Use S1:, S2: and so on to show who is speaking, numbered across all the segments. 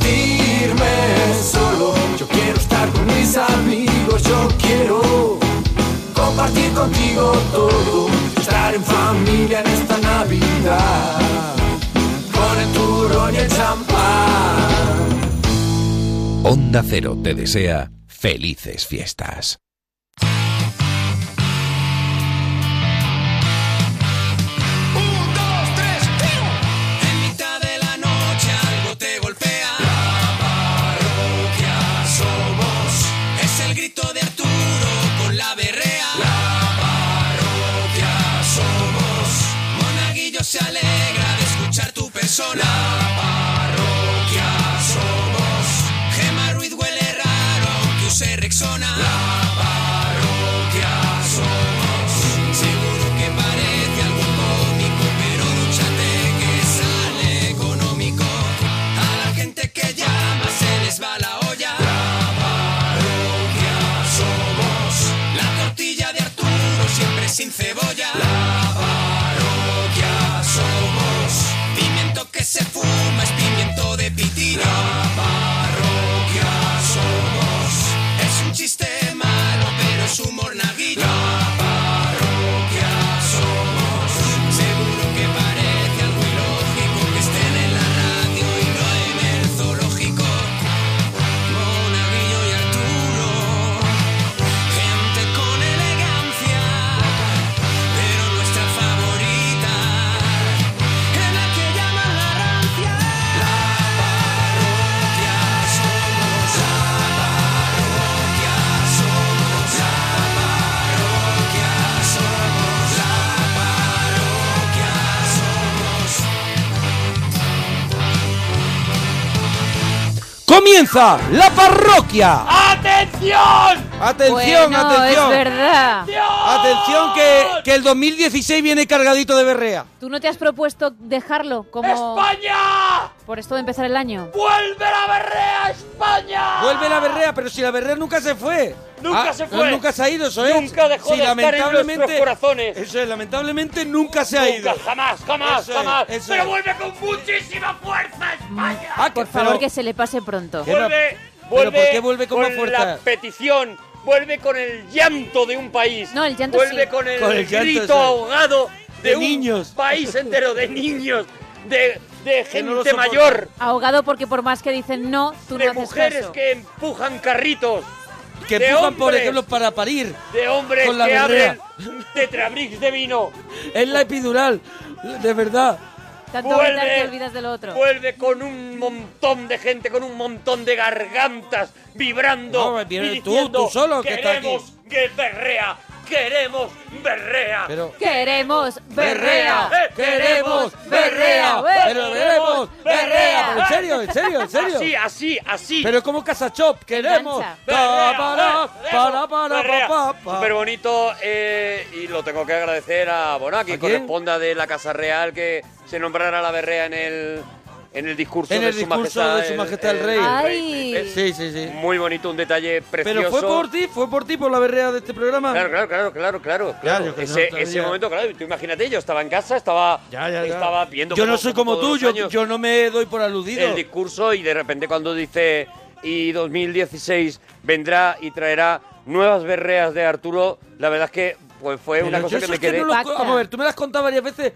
S1: sentirme solo. Yo quiero estar con mis amigos, yo quiero compartir contigo todo. Estar en familia en esta Navidad, con el turrón y el champán.
S2: Onda Cero te desea felices fiestas.
S3: Un, dos, tres, tiro. En mitad de la noche algo te golpea. La parroquia somos. Es el grito de Arturo con la berrea. La parroquia somos. Monaguillo se alegra de escuchar tu persona. La parroquia somos. Gema Ruiz huele raro aunque use Rexona. La parroquia somos. Seguro que parece algo cómico, pero dúchate que sale económico. A la gente que llama se les va la olla. La parroquia somos. La tortilla de Arturo siempre sin cebolla. La parroquia somos. Pimiento que se fuma es pimiento de pitina. La parroquia somos. Es un chiste malo, pero es humor naguillo. La parroquia somos. Seguro que parece algo ilógico que estén en la radio y no en el zoológico. Monaguillo y Arturo, gente con elegancia, pero nuestra favorita es la que llaman la rancia. La parroquia somos, la parroquia somos, la parroquia somos, la parroquia
S4: Comienza la parroquia.
S5: ¡Atención!
S4: Atención,
S6: Bueno,
S4: atención.
S6: es verdad.
S4: Atención que, que el 2016 viene cargadito de berrea.
S6: ¿Tú no te has propuesto dejarlo como...
S4: ¡España!
S6: Por esto de empezar el año.
S4: ¡Vuelve la berrea, España! Vuelve la berrea, pero si la berrea nunca se fue.
S5: Nunca
S4: Ah,
S5: se
S4: no,
S5: fue.
S4: nunca se ha ido, eso es.
S5: Nunca dejó
S4: Sí,
S5: de estar en
S4: lamentablemente-
S5: nuestros corazones.
S4: Eso es, lamentablemente nunca se ha ido.
S5: Nunca, jamás, jamás,
S4: Eso es,
S5: jamás.
S4: eso
S5: Pero
S4: es.
S5: vuelve con muchísima fuerza España.
S4: Ah, que-
S6: Por
S4: pero-
S6: favor, que se le pase pronto.
S4: Que no-
S5: Vuelve,
S4: pero
S5: vuelve,
S4: ¿por qué vuelve con más fuerza?
S5: la petición, vuelve con el llanto de un país.
S6: No, el llanto
S5: Vuelve
S6: sí.
S5: con el,
S4: Con el llanto,
S5: grito
S4: sí.
S5: ahogado de,
S4: De
S5: un
S4: niños.
S5: país entero, de niños, de, de
S4: no lo
S5: gente
S4: soporta.
S5: mayor,
S6: Ahogado porque por más que dicen no, tú
S5: de
S6: no haces
S5: mujeres
S6: caso.
S5: que empujan carritos,
S4: Que
S5: de
S4: empujan, por
S5: hombres.
S4: ejemplo, para parir.
S5: de hombres
S4: Con la
S5: que
S4: berrea.
S5: abren tetrabricks de vino.
S4: Es la epidural, de verdad.
S6: Tanto
S5: Vuelve.
S6: gritar te olvidas de lo otro.
S5: Vuelve con un montón de gente, con un montón de gargantas vibrando.
S4: No, viene
S5: y
S4: tú,
S5: diciendo,
S4: tú solo que está aquí.
S5: queremos que berrea, queremos berrea.
S4: Pero.
S6: ¡Queremos berrea!
S5: ¡Eh!
S4: ¡Queremos berrea!
S6: ¡Eh!
S4: ¡Pero queremos berrea! Pero en serio, en serio, en serio.
S5: Así, así, así.
S4: Pero como Casachop, queremos.
S6: Danza.
S4: Ta,
S5: Berrea,
S4: para,
S5: berrea,
S4: para, para,
S5: berrea.
S4: pa, pa, pa.
S5: Súper bonito eh, y lo tengo que agradecer a Bonaki,
S4: ¿A quién?
S5: corresponda de la Casa Real, que se nombrara la berrea en el, en el discurso,
S4: En el
S5: de,
S4: discurso
S5: su majestad,
S4: de Su Majestad el Rey.
S6: Ay.
S5: Es
S4: Sí, Eh, sí, sí.
S5: Muy bonito, un detalle precioso.
S4: Pero fue por ti, fue por ti, por la berrea de este programa.
S5: Claro, claro, claro, claro, claro.
S4: Claro, que
S5: ese,
S4: no,
S5: ese
S4: todavía.
S5: momento, claro, tú imagínate, yo estaba en casa, estaba,
S4: Ya, ya, ya.
S5: estaba viendo...
S4: Yo no soy como tú,
S5: todos
S4: yo,
S5: los años,
S4: yo no me doy por aludido.
S5: el discurso y de repente cuando dice y 2016 vendrá y traerá nuevas berreas de Arturo, la verdad es que pues fue
S4: Pero
S5: una cosa
S4: yo
S5: que
S4: eso
S5: me
S4: es que
S5: quedé.
S4: no lo-
S6: Impacta.
S4: Vamos a ver, tú me las has contado varias veces,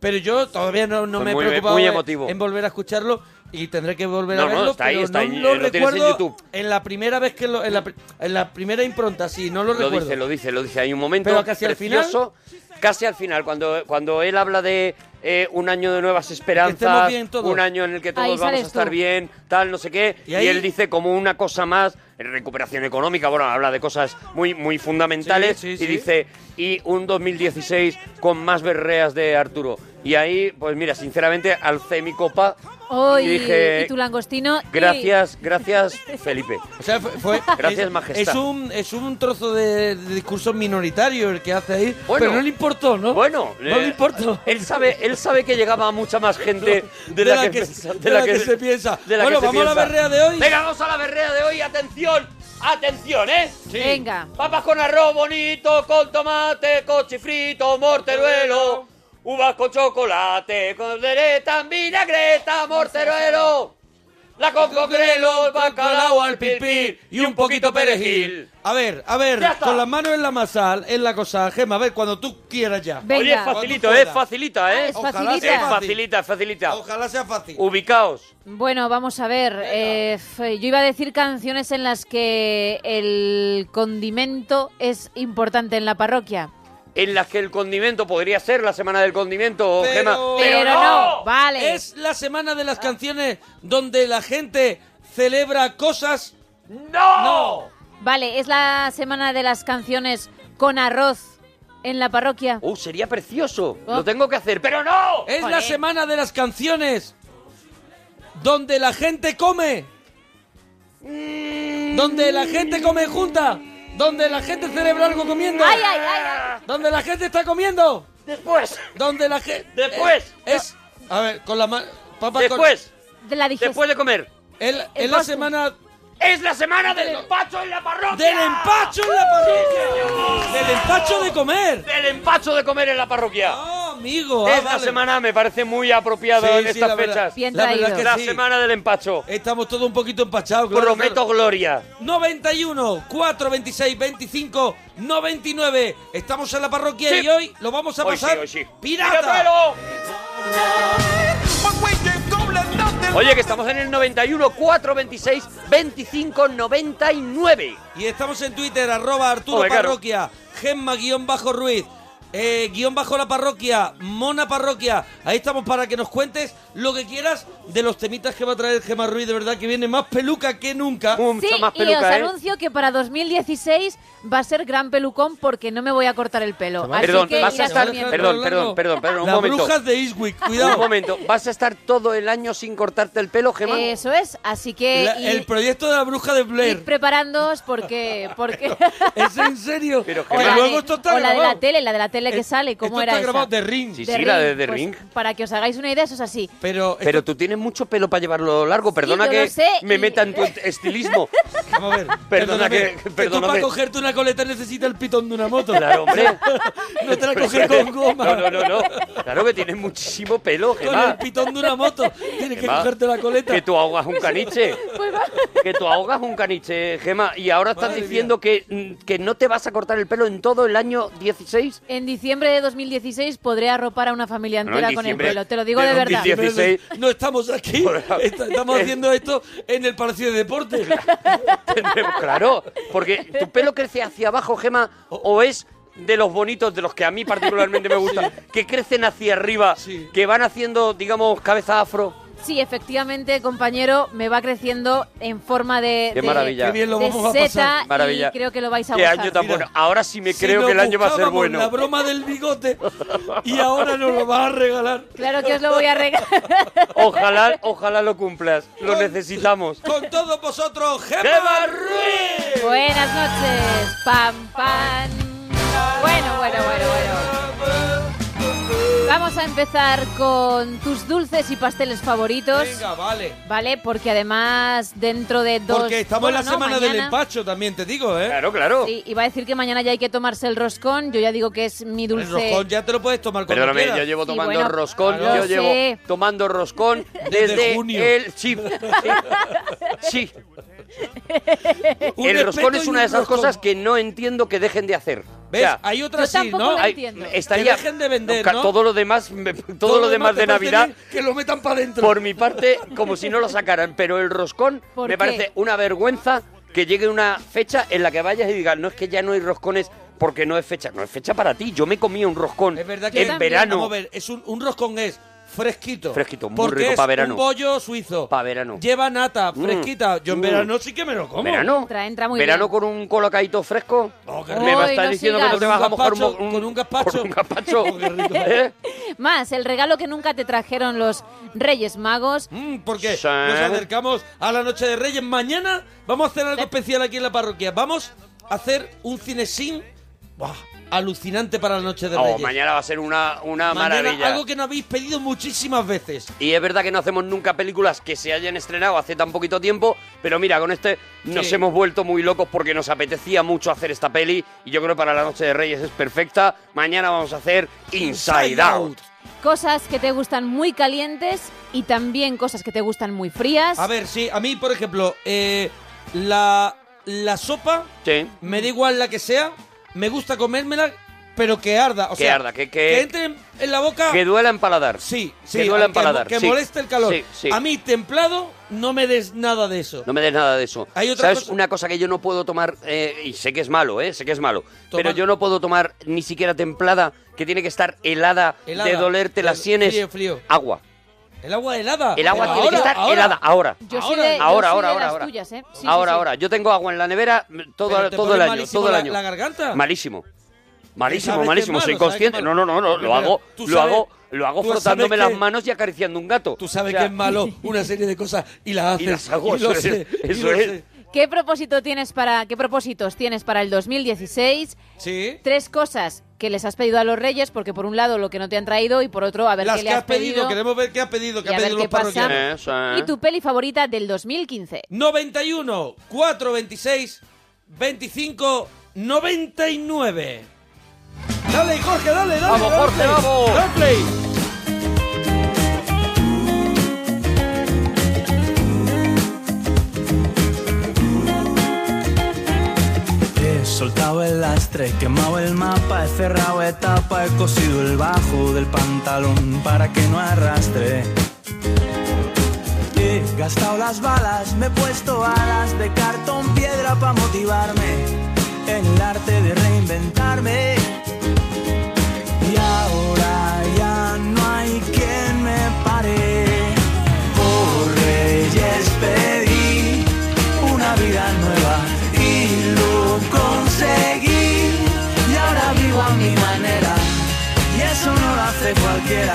S4: pero yo todavía no, no
S5: Fue
S4: me he
S5: Pues muy-
S4: preocupado
S5: muy
S4: en-
S5: emotivo.
S4: en volver a escucharlo y tendré que volver a
S5: No, no,
S4: verlo.
S5: está ahí,
S4: pero
S5: está
S4: no
S5: ahí,
S4: lo,
S5: lo tienes en
S4: recuerdo
S5: YouTube.
S4: en la primera vez que lo, en la, pri- en la primera impronta, sí, no lo,
S5: lo
S4: recuerdo.
S5: dice, lo dice, lo dice. Hay un momento
S4: Pero casi al
S5: precioso, casi al final, cuando, cuando él habla de eh, un año de nuevas esperanzas,
S4: estemos bien todos.
S5: un año en el que
S6: Ahí
S5: todos vamos a
S6: sales
S5: estar
S6: tú.
S5: bien, tal, no sé qué,
S4: Y
S5: y,
S4: ahí-
S5: él dice como una cosa más, recuperación económica, bueno, habla de cosas muy, muy fundamentales,
S4: Sí, sí,
S5: y
S4: sí.
S5: dice, y un 2016 con más berreas de Arturo. Y ahí, pues mira, sinceramente, alcé mi copa
S6: Hoy,
S5: y dije,
S6: y tu langostino. y-
S5: gracias, gracias, Felipe.
S4: O sea, fue, fue-
S5: Gracias,
S4: es,
S5: majestad.
S4: Es un, es un trozo de, de discurso minoritario el que hace ahí,
S5: Bueno.
S4: pero no le importó, ¿no?
S5: Bueno,
S4: no
S5: eh,
S4: le importó.
S5: Él sabe, él sabe que llegaba a mucha más gente de, la, que, pensa-
S4: de la que se piensa.
S5: de la
S4: Bueno,
S5: que se
S4: vamos a la
S5: piensa.
S4: berrea de hoy.
S5: Venga, vamos a la berrea de hoy. Atención, atención, ¿eh?
S6: Venga.
S5: Papas con arroz bonito, con tomate, con chifrito, morteruelo. Uvas con chocolate, con dereta, vinagreta, morteruelo. la cococrelo, el bacalao al pipir y un poquito perejil.
S4: A ver, a ver,
S5: Ya está.
S4: con las manos en la masa, en la cosa, Gema, a ver, cuando tú quieras ya.
S5: Oye, es facilito, es facilita, ¿eh?
S4: es Ojalá facilita. sea
S5: Es
S4: fácil.
S5: facilita, es facilita.
S4: Ojalá sea fácil.
S5: Ubicaos.
S6: Bueno, vamos a ver. eh, f- yo iba a decir canciones en las que el condimento es importante en la parroquia.
S5: En las que el condimento podría ser la semana del condimento, Gema.
S6: Pero no, vale.
S4: Es la semana de las canciones donde la gente celebra cosas.
S5: ¡No!
S6: Vale, es la semana de las canciones con arroz en la parroquia.
S5: ¡Uh, sería precioso!
S6: Oh.
S5: Lo tengo que hacer, pero no.
S4: Es la
S6: Joder.
S4: semana de las canciones donde la gente come.
S5: Mm.
S4: Donde la gente come junta. Donde la gente celebra algo comiendo.
S6: ¡Ay, ay, ay! ay.
S4: Donde la gente está comiendo.
S5: Después.
S4: Donde la gente.
S5: Después.
S4: Es. A ver, con la mano.
S5: Después.
S6: De la digestión.
S5: Después de comer.
S4: Es la
S6: postre.
S4: semana
S5: Es la semana del empacho en la parroquia.
S4: del empacho en la parroquia. Del empacho de comer.
S5: Del empacho de comer en la parroquia.
S4: Ah, amigo. ah,
S5: Esta
S4: vale.
S5: semana me parece muy apropiada
S4: Sí,
S5: en
S4: sí,
S5: estas
S4: la verdad.
S5: fechas.
S6: Bien
S4: La verdad
S6: traído.
S4: que
S5: La
S4: sí.
S5: semana del empacho.
S4: Estamos todos un poquito empachados. claro,
S5: Prometo
S4: claro.
S5: gloria.
S4: 91 426 25 99. Estamos en la parroquia
S5: Sí.
S4: y hoy lo vamos a
S5: Hoy sí,
S4: pasar
S5: hoy sí.
S4: pirata.
S5: ¡Piratero! Oye, que estamos en el 91 426 25 99.
S4: Y estamos en Twitter, arroba Arturo
S5: Hombre, claro.
S4: Parroquia, Gemma guión bajo Ruiz, eh, guión bajo la parroquia, Mona Parroquia. Ahí estamos para que nos cuentes lo que quieras de los temitas que va a traer Gemma Ruiz. De verdad que viene más peluca que nunca.
S5: Mucha
S6: Sí,
S5: más
S6: y os
S5: peluca, ¿eh?
S6: anuncio que para 2016 va a ser gran pelucón porque no me voy a cortar el pelo. Así
S5: Perdón,
S6: que
S5: vas a
S6: irás
S5: estar.
S6: durmiendo.
S5: Perdón, perdón, perdón, perdón. Un
S4: Las
S5: momento.
S4: brujas de Eastwick,
S5: Un
S4: cuidado.
S5: momento. ¿Vas a estar todo el año sin cortarte el pelo, Gemma?
S6: Eso es, así que
S4: La-
S6: ir-
S4: el proyecto de la bruja de
S6: ir
S4: Blair.
S6: preparándoos porque... porque...
S4: ¿Es en serio?
S5: Pero que
S6: O
S4: Que
S6: la,
S4: luego
S6: de,
S4: esto está
S6: o la de la
S4: grabado.
S6: tele, la de la tele que
S4: Esto
S6: sale, ¿cómo
S4: está
S6: era
S4: grabado
S6: esa?
S4: de Ring.
S5: Sí, sí, la de The
S6: pues,
S5: Ring.
S6: Para que os hagáis una idea, eso es así.
S4: Pero,
S5: Pero tú tienes mucho pelo para llevarlo largo. Perdona
S6: yo
S5: que
S6: lo sé
S5: me
S6: y-
S5: meta en tu estilismo.
S4: vamos a ver.
S5: Perdona que-
S4: perdóname, tú
S5: perdóname.
S4: para cogerte una coleta necesitas el pitón de una moto.
S5: Claro, hombre.
S4: No te la coges con goma.
S5: No, no, no, no. Claro que tienes muchísimo pelo,
S4: Con
S5: Gemma.
S4: el pitón de una moto. Tienes que
S5: Gemma,
S4: cogerte la coleta.
S5: Que tú ahogas un caniche.
S6: Pues
S5: Que tú ahogas un caniche, Gema. Y ahora estás
S4: Madre
S5: diciendo que, mm, que no te vas a cortar el pelo en todo el año 16.
S6: En diciembre de 2016 podré arropar a una familia
S5: No, en
S6: entera con el
S5: diciembre
S6: pelo, te lo digo de
S5: de
S6: verdad.
S5: 2016. 16.
S4: No estamos aquí. Est-
S5: eh.
S4: Estamos haciendo esto en el Palacio de Deportes.
S5: claro, porque tu pelo crece hacia abajo, Gema, o es de los bonitos, de los que a mí particularmente me gustan, que crecen hacia arriba,
S4: Sí.
S5: que van haciendo, digamos, cabeza afro.
S6: Sí, efectivamente, compañero, me va creciendo en forma de,
S5: Qué
S6: de-
S5: maravilla.
S4: Qué bien lo
S6: de
S4: vamos a
S6: seta
S4: pasar.
S5: Maravilla.
S6: y creo que lo vais a
S5: Qué
S6: gozar.
S5: año tan
S4: Mira.
S5: bueno. Ahora sí me
S4: Si
S5: creo
S4: nos
S5: que el año va a ser
S4: buscábamos
S5: bueno.
S4: La broma del bigote. Y ahora nos lo vas a regalar.
S6: Claro que os lo voy a regalar.
S5: Ojalá, ojalá lo cumplas. Lo
S4: Con-
S5: necesitamos.
S4: Con todos vosotros,
S5: ¡Gemma
S4: Gemma Ruiz.
S6: Buenas noches, pam, pam. Bueno, bueno, bueno, bueno. Vamos a empezar con tus dulces y pasteles favoritos.
S4: Venga, vale.
S6: Vale, porque además dentro de dos.
S4: Porque estamos
S6: bueno,
S4: en la
S6: no,
S4: semana del
S6: mañana-
S4: empacho también, te digo, ¿eh?
S5: Claro, claro.
S6: Sí, iba a decir que mañana ya hay que tomarse el roscón. Yo ya digo que es mi
S4: El
S6: dulce.
S4: roscón ya te lo puedes tomar cuando
S5: Perdóname,
S4: quieras.
S5: yo llevo
S6: Sí,
S5: tomando
S6: bueno,
S5: roscón,
S6: claro.
S5: yo
S6: Lo
S5: llevo
S6: sé.
S5: tomando roscón desde,
S4: junio.
S5: el sí, sí, sí.
S4: Un
S5: el roscón
S4: respeto
S5: es una
S4: y un
S5: de esas
S4: roscón.
S5: cosas que no entiendo que dejen de hacer. O
S4: ¿Ves?
S5: sea,
S4: Hay otra
S6: Yo
S4: sí,
S6: tampoco
S4: ¿no?
S6: la
S5: hay-
S6: entiendo.
S5: estaría-
S4: Que dejen de vender,
S5: ca-
S4: ¿no?
S5: Todo lo demás, me- todo, lo demás de
S4: te parece
S5: Navidad,
S4: bien Que lo metan para adentro.
S5: por mi parte, como si no lo sacaran. Pero el roscón
S6: ¿Por
S5: me
S6: qué?
S5: parece una vergüenza que llegue una fecha en la que vayas y digas, no es que ya no hay roscones porque no es fecha. No es fecha para ti. Yo me comía un roscón
S4: Es verdad que
S5: en
S6: también.
S5: verano.
S4: Vamos a ver, es un, un roscón es fresquito.
S5: Fresquito, muy
S4: porque
S5: rico
S4: es
S5: pa' verano.
S4: un bollo suizo.
S5: Pa' verano.
S4: Lleva nata, fresquita. Yo en
S5: Mm.
S4: verano sí que me lo como.
S5: ¿Verano?
S6: Entra- entra muy
S5: ¿Verano
S6: bien.
S5: con un colocadito fresco?
S4: Oh, qué
S5: Me
S6: rico.
S5: va a
S6: Uy,
S5: estar
S6: no
S5: diciendo
S6: sigas.
S5: que no te vas a
S4: Con un
S5: mojar
S4: gazpacho,
S5: mo-
S4: con un gazpacho.
S5: Con un gazpacho.
S4: Oh, qué rico.
S5: ¿Eh?
S6: Más, el regalo que nunca te trajeron los Reyes Magos.
S4: Mm, porque
S5: Sí.
S4: nos acercamos a la noche de Reyes. Mañana vamos a hacer
S5: Eh.
S4: algo especial aquí en la parroquia. Vamos a hacer un cinesín buah, alucinante para la noche de
S5: Oh,
S4: Reyes.
S5: mañana va a ser una, una
S4: Mañana
S5: maravilla.
S4: algo que no habéis pedido muchísimas veces.
S5: Y es verdad que no hacemos nunca películas que se hayan estrenado hace tan poquito tiempo, pero mira, con este nos
S4: Sí.
S5: hemos vuelto muy locos porque nos apetecía mucho hacer esta peli y yo creo que para la Noche de Reyes es perfecta. Mañana vamos a hacer Inside, Out.
S6: cosas que te gustan muy calientes y también cosas que te gustan muy frías.
S4: A ver, sí, a mí, por ejemplo, eh, la, la sopa, me da igual la que sea, me gusta comérmela, pero que arda. O
S5: Que
S4: sea,
S5: arda, que- que-
S4: entre en, en la boca.
S5: Que duela en paladar.
S4: Sí, sí,
S5: Que duela en
S4: que mo-
S5: paladar.
S4: Que
S5: sí.
S4: moleste el calor.
S5: Sí, sí.
S4: A mí, templado, no me des nada de eso.
S5: No me des nada de eso.
S4: Hay otra
S5: ¿Sabes
S4: cosa-
S5: una cosa que yo no puedo tomar? eh, y sé que es malo, ¿eh? Sé que es malo.
S4: Toma-
S5: Pero yo no puedo tomar ni siquiera templada, que tiene que estar helada,
S4: Helada.
S5: de dolerte las
S4: Hel-
S5: sienes.
S4: frío, frío.
S5: Agua.
S4: El agua helada.
S5: El agua
S4: Pero
S5: tiene que
S4: ahora,
S5: estar
S4: ahora.
S5: helada, ahora.
S6: Yo soy de,
S5: ahora,
S6: yo soy
S5: ahora,
S6: de
S5: ahora,
S6: las
S5: ahora.
S6: tuyas, ¿eh? Sí, sí,
S5: ahora,
S6: sí.
S5: ahora. Yo tengo agua en la nevera mm, todo,
S4: Pero te
S5: todo el
S4: pone
S5: año,
S4: malísimo
S5: todo el
S4: la-
S5: año.
S4: la garganta.
S5: Malísimo.
S4: sabes
S5: Malísimo,
S4: que es
S5: malísimo, soy
S4: malo, sabes que es
S5: consciente.
S4: malo.
S5: No, no, no, no, lo
S4: Mira,
S5: hago,
S4: tú
S5: lo
S4: sabes-
S5: hago, lo hago
S4: tú sabes
S5: frotándome
S4: que-
S5: las manos y acariciando un gato.
S4: Tú sabes
S5: O sea,
S4: que es malo una serie de cosas y las haces.
S5: Y las hago,
S4: y lo
S5: eso
S4: sé,
S5: es.
S4: y
S5: Eso
S4: lo
S5: es.
S4: sé.
S6: ¿Qué propósito tienes para qué propósitos tienes para el 2016?
S4: Sí.
S6: Tres cosas que les has pedido a los Reyes, porque por un lado lo que no te han traído y por otro a ver
S4: Las
S6: qué
S4: que
S6: le has
S4: has pedido, queremos ver qué has pedido, qué
S6: y
S4: ha
S6: a ver
S4: pedido
S6: qué
S4: los
S6: pasa.
S4: parroquianos.
S5: Eso, eh.
S6: Y tu peli favorita del 2015.
S4: 91 426 25 99. Dale, Jorge, dale, dale.
S5: Vamos,
S4: dale
S5: Jorge,
S4: play.
S5: vamos.
S4: Dale play.
S7: He soltado el lastre, he quemado el mapa, he cerrado etapa, he cosido el bajo del pantalón para que no arrastre. He gastado las balas, me he puesto alas de cartón piedra para motivarme en el arte de reinventarme. Y ahora ya no hay quien me pare. Por Reyes pedí una vida nueva y lo conseguí. Y ahora vivo a mi manera y eso no lo hace cualquiera.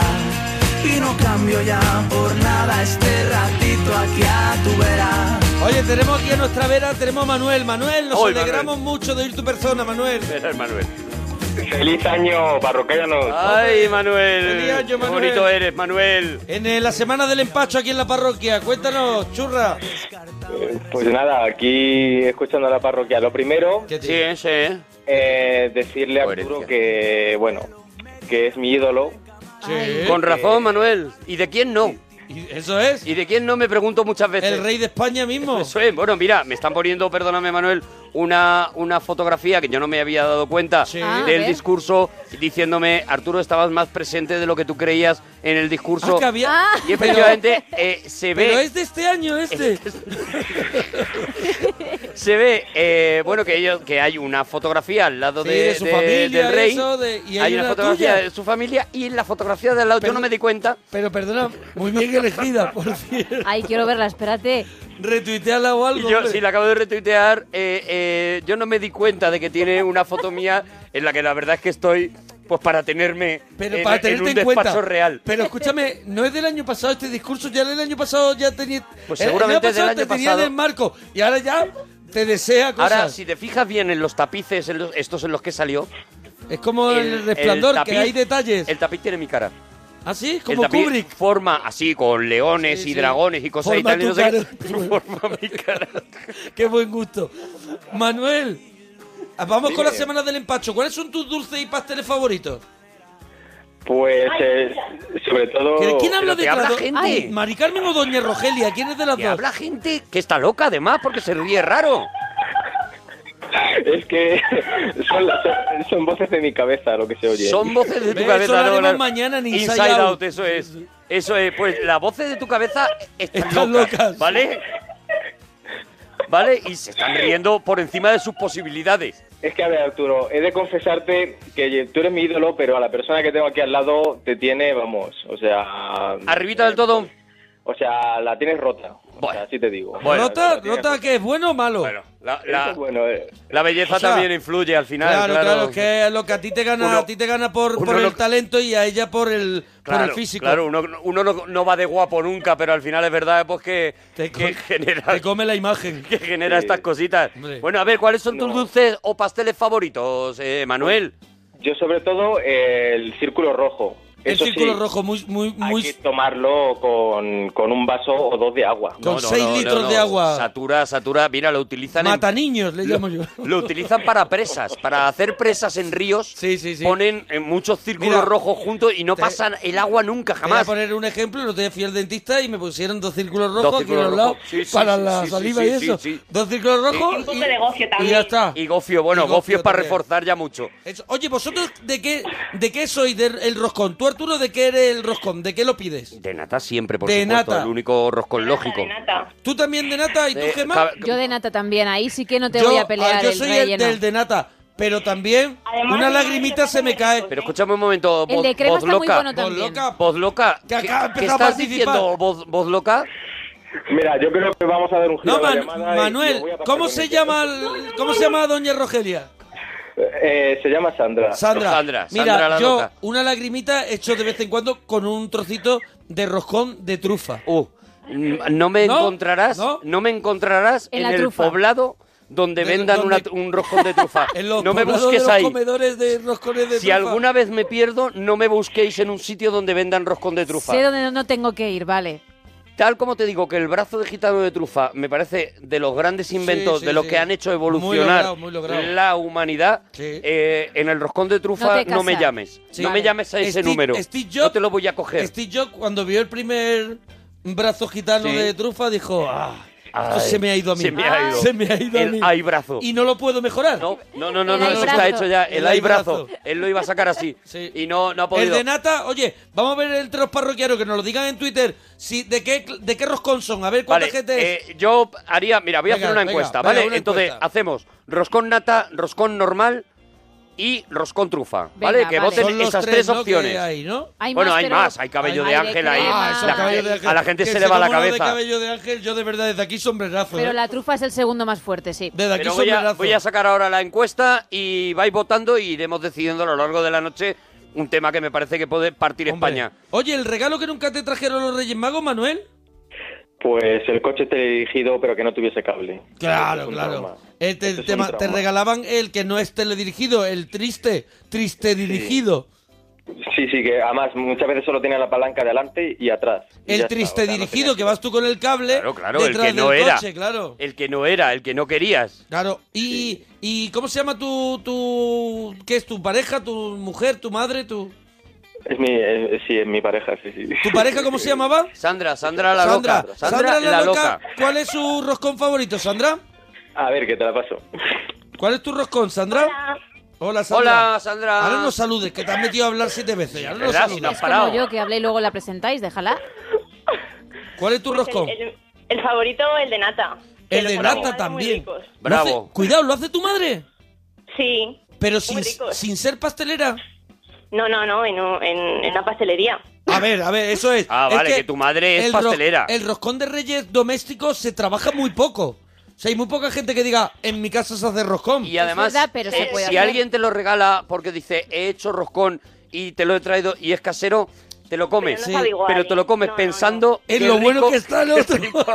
S7: Y no cambio ya por nada este ratito aquí a tu vera.
S4: Oye, tenemos aquí a nuestra vera, tenemos a Manuel. Manuel, nos
S5: Hoy,
S4: alegramos mucho de oír tu persona, Manuel.
S5: Espera, Manuel.
S8: Feliz año, parroquianos.
S5: Ay, Manuel.
S4: Feliz año,
S5: Qué
S4: Manuel.
S5: bonito eres, Manuel.
S4: En eh, la semana del empacho aquí en la parroquia, cuéntanos, churra.
S8: Eh, Pues nada, aquí escuchando a la parroquia. Lo primero,
S4: ¿Qué
S5: Sí,
S4: te-
S5: eh, sí. eh.
S8: eh, decirle a
S5: Coherencia.
S8: Arturo que, bueno, que es mi ídolo.
S4: Sí.
S5: Con razón, Manuel. ¿Y de quién no?
S4: Y Eso es,
S5: ¿Y de quién no me pregunto muchas veces?
S4: el rey de España mismo.
S5: Eso es. Bueno, mira, me están poniendo, perdóname Manuel, una, una fotografía que yo no me había dado cuenta
S4: Sí.
S6: Ah, a
S5: del
S6: ver.
S5: discurso diciéndome, Arturo, estabas más presente de lo que tú creías en el discurso.
S4: Ah, que había-
S6: Ah.
S5: Y efectivamente eh, se ve...
S4: Pero es de este año este.
S5: Se ve, eh, bueno, que, ellos, que hay una fotografía al lado
S4: Sí,
S5: de,
S4: de su familia,
S5: del rey.
S4: eso, de- y hay una
S5: fotografía
S4: tuya.
S5: de Eh, su familia y en la fotografía de al lado.
S4: Pero-
S5: yo no me di cuenta.
S4: Pero perdona, muy bien elegida, por cierto.
S6: Ay, quiero verla, espérate.
S4: Retuiteala o
S5: Y
S4: algo.
S5: yo,
S4: hombre.
S5: si la acabo de retuitear, eh, eh, yo no me di cuenta de que tiene una foto mía en la que la verdad es que estoy, pues para tenerme
S4: Pero
S5: en,
S4: para
S5: en
S4: tenerte
S5: un
S4: en cuenta.
S5: despacho real.
S4: Pero escúchame, no es del año pasado este discurso, ya el año pasado ya tenía.
S5: Pues
S4: el- el
S5: seguramente es del
S4: te
S5: año
S4: tenía
S5: pasado.
S4: en el marco y ahora ya te desea cosas.
S5: Ahora, si te fijas bien en los tapices, en los- estos en los que salió,
S4: es como el, resplandor, que
S5: tapiz-
S4: hay detalles.
S5: El tapiz tiene mi cara.
S4: Así,
S5: El
S4: como
S5: tapiz
S4: Kubrick.
S5: Forma así, con leones
S4: Sí,
S5: y
S4: sí.
S5: dragones y cosas
S4: Forma
S5: y tal. y
S4: tu
S5: no sé qué.
S4: cara.
S5: Forma mi cara.
S4: Qué buen gusto. Manuel, vamos con las semanas del empacho. ¿Cuáles son tus dulces y pasteles favoritos?
S8: Pues, eh, sobre todo.
S4: ¿Quién- ¿Quién habla
S5: pero
S4: de
S5: que habla
S4: trado-
S5: gente.
S4: Ay, ¿Mari Carmen o Doña Rogelia? ¿Quién es de las
S5: Que
S4: dos?
S5: habla gente que está loca, además, porque se ríe raro.
S8: Es que son, las- son voces de mi cabeza lo que se oye.
S5: Son voces de tu
S4: Ve,
S5: cabeza.
S4: eso lo
S5: no,
S4: haremos
S5: no.
S4: mañana en Inside
S5: Inside
S4: Out.
S5: Out, eso es. Eso es, pues las voces de tu cabeza están,
S4: Están
S5: locas,
S4: locas.
S5: ¿vale? ¿Vale? Y se están riendo por encima de sus posibilidades.
S8: Es que, a ver, Arturo, he de confesarte que tú eres mi ídolo, pero a la persona que tengo aquí al lado te tiene, vamos, o sea.
S5: Arribita del todo.
S8: O sea, la tienes rota. O
S5: Bueno.
S8: sea, así te digo.
S5: Bueno,
S4: ¿Rota?
S8: la tienes
S4: ¿Rota
S8: rota.
S4: que es bueno o malo?
S5: Bueno, la,
S8: Eso
S5: la-
S8: es bueno, eh.
S5: la belleza
S4: O sea,
S5: también influye al final.
S4: Claro,
S5: Claro,
S4: claro, que lo que a ti te gana,
S5: Uno-
S4: a ti te gana por,
S5: uno
S4: por el
S5: lo-
S4: talento y a ella por el, por el
S5: Claro,
S4: físico.
S5: claro, uno, uno no, no va de guapo nunca, pero al final es verdad pues que,
S4: Te, co-
S5: que genera,
S4: te come la imagen.
S5: que genera estas cositas.
S4: Hombre.
S5: Bueno, a ver, ¿cuáles son tus
S8: No.
S5: dulces
S9: Pues,
S5: o pasteles favoritos, eh, Manuel?
S8: Yo sobre todo eh, el círculo rojo.
S4: El
S9: Eso
S4: círculo
S9: sí,
S4: rojo, muy, muy,
S9: Hay
S4: muy
S9: que tomarlo con, con un vaso o dos de agua.
S4: Con seis litros de agua.
S5: Satura, satura. Mira, lo utilizan en-
S4: mata niños, le llamo yo.
S5: Lo utilizan para presas, para hacer presas en ríos.
S4: Sí, sí, sí.
S5: Ponen eh, muchos círculos
S4: Mira,
S5: rojos juntos y no
S4: te-
S5: pasan el agua nunca,
S4: Te Voy a
S5: jamás.
S4: poner un ejemplo, el otro día fui al dentista y me pusieron dos círculos rojos
S5: círculos
S4: aquí a los
S5: rojos.
S4: lados
S5: Sí, sí,
S4: para
S5: sí,
S4: la
S5: sí,
S4: saliva
S5: sí,
S4: y
S5: sí,
S4: eso.
S5: sí.
S4: Dos círculos rojos
S10: Y un poco
S4: y,
S10: de gofio
S4: y ya
S10: también.
S4: está.
S5: Y gofio, bueno,
S4: Y
S5: gofio, es para
S4: también.
S5: reforzar ya mucho.
S4: Eso. Oye, ¿vosotros de qué, de qué sois del el roscón? ¿Tú, Arturo, de qué eres el roscón? ¿De qué lo pides?
S5: De nata siempre, por
S4: De
S5: supuesto.
S4: nata.
S5: El único roscón lógico.
S10: De nata.
S4: ¿Tú también de nata y tú,
S5: Eh,
S4: Gemma?
S5: ca-
S6: Yo de nata también, ahí sí que no te
S4: Ah. Yo-
S6: voy a pelear
S4: ah, yo
S6: el
S4: soy el
S6: relleno.
S4: del de nata, pero también
S10: Además,
S4: una
S10: el
S4: lagrimita
S10: relleno
S4: se me
S10: está ¿eh?
S4: cae.
S10: muy
S5: Pero escúchame un momento,
S6: El
S5: voz,
S6: de crema
S5: voz
S6: está muy
S5: loca.
S6: bueno
S4: Voz
S6: también.
S4: loca,
S5: Voz loca.
S4: Que
S5: ¿Qué,
S4: acaba de
S5: qué
S4: empezar a
S5: estás
S4: participar.
S5: diciendo, voz, voz loca?
S9: Mira, yo creo que vamos a dar un giro
S4: No,
S9: a la
S4: Man-
S9: llamada y- y os
S4: Manuel,
S9: voy a pasar
S4: ¿cómo
S9: con
S4: se
S9: el-
S4: llama el- cómo se llama doña Rogelia?
S9: Eh, se llama Sandra.
S4: Sandra.
S5: Sandra,
S4: Mira,
S5: Sandra la
S4: yo
S5: loca.
S4: una lagrimita hecho de vez en cuando con un trocito de roscón de trufa.
S5: Uh, n- no me
S4: ¿No?
S5: encontrarás,
S4: ¿No?
S5: ¿No? me encontrarás
S6: En
S5: en,
S6: la
S5: el
S6: trufa.
S5: poblado donde
S4: De-
S5: vendan una-
S4: donde-
S5: un roscón de trufa.
S4: En los
S5: no me
S4: poblados
S5: busques
S4: de los
S5: ahí.
S4: comedores de roscones de
S5: Si
S4: trufa.
S5: alguna vez me pierdo, no me busquéis en un sitio donde vendan roscón de trufa.
S6: Sé dónde no tengo que ir, vale.
S5: Tal como te digo que el brazo de gitano de trufa me parece de los grandes inventos,
S4: sí,
S5: de los
S4: sí.
S5: que han hecho
S4: Muy
S5: evolucionar
S4: logrado, muy logrado.
S5: la humanidad,
S4: Sí.
S5: eh, en el roscón de
S6: No
S5: trufa
S6: te
S5: no, me
S6: casas.
S5: llames.
S4: Sí.
S5: No me
S4: Vale.
S5: llames a ese
S4: Steve-
S5: número.
S4: Steve
S5: no
S4: Jobs-
S5: te lo voy a coger.
S4: Steve Jobs cuando vio el primer brazo gitano
S5: Sí.
S4: de trufa dijo, ah, esto
S5: Ay,
S4: se me ha ido a mí.
S5: se me ha ido.
S4: Se me ha ido a
S5: El
S4: mí.
S5: hay brazo.
S4: Y no lo puedo mejorar.
S5: No, no, no, no,
S6: El
S5: no, eso está
S6: hay brazo.
S5: hecho ya. El,
S4: El
S5: hay
S4: hay
S5: brazo.
S4: brazo.
S5: Él lo iba a sacar así.
S4: Sí.
S5: Y no, no ha
S4: El
S5: podido.
S4: de nata, oye, vamos a ver entre los parroquianos que nos lo digan en Twitter si de qué de qué roscón son, a ver cuánta
S5: Vale,
S4: gente es.
S5: eh, yo haría, mira, voy a
S4: Venga,
S5: hacer una
S4: venga,
S5: encuesta,
S4: venga,
S5: ¿vale?
S4: una
S5: Entonces,
S4: encuesta.
S5: hacemos roscón nata, roscón normal y roscón trufa, ¿vale?
S6: Venga,
S5: que
S6: vale.
S5: voten
S4: son los
S5: esas tres
S4: ¿no? que
S5: opciones.
S4: hay, ¿no?
S6: Hay
S5: bueno,
S6: más,
S5: hay
S6: pero-
S5: más, hay cabello de
S6: Hay de
S5: ángel ahí.
S6: crema. Ah, eso,
S5: La-
S6: cabello de
S5: a la gente
S4: Que
S5: se le va la
S4: como no de
S5: cabeza.
S4: cabello de ángel, yo de verdad desde aquí sombrerazo.
S6: Pero
S4: ¿eh?
S6: la trufa es el segundo más fuerte, sí.
S4: Desde aquí
S5: Pero voy a,
S4: sombrerazo.
S5: voy a sacar ahora la encuesta y vais votando y iremos decidiendo a lo largo de la noche un tema que me parece que puede partir
S4: Hombre.
S5: España.
S4: Oye, el regalo que nunca te trajeron los Reyes Magos, Manuel.
S9: Pues el coche teledirigido, pero que no tuviese cable.
S4: Claro,
S9: Es un trauma.
S4: claro. Eh,
S5: Este
S4: te,
S9: Ese es
S4: te
S9: un
S4: ma- te
S9: trauma.
S4: regalaban el que no es teledirigido, el triste, triste dirigido.
S9: Sí, sí, que además muchas veces solo tenía la palanca delante y atrás. Y ya
S4: El
S9: está,
S4: triste
S9: o sea, no
S4: dirigido,
S9: tenía-
S4: que vas tú con el cable
S5: Claro, claro, el
S4: detrás
S5: que no
S4: del
S5: era.
S4: coche, claro.
S5: El que no era, el que no querías.
S4: Claro, y, y ¿cómo se llama tu, tu... ¿Qué es tu pareja, tu mujer, tu madre, tu...
S9: Es mi, eh, sí, es mi pareja, sí, sí.
S4: ¿Tu pareja cómo se llamaba?
S5: Sandra, Sandra la
S4: Sandra.
S5: loca.
S4: Sandra, la, loca. ¿Cuál es su roscón favorito, Sandra?
S9: A ver, que te la paso.
S4: ¿Cuál es tu roscón, Sandra?
S10: Hola.
S4: Hola, Sandra.
S5: Hola, Sandra.
S4: Ahora no saludes, que te has metido a hablar siete veces. Ahora no
S5: ¿Verdad?
S4: saludes.
S5: Si no has
S6: es
S5: parado.
S6: como yo, que hablé y luego la presentáis, déjala.
S4: ¿Cuál es tu roscón?
S10: Pues El, el- el favorito, el de nata. Que
S4: El
S10: los
S4: de
S10: hacen
S4: nata
S10: además muy
S4: también.
S10: ricos.
S4: Lo hace-
S5: Bravo.
S4: Cuidado, lo hace tu madre.
S10: Sí.
S4: Pero sin,
S10: Muy ricos.
S4: sin ser pastelera.
S10: No, no, no, en, un- en, en la pastelería.
S4: A ver, a ver, eso es.
S5: Ah,
S4: Es
S5: vale, que tu madre es
S4: el ro-
S5: pastelera.
S4: el roscón de reyes doméstico se trabaja muy poco. O sea, hay muy poca gente que diga, en mi casa se hace roscón.
S5: Y además,
S6: verdad, pero se
S5: eh,
S6: puede
S5: si
S6: hacer.
S5: alguien te lo regala porque dice, he hecho roscón y te lo he traído y es casero, te lo comes.
S10: Pero no sabe igual. ¿eh?
S5: Pero te lo comes
S10: No, no,
S5: pensando...
S4: Es
S5: qué
S4: lo bueno
S5: rico-
S4: que está el otro.
S5: qué rico.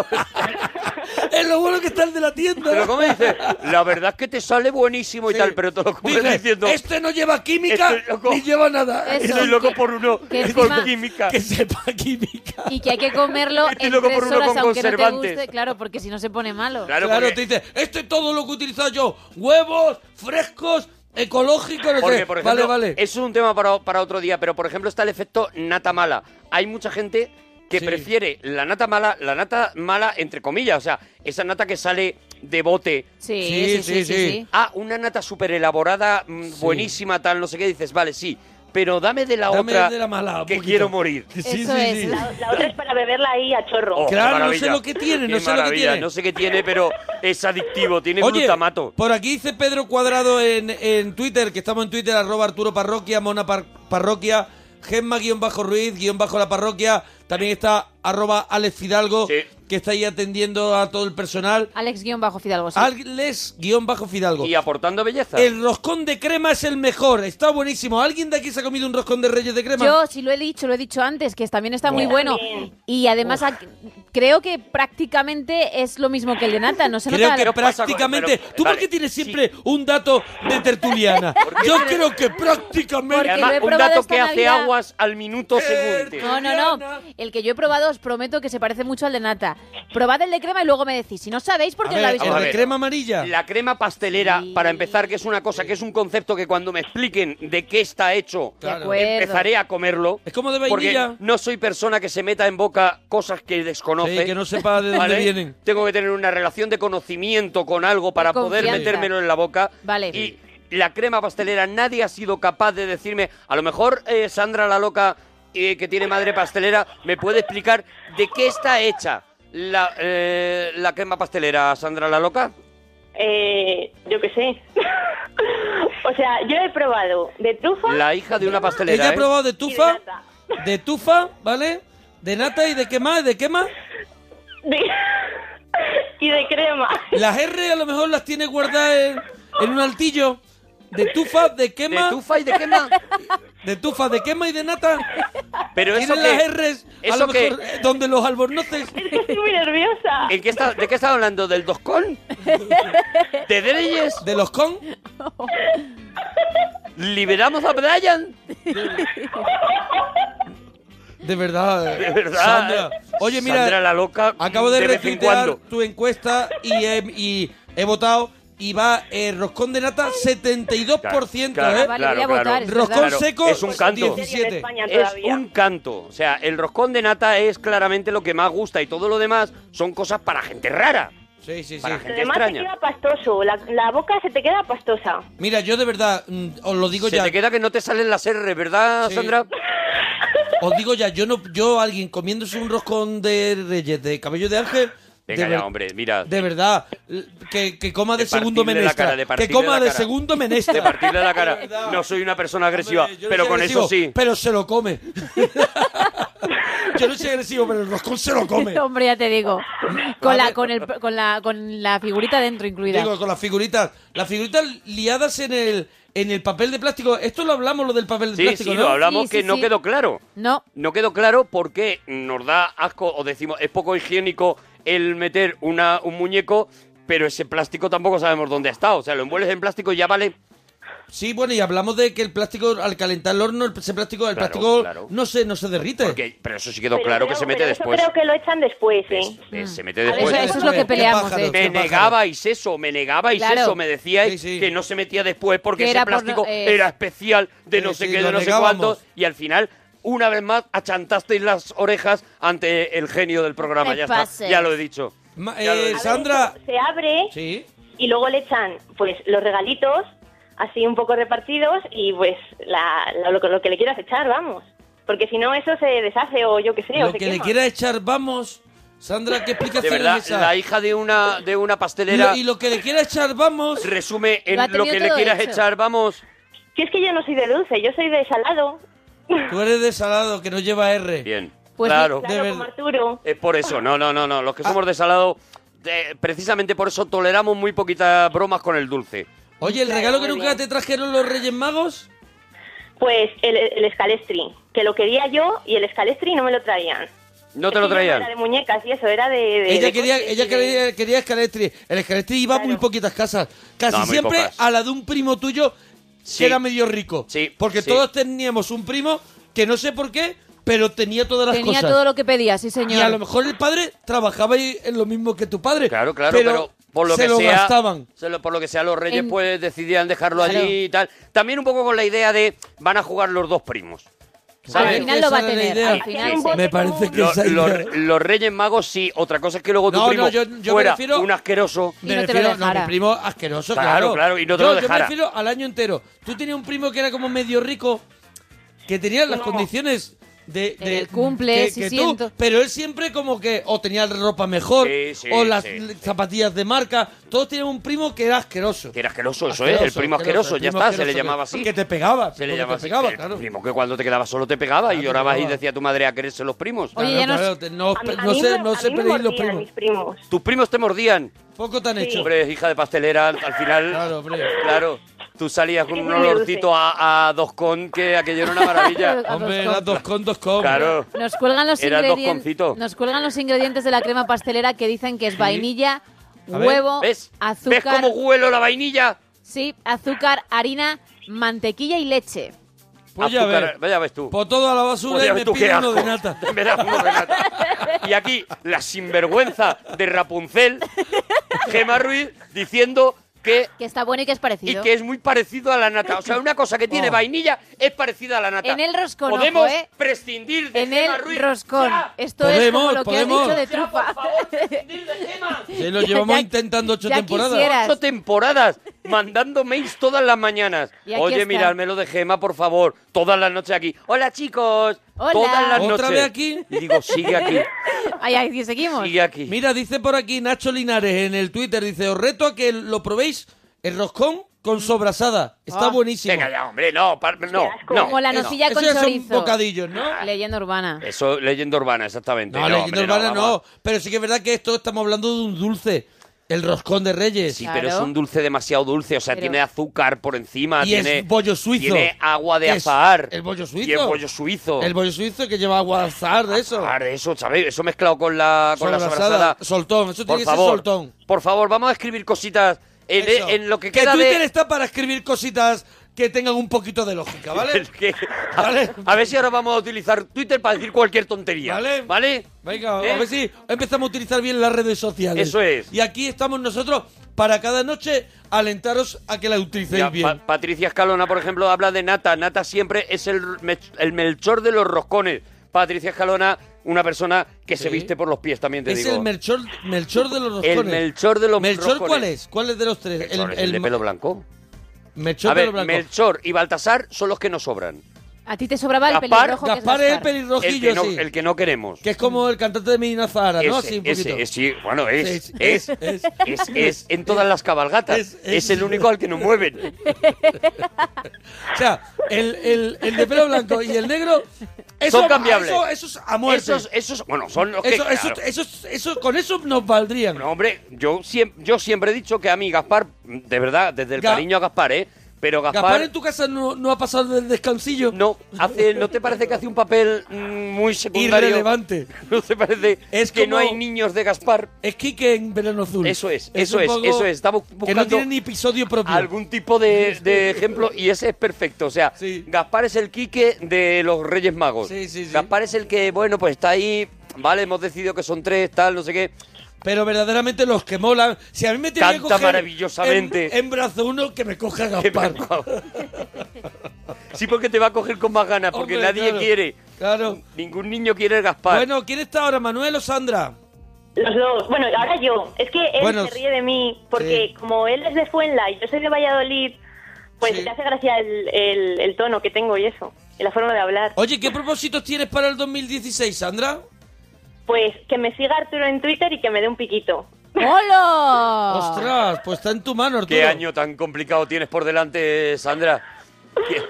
S4: es lo bueno que está el de la tienda.
S5: te lo comes y dices, la verdad es que te sale buenísimo y
S4: Sí.
S5: tal, pero te lo comes
S4: Dices,
S5: diciendo... "Este
S4: este no lleva química
S5: Estoy loco.
S4: ni lleva nada.
S6: Eso.
S5: Estoy loco
S6: que-
S5: por uno
S6: que
S5: con
S6: encima-
S5: química.
S4: Que sepa química.
S6: Y que hay que comerlo
S5: Estoy
S6: en
S5: loco
S6: tres
S5: por uno
S6: horas,
S5: con
S6: aunque no te
S5: conservantes.
S6: guste. Claro, porque si no se pone malo.
S5: Claro,
S4: Claro,
S5: porque-
S4: te dice, este es todo lo que he utilizado yo. Huevos, frescos, ecológicos, no sé.
S5: Porque, por ejemplo,
S4: vale, vale.
S5: eso es un tema para, para otro día, pero por ejemplo está el efecto nata mala. Hay mucha gente que
S4: Sí.
S5: prefiere la nata mala, la nata mala entre comillas, o sea, esa nata que sale de bote
S6: Sí,
S4: Sí,
S6: sí, sí,
S4: sí,
S6: sí,
S4: sí.
S6: sí.
S5: a una nata súper elaborada, mm, buenísima, tal, no sé qué, dices, vale, sí, pero dame de la
S4: Dame
S5: otra
S4: de la mala, un
S5: que
S4: poquito.
S5: quiero morir.
S4: Sí,
S6: Eso es,
S10: La, la otra es para beberla ahí a chorro.
S5: Oh, qué
S4: Claro, no
S5: maravilla.
S4: sé lo que tiene, no
S5: Qué
S4: sé lo que
S5: maravilla,
S4: tiene.
S5: No sé qué tiene, pero es adictivo, tiene
S4: Oye,
S5: glutamato.
S4: por aquí dice Pedro Cuadrado en, en Twitter, que estamos en Twitter, arroba Arturo Parroquia, Mona Par- Parroquia, Gemma guión bajo Ruiz, guión bajo la parroquia, también está arroba Alex Fidalgo,
S5: Sí.
S4: que está ahí atendiendo a todo el personal.
S6: Alex-Fidalgo. Ah, pues sí.
S4: Alex-Fidalgo.
S5: Y aportando belleza.
S4: El roscón de crema es el mejor, está buenísimo. ¿Alguien de aquí se ha comido un roscón de reyes de crema?
S6: Yo, si lo he dicho, lo he dicho antes, que también está muy
S10: Yo
S6: bueno.
S10: también.
S6: Y además, ac- creo que prácticamente es lo mismo que el de Nata. No se
S4: creo
S6: nota
S4: que
S6: la-
S4: prácticamente...
S5: pero-
S4: ¿Tú por
S5: vale,
S4: qué tienes siempre un dato de tertuliana? Yo creo que
S5: Y
S6: Porque
S4: prácticamente... Eh,
S6: lo
S5: además,
S6: he
S5: un
S6: probado
S5: dato
S6: esta
S5: que hace
S6: Navidad.
S5: aguas al minuto segundo. tío.
S6: No, no, no. El que yo he probado os prometo que se parece mucho al de Nata. Probad el de crema y luego me decís. Si no sabéis,
S4: A
S6: porque
S4: ver,
S6: lo habéis
S5: vamos
S4: el
S5: a
S4: de
S5: ver.
S4: crema amarilla.
S5: La crema pastelera,
S6: Sí.
S5: para empezar, que es una cosa, que es un concepto que cuando me expliquen de qué está hecho,
S4: De claro.
S6: acuerdo.
S5: empezaré a comerlo.
S4: Es como de
S5: Porque
S4: vainilla.
S5: no soy persona que se meta en boca cosas que
S4: Sí,
S5: desconoce.
S4: que no sepa de dónde
S5: ¿vale?
S4: vienen.
S5: Tengo que tener una relación de conocimiento con algo para poder
S6: Confianza.
S5: metérmelo en la boca.
S6: Vale.
S5: Y la crema pastelera, nadie ha sido capaz de decirme, a lo mejor eh, Sandra la loca, eh, que tiene madre pastelera, me puede explicar de qué está hecha la, eh, la crema pastelera, Sandra la loca.
S10: Eh, yo qué sé. o sea, yo he probado de trufa.
S5: La hija de una pastelera.
S4: Ella ha
S5: ¿eh?
S4: probado de tufa,
S10: Y de nata.
S4: de tufa, ¿vale? De nata y de qué más, de qué más.
S10: de- y de crema.
S4: Las R a lo mejor las tiene guardadas en, en un altillo. De tufa, de
S5: De
S4: quema,
S5: tufa y de quema.
S4: de tufa, de quema y de nata.
S5: Pero eso
S4: Tienen las
S5: que.
S4: R's a
S5: eso
S4: lo
S5: que-
S4: mejor eh, donde los albornoces.
S10: Es que estoy muy nerviosa.
S5: ¿en qué está- ¿De qué estás hablando? ¿Del doscón? ¿De Dreyes?
S4: De los con.
S5: ¿Liberamos a Brian?
S4: De verdad.
S5: De verdad.
S4: Sandra. Oye, mira,
S5: Sandra la loca.
S4: acabo de,
S5: vez en
S4: retuitear
S5: cuando.
S4: tu encuesta y he, y he votado y va eh, roscón de nata 72%,
S5: Claro,
S4: ¿eh?
S6: Ah, vale, voy a votar, es
S4: Roscón
S6: verdad.
S4: seco
S5: es un canto.
S10: Yo estoy en
S4: 17.
S10: España
S5: Es
S10: todavía.
S5: un canto. O sea, el roscón de nata es claramente lo que más gusta y todo lo demás son cosas para gente rara.
S4: Sí, sí, sí.
S5: Para gente
S10: Además te
S5: extraña.
S10: queda pastoso, la, la boca se te queda pastosa.
S4: Mira, yo de verdad, mm, os lo digo
S5: Se
S4: ya,
S5: te queda que no te salen las R, ¿verdad,
S4: Sí.
S5: Sandra?
S4: os digo ya, yo no, yo alguien comiéndose un roscón de reyes de cabello de ángel.
S5: Venga
S4: de ver-
S5: ya, hombre, mira.
S4: De verdad, l- que, que coma de,
S5: De
S4: segundo
S5: partirle la
S4: menestra.
S5: cara, de
S4: que
S5: partirle
S4: coma
S5: la
S4: de
S5: cara.
S4: segundo menestra.
S5: de partirle la cara.
S4: De verdad.
S5: No soy una persona agresiva,
S4: Hombre, yo no
S5: pero
S4: soy
S5: con
S4: agresivo,
S5: eso sí.
S4: Pero se lo come. yo no soy agresivo, pero el roscón se lo come.
S6: Hombre, ya te digo. Con
S4: Vale.
S6: la, con, el, con, la, con la figurita dentro incluida.
S4: Digo, con las figuritas. Las figuritas liadas en el, en el papel de plástico. Esto lo hablamos, lo del papel de
S5: Sí,
S4: plástico,
S5: sí,
S4: ¿no?
S5: lo hablamos
S6: Sí, sí,
S5: que no
S6: sí.
S5: quedó claro.
S6: No,
S5: No quedó claro por qué nos da asco o decimos es poco higiénico el meter una, un muñeco, pero ese plástico tampoco sabemos dónde ha estado. O sea, lo envuelves en plástico y ya vale.
S4: Sí, bueno, y hablamos de que el plástico, al calentar el horno, el- ese plástico, el
S5: Claro,
S4: plástico
S5: claro.
S4: no se, no se derrite.
S5: Porque- pero eso sí quedó
S10: Pero
S5: claro que
S10: creo-
S5: se mete
S10: pero
S5: después.
S10: Eso creo que lo echan después, ¿eh?
S5: Eh, Se mete
S6: Mm. Ah, eso,
S5: después.
S6: eso es lo que
S4: Qué
S6: peleamos.
S4: pájaro,
S6: ¿eh?
S4: qué
S5: Me
S4: pájaro.
S5: negabais eso, me negabais
S6: Claro.
S5: eso, me decíais
S4: Sí, sí.
S5: que no se metía después porque
S6: Que
S5: ese
S6: era por no-
S5: plástico
S6: eh.
S5: era especial de
S4: Sí,
S5: no sé
S4: sí,
S5: qué,
S4: lo
S5: de no sé
S4: negábamos.
S5: cuánto, y al final, una vez más, achantasteis las orejas ante el genio del programa.
S6: Me
S5: Ya
S6: pases.
S5: está, ya lo he dicho.
S4: Ma-
S5: Ya lo he
S4: eh,
S5: dicho.
S4: Sandra.
S10: Se abre
S4: Sí.
S10: y luego le echan pues los regalitos así un poco repartidos y pues la, la- lo, que- lo que le quieras echar, vamos. Porque si no eso se deshace o yo qué sé, o
S4: Lo
S10: se
S4: que le
S10: quema.
S4: quiera echar, vamos. Sandra,
S5: De
S4: ¿qué explicación
S5: verdad,
S4: es esa?
S5: la hija de una, de una
S4: y,
S5: pastelera
S4: lo, y lo que le quiera echar, vamos.
S5: resume en
S6: Lo ha
S5: lo, que
S6: tenido
S5: le
S6: todo
S5: quieras
S6: hecho.
S5: echar, vamos.
S10: Si es que yo no soy de dulce, yo soy de salado,
S4: Tú eres de salado, que no lleva R.
S5: Bien,
S6: Pues
S5: claro.
S10: claro,
S4: De
S10: como
S4: verdad.
S10: Arturo.
S5: Es por eso, no, no, no, no. Los que somos de salado, eh, precisamente por eso toleramos muy poquitas bromas con el dulce.
S4: Oye, ¿el
S10: Claro,
S4: regalo que
S10: muy
S4: nunca
S10: bien.
S4: te trajeron los Reyes Magos?
S10: Pues el, el scalestri, que lo quería yo y el scalestri no me lo traían.
S5: No te lo
S10: Es que yo
S5: traían.
S10: No era de muñecas y eso, era de... de-
S4: ella
S10: de
S4: quería,
S10: coches
S4: ella
S10: y de-
S4: quería, quería escalestri. El escalestri iba a muy
S10: Claro.
S4: poquitas casas. Casi
S5: No, muy
S4: siempre
S5: pocas.
S4: a la de un primo tuyo
S5: Sí.
S4: que era medio rico.
S5: Sí,
S4: Porque
S5: sí.
S4: todos teníamos un primo que no sé por qué, pero tenía todas las
S6: tenía
S4: cosas.
S6: todo lo que pedía, sí,
S4: Y
S6: señor.
S4: a lo mejor el padre trabajaba ahí en lo mismo que tu padre.
S5: Claro, claro, pero, por lo
S4: se
S5: que
S4: lo
S5: sea,
S4: gastaban.
S5: se lo- por lo que sea, los reyes
S6: En-
S5: pues decidían dejarlo
S6: Claro.
S5: allí y tal. También un poco con la idea de van a jugar los dos primos.
S6: Al
S5: ¿Sabes?
S6: final lo va a
S4: Esa era la
S6: tener.
S4: idea.
S6: Al final
S10: Sí,
S6: sí.
S10: sí.
S4: Me parece que
S5: Lo-
S4: esa
S5: lo-
S4: idea-
S5: los reyes magos sí, otra cosa es que luego tu
S4: No, no,
S5: primo
S4: yo- yo me
S5: fuera
S4: refiero-
S5: un asqueroso.
S6: Y no te lo
S4: no,
S6: dejara.
S4: mi primo asqueroso,
S5: Claro,
S4: claro.
S5: claro, y no te
S4: yo,
S5: lo
S4: Yo me
S5: dejara.
S4: refiero al año entero. Tú tenías un primo que era como medio rico, que tenía las
S10: No.
S4: condiciones de,
S6: En
S4: de-
S6: el cumple,
S4: que-
S6: sí
S4: que tú,
S6: siento.
S4: pero él siempre como que o tenía ropa mejor
S5: Sí, sí,
S4: o las
S5: sí, sí.
S4: zapatillas de marca. Todos tienen un primo que era asqueroso.
S5: Que era asqueroso eso, ¿eh? El primo asqueroso,
S4: el
S5: ya
S4: primo
S5: está, se le
S4: asqueroso
S5: llamaba
S4: que-
S5: así.
S4: Que te pegaba,
S5: Se Ah, le
S4: porque
S5: llamaba
S4: te
S5: así.
S4: pegaba,
S5: El
S4: claro.
S5: primo que cuando te quedabas solo te pegaba
S4: Ah,
S5: y
S4: te
S5: llorabas y
S4: pegaba.
S5: decía tu madre a quererse los primos.
S6: Oye,
S4: Claro,
S6: ya nos-
S4: claro, te- no,
S10: A mí- a
S4: no
S10: mí
S4: se,
S10: me-
S4: no
S10: a
S4: se
S10: mí me
S4: peleen los
S10: mordían
S4: primos.
S10: mis primos.
S5: Tus primos te mordían.
S4: Poco tan hecho.
S5: Hombre, hija de pastelera, al final.
S4: Claro, hombre.
S5: Claro. Tú salías con
S10: Es
S5: un
S10: muy dulce.
S5: olorcito a, a dos con que aquello era una maravilla.
S6: A
S4: Hombre,
S6: dos
S4: eran
S6: con.
S4: dos con, dos con.
S5: Claro.
S6: Nos cuelgan los
S5: Era dos
S6: ingredientes.
S5: concitos.
S6: Nos cuelgan los ingredientes de la crema pastelera que dicen que es vainilla,
S4: A ver.
S6: huevo,
S5: ¿Ves? ¿Ves
S6: azúcar,
S5: cómo huelo la vainilla?
S6: sí, azúcar, harina, mantequilla y leche.
S4: Pues ya
S5: Azúcar,
S4: ves.
S5: vaya ves tú.
S4: Por todo a la basura
S5: Joder,
S4: y me
S5: tú, qué
S4: pido uno de
S5: asco.
S4: nata.
S5: Me da uno de nata. Y aquí, la sinvergüenza de Rapunzel, Gemma Ruiz, diciendo que,
S6: Que está bueno y que es
S5: y
S6: parecido.
S5: que es muy parecido a la nata. O sea, una cosa que tiene
S4: Oh.
S5: vainilla es parecida a la nata.
S6: En el roscón, ojo,
S5: Podemos
S6: ¿eh?
S5: prescindir de
S6: En
S5: Gemma
S6: el
S5: Ruiz.
S6: roscón.
S5: ¡Ya!
S6: Esto
S4: Podemos,
S6: es como lo
S4: podemos.
S6: que has dicho de
S5: ¡Ya, por
S6: trufa.
S5: favor, prescindir de Gemma!
S4: Se lo llevamos
S6: Ya-
S4: intentando ocho
S6: ya
S4: temporadas.
S6: quisiera.
S5: Ocho temporadas mandando mails todas las mañanas.
S6: Y aquí
S5: Oye,
S6: está.
S5: miradme lo de Gema, por favor. Todas las noches aquí. Hola, chicos.
S6: Hola.
S5: Todas las
S4: ¿Otra
S5: noches.
S4: vez aquí?
S5: Y digo, sigue aquí.
S6: Ay, ay, y seguimos.
S5: Sigue aquí.
S4: Mira, dice por aquí Nacho Linares en el Twitter, dice, os reto a que lo probéis el roscón con sobrasada. Está
S6: Ah.
S4: buenísimo.
S5: Venga ya, hombre, no, par- no,
S10: asco.
S5: no.
S6: Como la
S5: no.
S6: nocilla
S4: eh, Eso
S6: con
S4: ya son
S6: chorizo.
S4: bocadillos, ¿no?
S6: Leyenda urbana.
S5: Eso, leyenda urbana, exactamente.
S4: No, la leyenda
S5: hombre,
S4: urbana no,
S5: vamos.
S4: Pero sí que es verdad que esto estamos hablando de un dulce. El roscón de Reyes.
S5: Sí,
S6: Claro.
S5: pero es un dulce demasiado dulce, o sea,
S6: Pero-
S5: tiene azúcar por encima,
S4: Y
S5: tiene
S4: es bollo suizo.
S5: tiene agua de
S4: Es
S5: azahar.
S4: el bollo suizo.
S5: Y el bollo suizo.
S4: El bollo suizo que lleva guazar de eso.
S5: Azahar, eso, ¿sabéis? Eso mezclado con la con la sobrasada.
S4: Soltón, eso
S5: Por
S4: tiene que ser
S5: favor,
S4: soltón.
S5: por favor, vamos a escribir cositas en,
S4: Eso.
S5: en lo que queda
S4: Twitter
S5: de...
S4: está para escribir cositas que tengan un poquito de lógica, ¿vale?
S5: Es que- a,
S4: Vale.
S5: a ver si ahora vamos a utilizar Twitter para decir cualquier tontería.
S4: Vale.
S5: ¿Vale?
S4: Venga,
S5: ¿Eh?
S4: a ver si empezamos a utilizar bien las redes sociales.
S5: Eso es.
S4: Y aquí estamos nosotros para cada noche alentaros a que la utilicéis
S5: Ya,
S4: bien.
S5: Pa- Patricia Escalona, por ejemplo, habla de nata. Nata siempre es el, mech- el melchor de los roscones. Patricia Escalona, una persona que se
S4: Sí.
S5: viste por los pies, también te
S4: es
S5: digo.
S4: el Melchor, Melchor de los
S5: El
S4: roscones.
S5: Melchor de los
S4: ¿Melchor
S5: roscones.
S4: cuál es? ¿Cuál es de los tres?
S5: Melchor es el de
S4: ma-
S5: pelo blanco.
S4: Melchor
S5: a ver,
S4: pelo blanco.
S5: Melchor y Baltasar son los que nos sobran.
S6: A ti te sobraba el
S5: Gaspar-
S6: pelirrojo que es
S4: Gaspar es el
S6: Gaspar.
S5: El
S4: pelirrojillo,
S5: que, no,
S4: sí.
S5: el que no queremos.
S4: Que es como el cantante de Medina Zahara, ¿no?
S5: Ese,
S4: Así un
S5: ese,
S4: poquito.
S5: es- sí, bueno, es,
S4: Sí,
S5: es,
S4: es,
S5: es,
S4: es.
S5: es, en todas las cabalgatas.
S4: Es-
S5: Es,
S4: es.
S5: el único al que nos mueven.
S4: O sea, el, el, el de pelo blanco y el negro... Eso,
S5: Son cambiables.
S4: Eso, eso es a muerte.
S5: Esos, esos, bueno, son los que...
S4: Eso, eso,
S5: claro.
S4: eso, eso- con eso nos valdrían.
S5: No, hombre, yo, siem- yo siempre he dicho que a mí Gaspar, de verdad, desde el
S4: Ga-
S5: cariño a Gaspar, ¿eh? Pero Gaspar...
S4: Gaspar en tu casa no, no ha pasado del descansillo.
S5: No, hace, ¿no te parece que hace un papel mm, muy secundario?
S4: Irrelevante.
S5: ¿No te parece
S4: Es
S5: que no
S4: como-
S5: hay niños de Gaspar?
S4: Es Kike en Verano Azul.
S5: Eso es, eso
S4: un
S5: es,
S4: poco
S5: eso es. Estamos
S4: Que no
S5: buscando
S4: tiene ni episodio propio.
S5: Algún tipo de, de ejemplo y ese es perfecto. O sea,
S4: Sí.
S5: Gaspar es el Quique de los Reyes Magos.
S4: Sí, sí, sí.
S5: Gaspar es el que, bueno, pues está ahí, vale, hemos decidido que son tres, tal, no sé qué.
S4: Pero verdaderamente los que molan. Si a mí me tenía que
S5: Canta
S4: coger
S5: maravillosamente.
S4: En, en brazo uno, que me coja
S5: Que me
S4: Gaspar.
S5: acabo. sí, porque te va a coger con más ganas, porque
S4: Hombre,
S5: nadie
S4: claro,
S5: quiere.
S4: Claro.
S5: Ningún niño quiere el Gaspar.
S4: Bueno, ¿quién está ahora, Manuel o Sandra?
S10: Los dos. Bueno, ahora yo. Es que él
S4: Bueno,
S10: se ríe de mí porque
S4: sí.
S10: como él es de Fuenla y yo soy de Valladolid, pues
S4: Sí.
S10: le hace gracia el, el- el tono que tengo y eso, y la forma de hablar.
S4: Oye, ¿qué propósitos tienes para el 2016, Sandra?
S10: Pues que me siga Arturo en Twitter y que me dé un piquito.
S6: ¡Hola!
S10: Ah.
S4: Ostras, pues está en tu mano, Arturo.
S5: ¿Qué año tan complicado tienes por delante, Sandra? ¿Qué-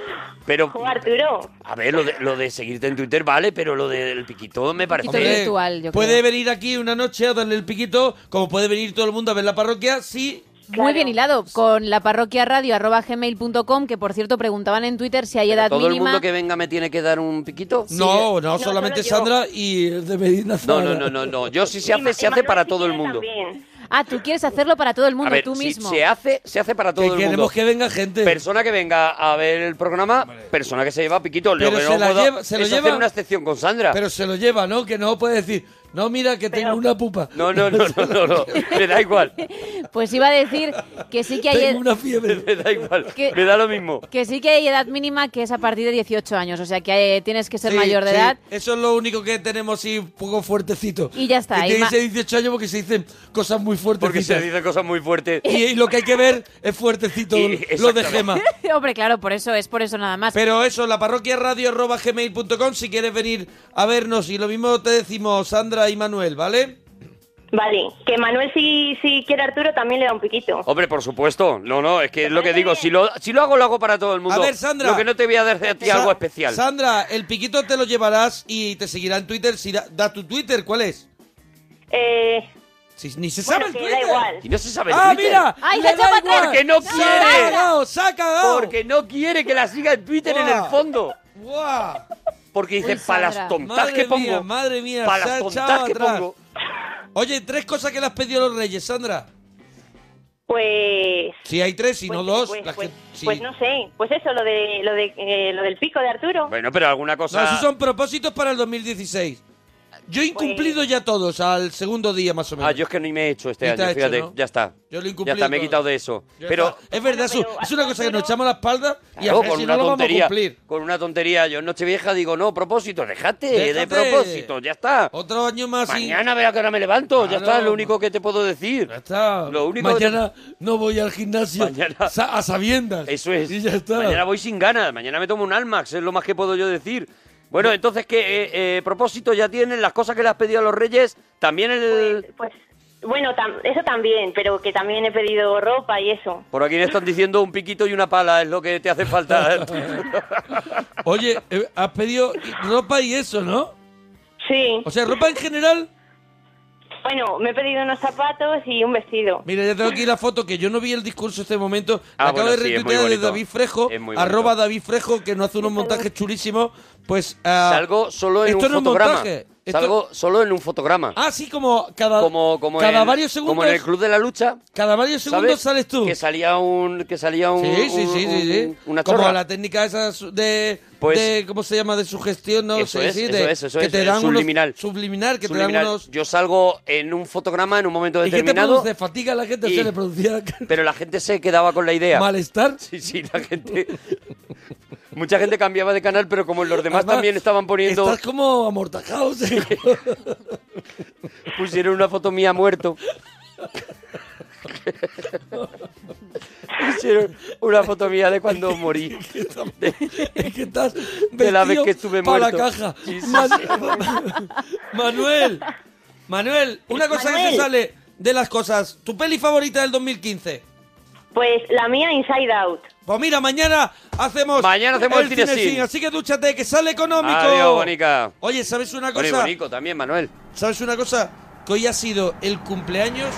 S5: Pero,
S10: Jo, Arturo.
S5: a ver, lo de, lo de seguirte en Twitter, vale, pero lo del piquito me parece...
S6: Piquito Hombre, virtual, yo
S4: puede
S6: creo.
S4: venir aquí una noche a darle el piquito, como puede venir todo el mundo a ver la parroquia, sí.
S6: Muy bien hilado, con la parroquia radio arroba gmail.com, que por cierto preguntaban en Twitter si hay
S5: Pero
S6: edad
S5: ¿Todo el
S6: mínima.
S5: mundo que venga me tiene que dar un piquito?
S4: no, no,
S10: eh, No,
S4: solamente
S10: solo yo.
S4: Sandra y el de Medina
S5: No,
S4: Zahara.
S5: no, no, no, no. Yo si se
S10: Y
S5: hace,
S10: Ma-
S5: se
S10: y
S5: hace
S10: Manuel,
S5: para
S10: si
S5: todo el
S10: quiere,
S5: mundo.
S10: también.
S6: Ah, tú quieres hacerlo para todo el mundo,
S5: A ver,
S6: tú
S5: si
S6: mismo.
S5: se hace, se hace para todo
S4: Que
S5: el
S4: queremos
S5: mundo.
S4: que venga gente.
S5: Persona que venga a ver el programa, persona que se lleva piquito.
S4: Pero
S5: lo que
S4: se
S5: no
S4: la
S5: puedo
S4: lleva- se lo
S5: es
S4: lleva-
S5: hacer una excepción con Sandra.
S4: Pero se lo lleva, ¿no? Que no puede decir, No, mira que tengo una pupa.
S5: No, no, no, no, no, no. Me da igual.
S6: Pues iba a decir que sí que hay
S4: Tengo
S6: ed-
S4: una fiebre.
S5: Me da igual.
S6: Que-
S5: Me da lo mismo.
S6: que sí que hay edad mínima que es a partir de 18 años, o sea que eh, tienes que ser
S4: Sí,
S6: mayor de
S4: sí.
S6: edad.
S4: Eso es lo único que tenemos así un poco fuertecito.
S6: Y ya está,
S4: Que
S6: y
S4: te
S6: ma-
S4: dice 18 años porque se dicen cosas muy
S5: Porque se
S4: fuertecitas.
S5: dice cosas muy fuertes.
S4: y, y lo que hay que ver es fuertecito
S5: Y-
S4: lo de
S5: exactamente.
S4: Gema.
S6: Hombre, claro, por eso es por eso nada más.
S4: Pero eso, la parroquia radio arroba gmail.com si quieres venir a vernos. Y lo mismo te decimos Sandra y Manuel, ¿vale?
S10: Vale, que Manuel si, si quiere Arturo también le da un piquito.
S5: Hombre, por supuesto. No, no, es que es lo que
S10: parece
S5: digo.
S10: bien?
S5: Si lo, si lo hago, lo hago para todo el mundo.
S4: A ver, Sandra.
S5: Lo que no te voy a dar a ti
S4: Sa-
S5: algo especial.
S4: Sandra, el piquito te lo llevarás y te seguirá en Twitter. Si da, da tu Twitter, ¿cuál es?
S10: Eh,
S4: Si, ni se
S10: bueno,
S4: sabe el
S10: que
S4: Twitter.
S10: da igual.
S5: Y no se sabe el
S4: ¡Ah,
S5: Twitter.
S4: mira!
S6: ¡Ay,
S4: ¡Le da
S6: se echa para
S4: igual!
S6: atrás!
S5: Porque no
S4: ¡Se ha
S5: quiere.
S4: cagado! ¡Se ha cagado!
S5: Porque no quiere que la siga en Twitter en el
S4: Buah.
S5: fondo.
S4: ¡Guau!
S5: Porque dice,
S6: Uy,
S5: para las
S6: Sandra.
S5: tontas
S4: Madre
S5: que
S4: mía,
S5: pongo.
S4: madre mía,
S5: Para
S4: se ha
S5: las tontas
S4: echado
S5: que
S4: atrás.
S5: pongo.
S4: Oye, tres cosas que le has pedido a los reyes, Sandra.
S10: Pues...
S4: Si hay tres, si no
S10: pues-
S4: dos.
S10: pues,
S4: la
S10: pues-
S4: gente- sí.
S10: pues no sé, pues eso, lo de lo de eh, lo del pico de Arturo.
S5: Bueno, pero alguna
S4: No,
S5: cosa.
S4: esos son propósitos para el 2016. Yo he
S10: Pues,
S4: incumplido ya todos al segundo día, más o menos.
S5: Ah, yo es que no me he hecho este
S4: Y te
S5: año,
S4: ha hecho,
S5: fíjate,
S4: ¿no?
S5: ya está.
S4: Yo lo he
S5: ya
S4: incumplido
S5: está, me he
S4: todo.
S5: quitado de eso.
S4: Ya
S5: Pero
S4: está. es verdad,
S10: Bueno, pero
S4: es una cosa que nos
S10: Arturo-
S4: echamos la espalda y
S5: claro,
S4: a ver
S5: con
S4: si no
S5: una
S4: lo vamos a
S5: tontería,
S4: cumplir.
S5: con una tontería, yo en Nochevieja digo, no, propósito, déjate, de
S4: Déjate.
S5: propósito, ya está.
S4: Otro año más y...
S5: Ah. Mañana verá que ahora me levanto, ya
S4: Claro.
S5: está, es lo único que te puedo decir.
S4: Ya está.
S5: Lo único
S4: Mañana no voy al gimnasio
S5: Mañana-
S4: sa- a sabiendas.
S5: Eso es.
S4: Y ya está.
S5: Mañana voy sin ganas, mañana me tomo un Almax, es lo más que puedo yo decir. Bueno, entonces, ¿qué eh, eh, propósito ya tienen? Las cosas que le has pedido a los reyes, también el...
S10: Pues, pues, bueno, tam- eso también, pero que también he pedido ropa y eso.
S5: Por aquí le están diciendo un piquito y una pala, es lo que te hace falta.
S4: Oye, eh, has pedido ropa y eso, ¿no?
S10: Sí.
S4: O sea, ropa en general.
S10: Bueno, me he pedido unos zapatos y un vestido.
S4: Mira, ya tengo aquí la foto que yo no vi el discurso este momento.
S5: Ah,
S4: la acabo
S5: bueno,
S4: de
S5: sí, es muy
S4: retuitear de
S5: bonito.
S4: David Frejo,
S5: Es muy bonito.
S4: arroba David Frejo, que nos hace unos montajes chulísimos. Pues. ah,
S5: Salgo solo en
S4: esto
S5: un
S4: no es
S5: fotograma.
S4: montaje, esto-
S5: Salgo solo en un fotograma.
S4: Ah, sí, como cada,
S5: como, como
S4: cada
S5: en-
S4: varios segundos.
S5: Como en el Club de la Lucha.
S4: Cada varios segundos
S5: ¿sabes?
S4: sales tú.
S5: Que salía un. Que salía un
S4: sí, sí,
S5: un-
S4: sí, sí, sí.
S5: un- Una
S4: como
S5: chorra.
S4: la técnica esa su- de,
S5: Pues-
S4: de- ¿Cómo se llama? De sugestión, ¿no?
S5: Eso
S4: Sí,
S5: es,
S4: sí,
S5: eso
S4: de-
S5: es, eso
S4: que
S5: es,
S4: te
S5: el
S4: dan unos-
S5: subliminal.
S4: subliminal, que
S5: Subliminal.
S4: te dan unos.
S5: Yo salgo en un fotograma en un momento
S4: ¿Y qué te
S5: determinado.
S4: produce? ¿Fatiga a la gente?
S5: y-
S4: ¿Se le producía
S5: Pero la gente se quedaba con la idea.
S4: malestar?
S5: Sí, sí, la gente. Mucha gente cambiaba de canal, pero como los demás
S4: Además,
S5: también estaban poniendo.
S4: Estás como amortajado. sí.
S5: Pusieron una foto mía muerto. Pusieron una foto mía de cuando morí.
S4: es que estás
S5: De la vez
S4: vestido
S5: que estuve
S4: pa' la
S5: muerto.
S4: caja.
S5: Sí, sí,
S4: Man- Manuel, Manuel, una cosa que se
S10: Manuel.
S4: sale de las cosas. ¿Tu peli favorita del 2015?
S10: Pues la mía Inside Out.
S4: Pues mira, mañana hacemos.
S5: Mañana hacemos el cine sin.
S4: Así que dúchate, que sale económico.
S5: Adiós, bonica.
S4: Oye, ¿sabes una
S5: Bueno, y
S4: cosa?
S5: Bonico también, Manuel.
S4: ¿Sabes una cosa? Que hoy ha sido el cumpleaños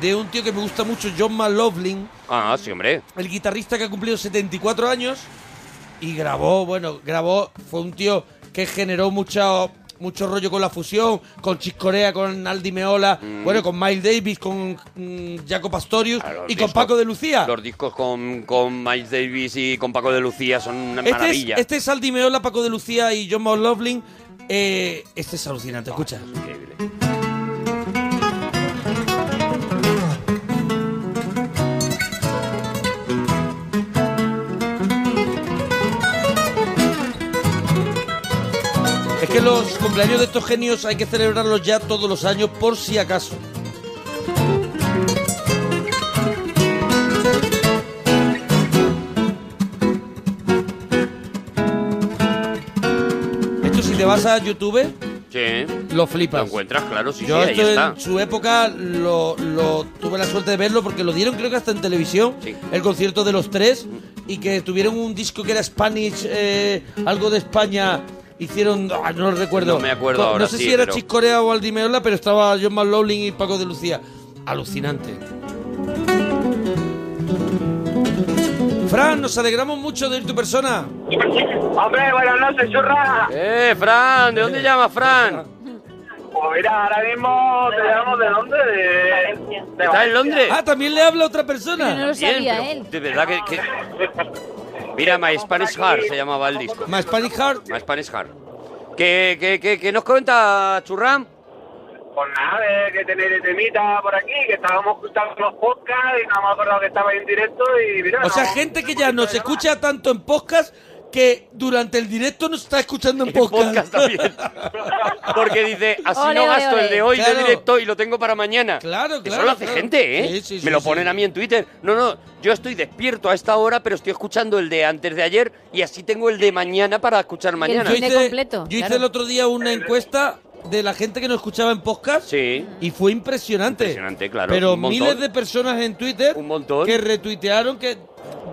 S4: de un tío que me gusta mucho, John McLaughlin,
S5: Ah, sí, hombre.
S4: el guitarrista que ha cumplido 74 años y grabó, bueno, grabó, fue un tío que generó mucho, mucho rollo con la fusión, con Chiscorea, con Aldi Meola, bueno, con Miles Davis, con mm, Jaco Pastorius
S5: Claro, los
S4: y con
S5: discos-
S4: Paco de Lucía.
S5: Los discos con, con Miles Davis y con Paco de Lucía son una
S4: Este es,
S5: maravilla.
S4: este es Aldi Meola, Paco de Lucía y John McLaughlin. Eh, este es alucinante, escucha.
S5: Increíble.
S4: Es que los cumpleaños de estos genios hay que celebrarlos ya todos los años por si acaso. Esto si te vas a YouTube,
S5: Sí. ¿eh?
S4: lo
S5: Lo
S4: flipas.
S5: encuentras, claro, sí,
S4: Yo
S5: sí, ahí
S4: esto
S5: está.
S4: en su época lo, lo- tuve la suerte de verlo porque lo dieron creo que hasta en televisión,
S5: Sí. Mm.
S4: el concierto de los tres, y que tuvieron un disco que era Spanish, eh, algo de España, hicieron, ah, no lo recuerdo.
S5: No me acuerdo
S4: No,
S5: ahora,
S4: sé
S5: sí,
S4: si era
S5: pero-
S4: Chiscorea o Aldimeola, pero estaba John McLaughlin y Paco de Lucía. Alucinante. Fran, nos alegramos mucho de ir tu persona.
S8: Hombre, buenas noches, churra.
S5: Eh, Fran, ¿de dónde llamas,
S4: Ah,
S5: Fran?
S8: Pues mira, ahora mismo te llamamos de dónde? De, de
S5: ¿Estás en Londres?
S4: Ah, también le habla otra persona.
S6: Pero no lo
S5: Bien,
S6: sabía ¿eh?
S5: pero,
S6: él.
S5: De verdad que, que- Mira, My Spanish Heart se llamaba el disco.
S4: My Spanish Heart.
S5: My Spanish Heart. ¿Qué, qué, qué, qué nos cuenta, Churram?
S8: Pues nada, eh, que tener el temita por aquí, que estábamos juntando los podcasts y no me acordado que estaba en directo y mira,
S4: O sea,
S8: no,
S4: gente que ya nos escucha tanto en podcast que durante el directo nos está escuchando en podcast.
S5: Porque dice, así
S4: Ole,
S5: no
S4: ole,
S5: gasto el
S4: ole.
S5: de hoy
S4: Claro.
S5: de directo y lo tengo para mañana.
S4: Claro,
S5: Eso
S4: claro,
S5: lo hace
S4: claro.
S5: gente, ¿eh?
S4: Sí, sí, sí,
S5: Me lo
S4: sí.
S5: ponen a mí en Twitter. No, no, yo estoy despierto a esta hora, pero estoy escuchando el de antes de ayer y así tengo el de mañana para escuchar mañana.
S4: Yo hice, yo hice el otro día una encuesta de la gente que nos escuchaba en podcast y fue impresionante.
S5: Impresionante, claro,
S4: Pero
S5: un montón.
S4: miles de personas en Twitter que retuitearon que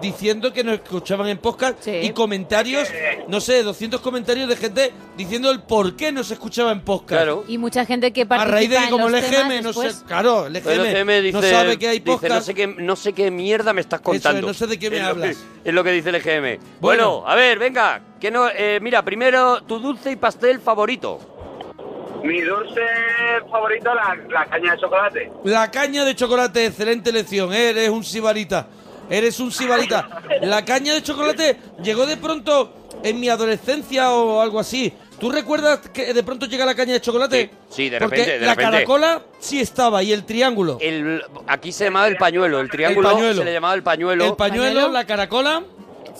S4: diciendo que nos escuchaban en podcast y comentarios, no sé, 200 comentarios de gente diciendo el por qué nos escuchaba en podcast.
S6: Y mucha gente que
S4: A
S6: participa
S4: raíz de
S6: en
S4: que como el
S6: los temas
S4: EGM, no sé,
S6: después-
S4: claro, el
S5: Pero
S4: EGM,
S5: GM E dice,
S4: no sabe que hay
S5: dice,
S4: podcast.
S5: no, sé qué, no sé qué mierda me estás
S4: es,
S5: contando.
S4: no sé de qué me
S5: Es lo
S4: hablas.
S5: que- es lo que dice el EGM. Bueno, a ver, venga. Que no, eh, mira, primero tu dulce y pastel favorito.
S8: mi dulce favorito la, la caña de chocolate.
S4: La caña de chocolate, excelente elección. ¿eh? Eres un sibarita. Eres un sibarita. La caña de chocolate llegó de pronto en mi adolescencia o algo así. ¿Tú recuerdas que de pronto llega la caña de chocolate?
S5: Sí, de
S4: Porque
S5: repente, de
S4: la
S5: repente.
S4: caracola sí estaba y el triángulo.
S5: El, aquí se llamaba el pañuelo, el triángulo
S4: pañuelo.
S5: se le llamaba el pañuelo.
S4: El pañuelo, la caracola.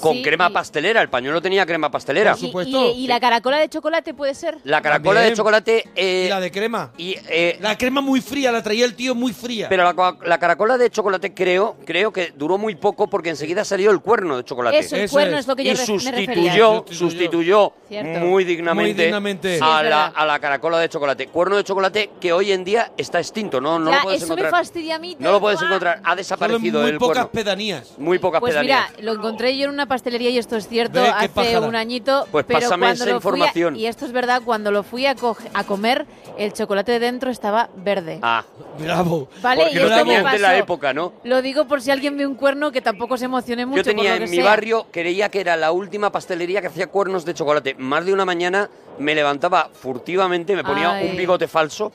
S5: Con
S6: Sí,
S5: crema pastelera, el pañuelo tenía crema pastelera.
S6: Y- Y, y la caracola de chocolate puede ser.
S5: La caracola de
S4: También.
S5: chocolate... eh,
S4: Y la de crema.
S5: y, eh,
S4: la crema muy fría, la traía el tío muy fría.
S5: Pero la, coa- la caracola de chocolate creo, creo que duró muy poco porque enseguida salió el cuerno de chocolate.
S6: Eso, el Eso cuerno es. es lo que yo
S5: y
S6: re- me
S5: sustituyó,
S6: refería.
S5: sustituyó
S6: Cierto.
S5: muy dignamente,
S4: Muy dignamente. Sí,
S5: a,
S6: es
S5: la,
S6: verdad.
S5: a la caracola de chocolate. Cuerno de chocolate que hoy en día está extinto, no, no
S6: Ya,
S5: lo puedes
S6: eso me
S5: encontrar.
S6: fastidia a mí.
S5: no lo puedes encontrar, ha desaparecido
S4: muy
S5: el
S4: pocas
S5: cuerno.
S4: pedanías.
S5: Muy pocas
S6: Pues
S5: pedanías.
S6: mira, lo encontré yo en una pastelería y esto es cierto,
S5: Ve, qué
S6: hace
S5: pájara.
S6: un añito.
S5: Pues
S6: pero
S5: pásame
S6: cuando
S5: esa
S6: lo fui a-
S5: información.
S6: y esto es verdad, cuando lo fui a, coge- a comer, el chocolate de dentro estaba verde.
S5: Ah,
S4: bravo.
S6: Vale,
S5: porque
S6: ¿y
S5: lo
S6: esto
S5: tenían
S6: qué
S5: de la
S6: pasó?
S5: época, ¿no?
S6: Lo digo por si alguien ve un cuerno que tampoco se emocione mucho.
S5: Yo tenía
S6: por
S5: en
S6: lo que
S5: mi
S6: sea.
S5: barrio, creía que era la última pastelería que hacía cuernos de chocolate. Más de una mañana me levantaba furtivamente, me ponía
S6: Ay.
S5: un bigote falso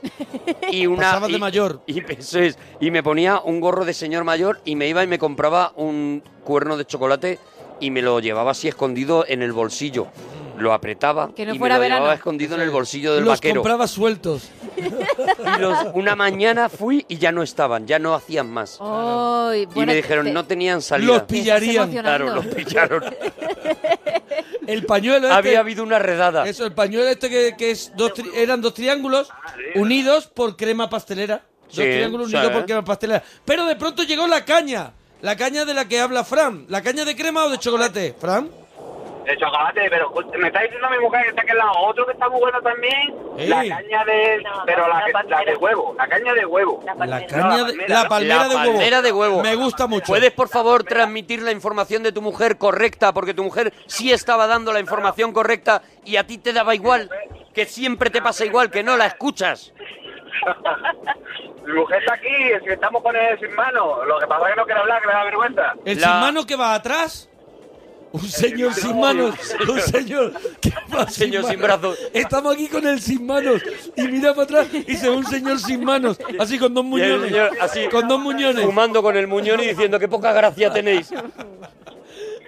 S5: y una
S4: Pasabas de
S5: y-
S4: mayor.
S5: Y, eso es, y me ponía un gorro de señor mayor y me iba y me compraba un cuerno de chocolate y me lo llevaba así escondido en el bolsillo. Lo apretaba
S6: Que no
S5: y
S6: fuera
S5: me lo
S6: verano.
S5: llevaba escondido en el bolsillo del
S4: Los
S5: vaquero.
S4: compraba sueltos.
S5: Y los- una mañana fui y ya no estaban, ya no hacían más.
S6: Ay,
S5: y
S6: Oh, bueno,
S5: me dijeron,
S6: te-
S5: no tenían salida.
S4: Los pillarían.
S5: Claro, los pillaron.
S4: El pañuelo este-
S5: Había habido una redada.
S4: Eso, el pañuelo este que, que es dos tri- eran dos triángulos unidos por crema pastelera. Dos
S5: Sí,
S4: triángulos
S5: sí.
S4: unidos por crema pastelera. Pero de pronto llegó la caña. La caña de la que habla Fran. ¿La caña de crema o de chocolate, Fran?
S8: De chocolate, pero justo- me está diciendo mi mujer que está que la otro que está muy bueno también,
S4: Sí.
S8: la caña de pero la, que- la de huevo, la caña de huevo.
S4: La caña de, la
S5: La
S4: palmera de huevo.
S5: palmera de huevo.
S4: Me gusta mucho.
S5: ¿Puedes, por favor, transmitir la información de tu mujer correcta? Porque tu mujer sí estaba dando la información correcta y a ti te daba igual, que siempre te pasa igual, que no la escuchas.
S8: Mi mujer está aquí, es que estamos con el sin mano, lo que pasa es que no quiere hablar, que le da vergüenza.
S4: ¿El
S5: La-
S4: sin mano que va atrás? Un señor sin manos, un señor que va
S5: Señor sin
S4: manos.
S5: brazos.
S4: Estamos aquí con el sin manos y mira para atrás y se ve un señor sin manos, así con dos
S5: Y el
S4: muñones,
S5: señor así,
S4: con dos muñones,
S5: fumando con el muñón y diciendo, qué poca gracia tenéis.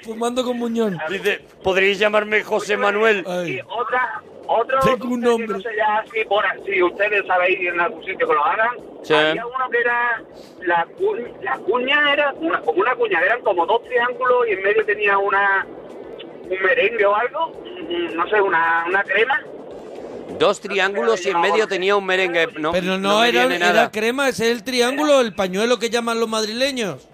S4: fumando con muñón.
S5: Dice, podréis llamarme José Manuel.
S4: Ay.
S8: Y otra, otro
S4: Tengo un
S8: dulce que
S4: nombre.
S8: no sé ya si, por, si ustedes sabéis en algún sitio que lo hagan.
S5: Sí.
S8: Había uno que era la, cu- la cuña era una, como una cuña, eran como dos triángulos y en medio tenía una un merengue o algo, mm, no sé, una, una crema.
S5: Dos triángulos y en medio tenía un merengue. No,
S4: Pero no,
S5: me
S4: era,
S5: viene
S4: era
S5: nada.
S4: crema, ese es el triángulo, el pañuelo que llaman los madrileños.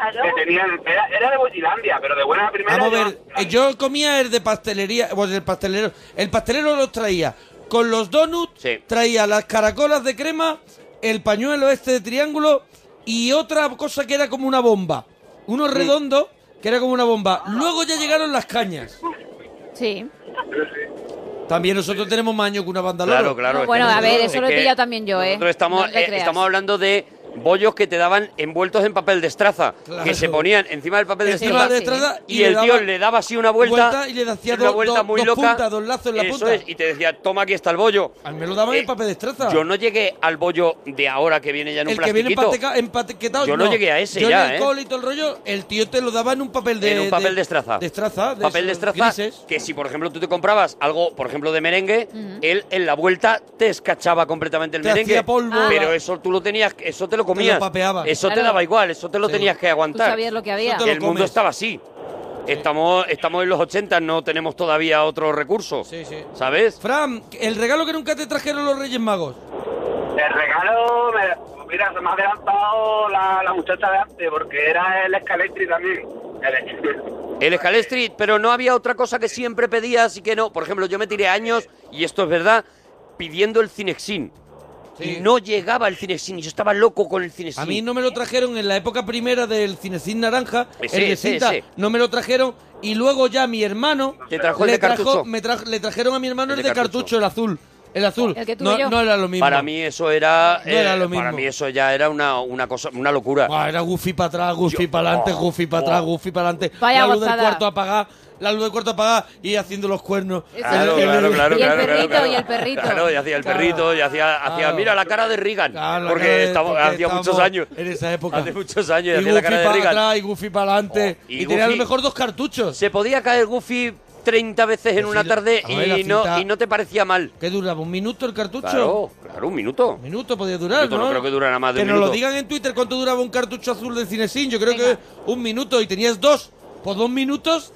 S8: Que tenían, era, era de Botilandia, pero de buena primera.
S4: Vamos a
S8: yo-
S4: ver, eh, yo comía el de pastelería, bueno, el pastelero, el pastelero los traía con los donuts,
S5: Sí.
S4: traía las caracolas de crema, el pañuelo este de triángulo y otra cosa que era como una bomba, uno redondo que era como una bomba. Luego ya llegaron las cañas.
S6: Sí.
S4: También nosotros tenemos más años que una banda
S5: Claro,
S4: loro.
S5: claro. es que
S6: bueno, a
S5: nosotros-
S6: ver, eso
S5: es
S6: lo he
S5: que
S6: pillado también yo, ¿eh?
S5: Nosotros estamos,
S6: No te
S5: eh,
S6: creas.
S5: estamos hablando de bollos que te daban envueltos en papel de estraza,
S4: Claro.
S5: que se ponían encima del papel de
S4: Encima
S5: estraza,
S4: de estrada
S5: y, el tío le daba así una vuelta,
S4: y le hacía
S5: una
S4: do-
S5: vuelta
S4: do-
S5: muy
S4: dos
S5: loca,
S4: puntas, dos lazos en la
S5: eso
S4: punta.
S5: es, y te decía, toma aquí está el bollo.
S4: Al me lo daban
S5: Eh,
S4: en papel de estraza.
S5: Yo no llegué al bollo de ahora que viene ya en un
S4: el que viene
S5: plastiquito.
S4: empateca- empaquetado,
S5: Yo no llegué a ese
S4: Yo
S5: ya,
S4: en el
S5: ¿eh?
S4: cole y todo el rollo, el tío te lo daba en un papel de...
S5: en un papel de estraza.
S4: De estraza. de
S5: papel de
S4: esos
S5: estraza
S4: grises.
S5: que si, por ejemplo, tú te comprabas algo, por ejemplo, de merengue, él en la vuelta te escachaba completamente el
S4: Te
S5: merengue.
S4: hacía polvo. Ah.
S5: Pero eso tú lo tenías, eso te lo comías.
S4: papeabas.
S5: Eso te
S6: Claro.
S5: daba igual, eso te lo
S4: Sí.
S5: tenías que aguantar.
S6: Tú sabías lo que había. Eso te lo
S5: El mundo
S4: comes.
S5: estaba así. Estamos, estamos en los 80, no tenemos todavía otro recurso. ¿Sabes?
S4: Fran, el regalo que nunca te trajeron los Reyes Magos.
S8: El regalo, me- mira, se me ha adelantado la, la muchacha de antes, porque era el escaletri también. El-
S5: El Street, pero no había otra cosa que siempre pedía, así que no. Por ejemplo, yo me tiré años, y esto es verdad, pidiendo el Cinexin. Y no llegaba el Cinexin, y yo estaba loco con el Cinexin.
S4: A mí no me lo trajeron en la época primera del Cinecín Naranja,
S5: Ese,
S4: el de
S5: ese,
S4: cinta,
S5: ese.
S4: no me lo trajeron. Y luego ya mi hermano...
S5: Te trajo el
S4: le
S5: de cartucho.
S4: me trajo- le trajeron a mi hermano
S5: El
S4: el,
S5: de
S4: de
S5: cartucho.
S4: cartucho. el azul. El azul.
S6: El que tuve
S4: no,
S6: yo.
S4: no era lo mismo.
S5: Para mí eso era, eh,
S4: No era lo
S5: Para
S4: mismo.
S5: mí eso ya era una, una cosa, una locura.
S4: Buah, era Goofy para atrás, Goofy
S5: Yo-
S4: para adelante,
S5: oh,
S4: Goofy para atrás, Goofy para adelante.
S6: Vaya
S4: la luz del
S6: gozada.
S4: cuarto apagada, la luz del cuarto apagada y haciendo los cuernos.
S5: Claro,
S4: El- el-
S5: claro,
S4: el-
S5: claro,
S6: Y el
S5: claro,
S6: perrito,
S5: claro,
S6: y el
S5: claro.
S6: perrito.
S5: Claro, y hacía el
S4: Claro.
S5: perrito, y hacía, hacía
S4: Claro.
S5: mira la cara de Reagan,
S4: Claro, la
S5: porque,
S4: cara de-
S5: estamos-
S4: porque
S5: hacía
S4: estamos
S5: muchos años.
S4: En esa época.
S5: Hace muchos años, y
S4: Y
S5: hacía la
S4: Goofy
S5: cara de
S4: para
S5: Reagan.
S4: atrás y Goofy para adelante.
S5: Oh, y
S4: y tenía a lo
S5: Goofy-
S4: mejor dos cartuchos.
S5: Se podía caer Goofy 30 veces en
S4: Sí,
S5: una
S4: la-
S5: tarde
S4: a ver, la
S5: y no,
S4: cinta-
S5: y no te parecía mal.
S4: ¿Qué duraba? ¿Un minuto el cartucho?
S5: Claro, claro, un minuto.
S4: Un minuto podía durar,
S5: Minuto, no
S4: ¿no?
S5: creo que durara más de
S4: Que
S5: un
S4: nos lo
S5: minuto.
S4: digan en Twitter cuánto duraba un cartucho azul de Cinesín. Yo creo
S6: Venga.
S4: que un minuto. Y tenías dos. Por dos minutos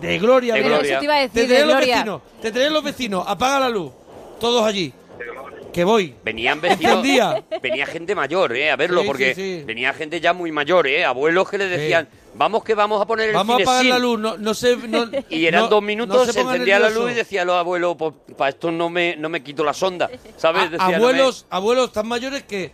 S4: de gloria.
S5: De
S4: ¿no?
S6: Pero
S5: Gloria.
S6: eso te iba a
S4: Te
S6: decir, de
S4: traen los
S6: Gloria.
S4: vecinos. Te traen los vecinos. Apaga la luz. Todos allí. Que voy.
S5: Venían vestidos.
S4: Entendía.
S5: Venía gente mayor, ¿eh? A verlo,
S4: Sí,
S5: porque
S4: sí, sí.
S5: venía gente ya muy mayor, ¿eh? Abuelos que le decían, vamos que vamos a poner el
S4: Vamos a apagar
S5: Cinesil".
S4: la luz. No, no sé. no-
S5: Y eran
S4: no-
S5: dos
S4: no
S5: minutos, se
S4: pongan
S5: encendía la luz
S4: nerviosos.
S5: y decía a los abuelos, para esto no me, no me quito la sonda, ¿sabes?
S4: A-
S5: Decía, "No me-
S4: abuelos, abuelos tan mayores que